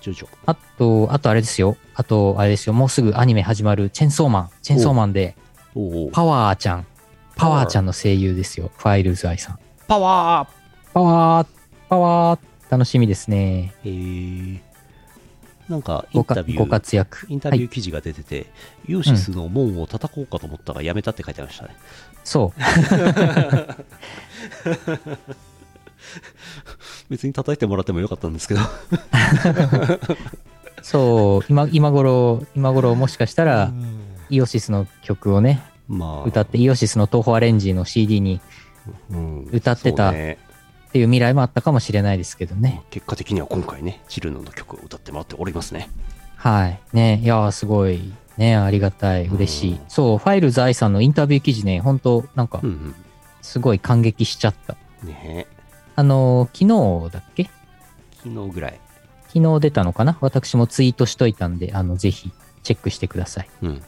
[SPEAKER 2] ジョジョ
[SPEAKER 1] あと、あとあれですよ。あと、あれですよ。もうすぐアニメ始まるチェンソーマン。チェンソーマンで、
[SPEAKER 2] おう
[SPEAKER 1] パワーちゃん。パワーちゃんの声優ですよ。ファイルズ愛さん。
[SPEAKER 2] パワー
[SPEAKER 1] パワー、パワー、楽しみですね。
[SPEAKER 2] へえ。なんかイ
[SPEAKER 1] ご
[SPEAKER 2] ン
[SPEAKER 1] か
[SPEAKER 2] タビュ
[SPEAKER 1] ご
[SPEAKER 2] ー、
[SPEAKER 1] 活躍。
[SPEAKER 2] インタビュ
[SPEAKER 1] は
[SPEAKER 2] ー
[SPEAKER 1] い、
[SPEAKER 2] 記事が出てて、ユーシスの門を叩こうかと思ったがやめたって書いてありましたね。
[SPEAKER 1] そう。
[SPEAKER 2] 別に叩いてもらってもよかったんですけど。
[SPEAKER 1] そう、今、今頃、今頃もしかしたら、イオシスの曲をね、
[SPEAKER 2] まあ、
[SPEAKER 1] 歌って、イオシスの東宝アレンジの CD に
[SPEAKER 2] うん
[SPEAKER 1] 歌ってた
[SPEAKER 2] そうね
[SPEAKER 1] っていう未来もあったかもしれないですけどね。
[SPEAKER 2] 結果的には今回ね、チルノの曲を歌ってもらっておりますね。
[SPEAKER 1] はい。ね、いやーすごい。ね、ありがたい。嬉しい。そう、ファイル財産のインタビュー記事ね、本当なんか
[SPEAKER 2] う、ん
[SPEAKER 1] すごい感激しちゃった。
[SPEAKER 2] うん。ね
[SPEAKER 1] あのー昨日だっけ
[SPEAKER 2] 昨日ぐらい。
[SPEAKER 1] 昨日出たのかな私もツイートしといたんで、あの、ぜひ、チェックしてください。
[SPEAKER 2] うん。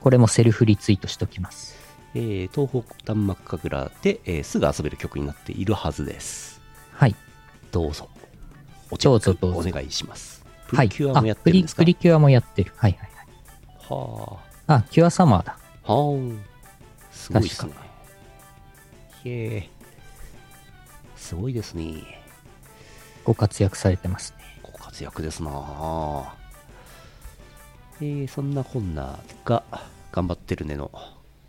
[SPEAKER 1] これもセルフリツイートしときます。
[SPEAKER 2] えー東北弾幕神楽で、えーすぐ遊べる曲になっているはずです。
[SPEAKER 1] はい。
[SPEAKER 2] どうぞ。おチェッ
[SPEAKER 1] どうぞ
[SPEAKER 2] ク
[SPEAKER 1] ど
[SPEAKER 2] お
[SPEAKER 1] うぞ
[SPEAKER 2] 願いします。プ
[SPEAKER 1] は
[SPEAKER 2] リ
[SPEAKER 1] い。
[SPEAKER 2] キュアもやってるんですか
[SPEAKER 1] あプリプリキュアもやってる。はいはいはい。
[SPEAKER 2] は
[SPEAKER 1] あ、キュアサマーだ。
[SPEAKER 2] あ。はーん。すごいですね。へえ。すごいですね。
[SPEAKER 1] ご活躍されてますね。
[SPEAKER 2] ご活躍ですなあえーそんなこんなが、頑張ってるねの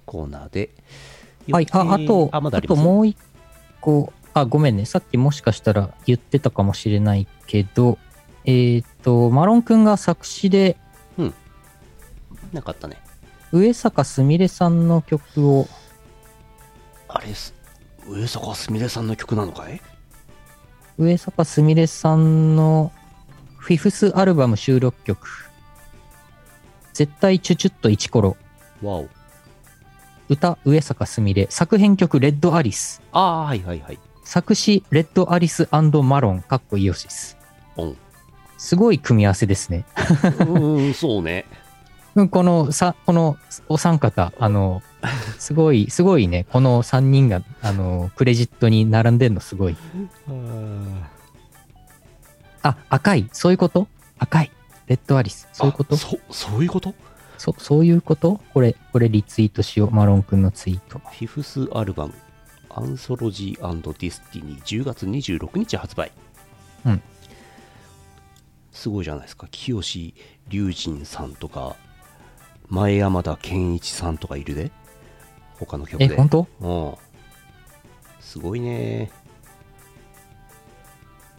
[SPEAKER 2] コーナーで。
[SPEAKER 1] はい。あ、あ
[SPEAKER 2] 余計
[SPEAKER 1] と、
[SPEAKER 2] あ、まだあ
[SPEAKER 1] あ
[SPEAKER 2] り
[SPEAKER 1] と
[SPEAKER 2] ます
[SPEAKER 1] もう一個。あ、ごめんね。さっきもしかしたら言ってたかもしれないけど、えっ、と、マロンくんが作詞で、
[SPEAKER 2] なかったね。
[SPEAKER 1] 上坂すみれさんの曲を、
[SPEAKER 2] あれす、上坂すみれさんの曲なのかい
[SPEAKER 1] 上坂すみれさんのフィフスアルバム収録曲、絶対チュチュッとイチコロ、
[SPEAKER 2] わお。
[SPEAKER 1] 歌上坂すみれ、作編曲レッドアリス、
[SPEAKER 2] ああー、はいはい はい。
[SPEAKER 1] 作詞レッドアリスマロン、かっこイオシス。
[SPEAKER 2] おん。
[SPEAKER 1] すごい組み合わせですね。
[SPEAKER 2] うーん、そ うね。
[SPEAKER 1] うんこのさ、このお三方、あの、すごい、すごいね、この三人が、あの、クレジットに並んでんのすごい。あ、赤い、そういうこと赤い、レッドアリス、そういうこと
[SPEAKER 2] あそ、そういうこと
[SPEAKER 1] そそういうことこれ、これリツイートしよう。マロンくんのツイート。
[SPEAKER 2] フィフスアルバム、アンソロジーディスティニー、10月26日発売。
[SPEAKER 1] うん。
[SPEAKER 2] すごいじゃないですか。清志龍神さんとか、前山田健一さんとかいるで。他の曲で。
[SPEAKER 1] え、本当
[SPEAKER 2] うん。すごいね。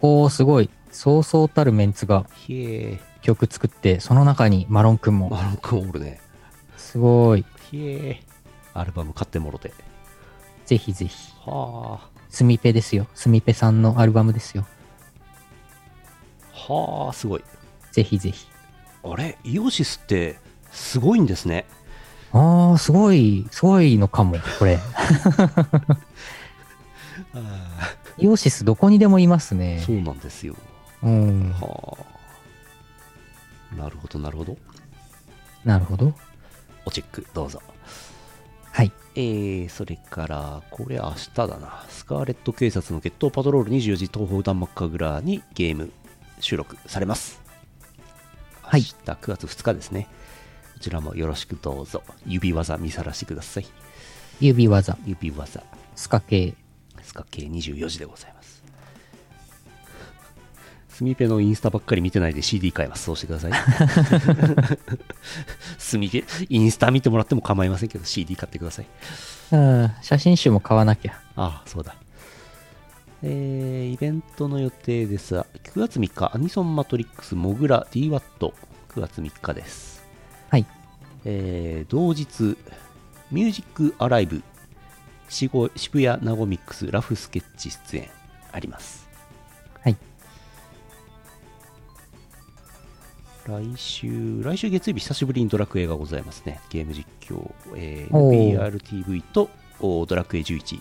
[SPEAKER 1] おー、すごい。そうそうたるメンツが
[SPEAKER 2] ひえ
[SPEAKER 1] 曲作って、その中にマロンくん
[SPEAKER 2] ー。
[SPEAKER 1] も。
[SPEAKER 2] マロン君おるね。
[SPEAKER 1] すごい。
[SPEAKER 2] ひえー。アルバム買ってもろて。
[SPEAKER 1] ぜひぜひ。
[SPEAKER 2] はあ。
[SPEAKER 1] スミペですよ。スミペさんのアルバムですよ。
[SPEAKER 2] はあ、すごい。
[SPEAKER 1] ぜひぜひ。
[SPEAKER 2] あれイオシスってすごいんですね。
[SPEAKER 1] あー、すごい、すごいのかも、これ。イオシスどこにでもいますね。
[SPEAKER 2] そうなんですよ。
[SPEAKER 1] うん。
[SPEAKER 2] はあ。なるほど、なるほど。
[SPEAKER 1] なるほど。
[SPEAKER 2] おチェック、どうぞ。
[SPEAKER 1] はい。
[SPEAKER 2] えー、それから、これ明日だな。スカーレット警察の決闘パトロール24時東方弾幕神楽にゲーム収録されます。
[SPEAKER 1] はい
[SPEAKER 2] 明日9月2日ですね。こちらもよろしくどうぞ。指技見さらしてください。
[SPEAKER 1] 指技、
[SPEAKER 2] 指技、
[SPEAKER 1] スカ系。
[SPEAKER 2] スカ系24時でございます。 スミペのインスタばっかり見てないで CD 買います。そうしてください。 スミペ、インスタ見てもらっても構いませんけど、CD 買ってください。
[SPEAKER 1] うん、写真集も買わなきゃ。
[SPEAKER 2] ああ、そうだ。えー、イベントの予定ですが、9月3日、アニソンマトリックス、モグラ、DWAT、9月3日です。
[SPEAKER 1] はい。
[SPEAKER 2] えー、同日、ミュージックアライブ、しご渋谷ナゴミックス、ラフスケッチ出演あります。
[SPEAKER 1] はい。
[SPEAKER 2] 来週、来週月曜日、久しぶりにドラクエがございますね。ゲーム実況、えー、
[SPEAKER 1] おー
[SPEAKER 2] NPRTV とおドラクエ11、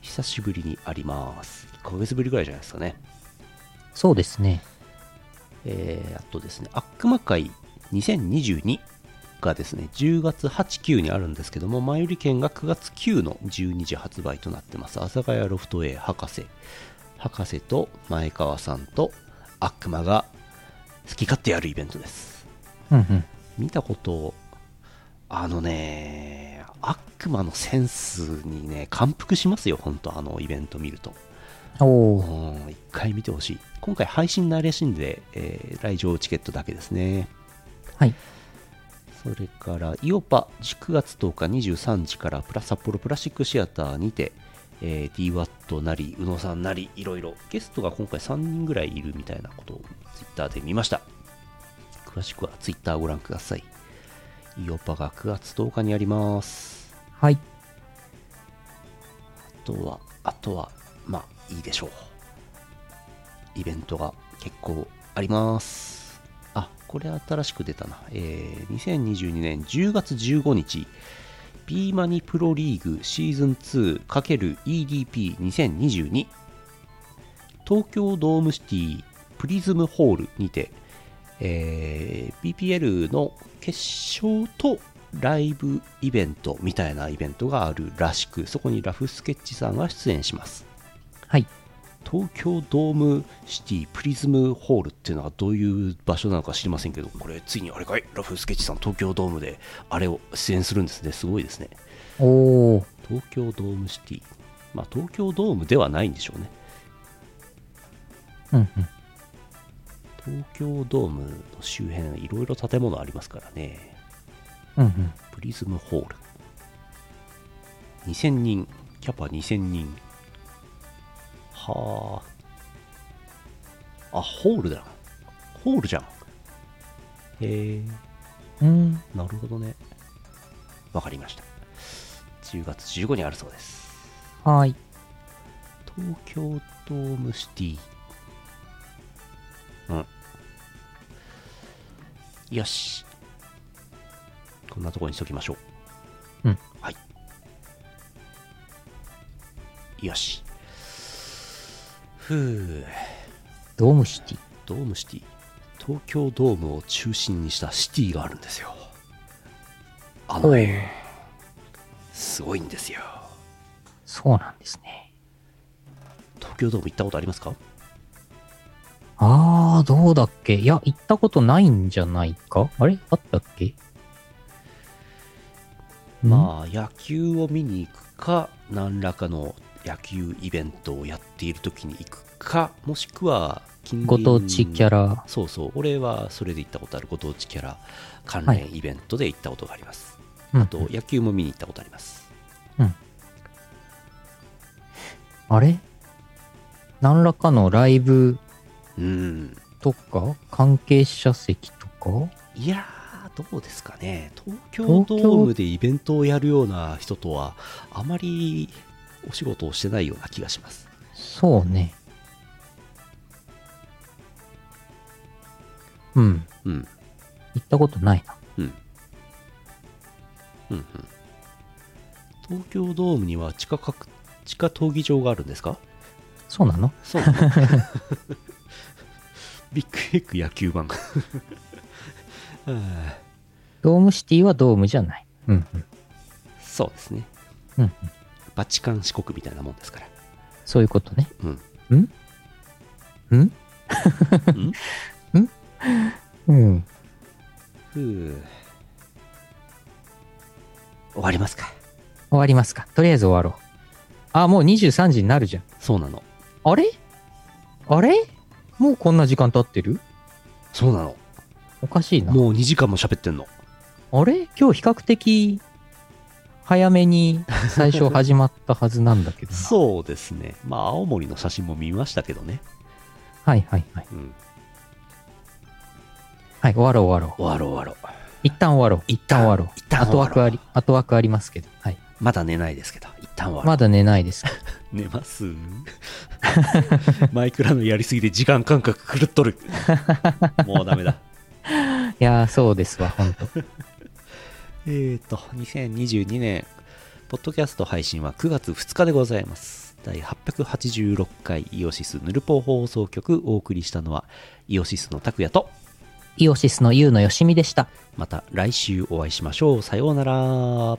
[SPEAKER 2] 久しぶりにあります。1ヶ月ぶりぐらいじゃないですかね。
[SPEAKER 1] そうですね。
[SPEAKER 2] えーあとですね、悪魔界2022がですね、10月8、9にあるんですけども、前売り券が9月9の12時発売となってます。阿佐ヶ谷ロフト A 博士。博士と前川さんと悪魔が好き勝手やるイベントです。
[SPEAKER 1] うんうん。
[SPEAKER 2] 見たこと、あのね、悪魔のセンスにね、感服しますよ、本当あのイベント見ると。
[SPEAKER 1] おー、
[SPEAKER 2] うん一回見てほしい。今回配信ないらしいんで、えー来場チケットだけですね。
[SPEAKER 1] はい。
[SPEAKER 2] それから、イオパ、9月10日23時から、プラ札幌プラスチックシアターにて、えー、DWAT なり、宇野さんなり、いろいろ、ゲストが今回3人ぐらいいるみたいなことを Twitter で見ました。詳しくは Twitter をご覧ください。イオパが9月10日にあります。
[SPEAKER 1] はい。
[SPEAKER 2] あとは、あとは、まあ、いいでしょう。イベントが結構あります。あ、これ新しく出たな。えー、2022年10月15日、P マニプロリーグシーズン 2×EDP2022 東京ドームシティプリズムホールにて、えー BPL の決勝とライブイベントみたいなイベントがあるらしくそこにラフスケッチさんが出演します
[SPEAKER 1] はい。
[SPEAKER 2] 東京ドームシティプリズムホールっていうのはどういう場所なのか知りませんけどこれついにあれかいラフスケッチさん東京ドームであれを出演するんですねすごいですね
[SPEAKER 1] おー。
[SPEAKER 2] 東京ドームシティまあ東京ドームではないんでしょうね
[SPEAKER 1] うんうん。
[SPEAKER 2] 東京ドームの周辺いろいろ建物ありますからね
[SPEAKER 1] うんうん。
[SPEAKER 2] プリズムホール2000人キャパ2000人はああホールだホールじゃんへえ
[SPEAKER 1] うん。
[SPEAKER 2] なるほどねわかりました10月15にあるそうです
[SPEAKER 1] はーい。
[SPEAKER 2] 東京ドームシティうんよしこんなとこにしときましょう
[SPEAKER 1] うん
[SPEAKER 2] はいよしふう
[SPEAKER 1] ドームシティ。
[SPEAKER 2] ドームシティ東京ドームを中心にしたシティがあるんですよあの
[SPEAKER 1] い。
[SPEAKER 2] すごいんですよ
[SPEAKER 1] そうなんですね。
[SPEAKER 2] 東京ドーム行ったことありますか
[SPEAKER 1] あー、どうだっけいや、行ったことないんじゃないかあれあったっけあ。
[SPEAKER 2] まあ、野球を見に行くか、何らかの野球イベントをやっているときに行くか、もしくは近
[SPEAKER 1] ご
[SPEAKER 2] 隣、
[SPEAKER 1] 当地キャラ。
[SPEAKER 2] そうそう、俺はそれで行ったことある、ご当地キャラ関
[SPEAKER 1] は
[SPEAKER 2] 連
[SPEAKER 1] い
[SPEAKER 2] イベントで行ったことがあります。
[SPEAKER 1] あ
[SPEAKER 2] と、野球も見に行ったことあります。
[SPEAKER 1] あれ何らかのライブ
[SPEAKER 2] うん。
[SPEAKER 1] とか、関係者席とか
[SPEAKER 2] いやー、どうですかね。東京ドームでイベントをやるような人とは、あまりお仕事をしてないような気がします。
[SPEAKER 1] そうね。うん。
[SPEAKER 2] うん。
[SPEAKER 1] 行ったことないな。
[SPEAKER 2] うん。うんうん。東京ドームには地下かく地下闘技場があるんですか
[SPEAKER 1] そうなの
[SPEAKER 2] そうなのビッグエッグ野球版はあ
[SPEAKER 1] ドームシティはドームじゃない。うんうん。
[SPEAKER 2] そうですね。
[SPEAKER 1] うんうん
[SPEAKER 2] バチカン四国みたいなもんですから。
[SPEAKER 1] そういうことね。
[SPEAKER 2] うん。
[SPEAKER 1] んん
[SPEAKER 2] ん
[SPEAKER 1] うん。
[SPEAKER 2] ふう終わりますか。
[SPEAKER 1] 終わりますか。とりあえず終わろう。あ、もう23時になるじゃん。
[SPEAKER 2] そうなの。
[SPEAKER 1] あれあれもうこんな時間経ってる
[SPEAKER 2] そうなの。
[SPEAKER 1] おかしいな。
[SPEAKER 2] もう2時間も喋ってんの。
[SPEAKER 1] あれ今日比較的早めに最初始まったはずなんだけど な。
[SPEAKER 2] そうですね。まあ、青森の写真も見ましたけどね。
[SPEAKER 1] はいはいはい。
[SPEAKER 2] うん。
[SPEAKER 1] はい、終わろう終わろう。
[SPEAKER 2] 終わろう終わろう。
[SPEAKER 1] 一旦終わろう。
[SPEAKER 2] 一
[SPEAKER 1] 一
[SPEAKER 2] 旦
[SPEAKER 1] 旦終わろう。
[SPEAKER 2] 一旦終
[SPEAKER 1] 後
[SPEAKER 2] わろう
[SPEAKER 1] 枠あり、後枠ありますけど。はい。
[SPEAKER 2] まだ寝ないですけど、一旦終わろう。
[SPEAKER 1] まだ寝ないです。
[SPEAKER 2] 寝ます マイクラのやりすぎで時間感覚狂っと るもうダメだ
[SPEAKER 1] いやー、そうですわ、ほんと。
[SPEAKER 2] えーと2022年ポッドキャスト配信は9月2日でございます第886回イオシスヌルポ放送局お送りしたのはイオシスの拓也と
[SPEAKER 1] イオシスのユウのよしみでした。
[SPEAKER 2] また来週お会いしましょうさようならこ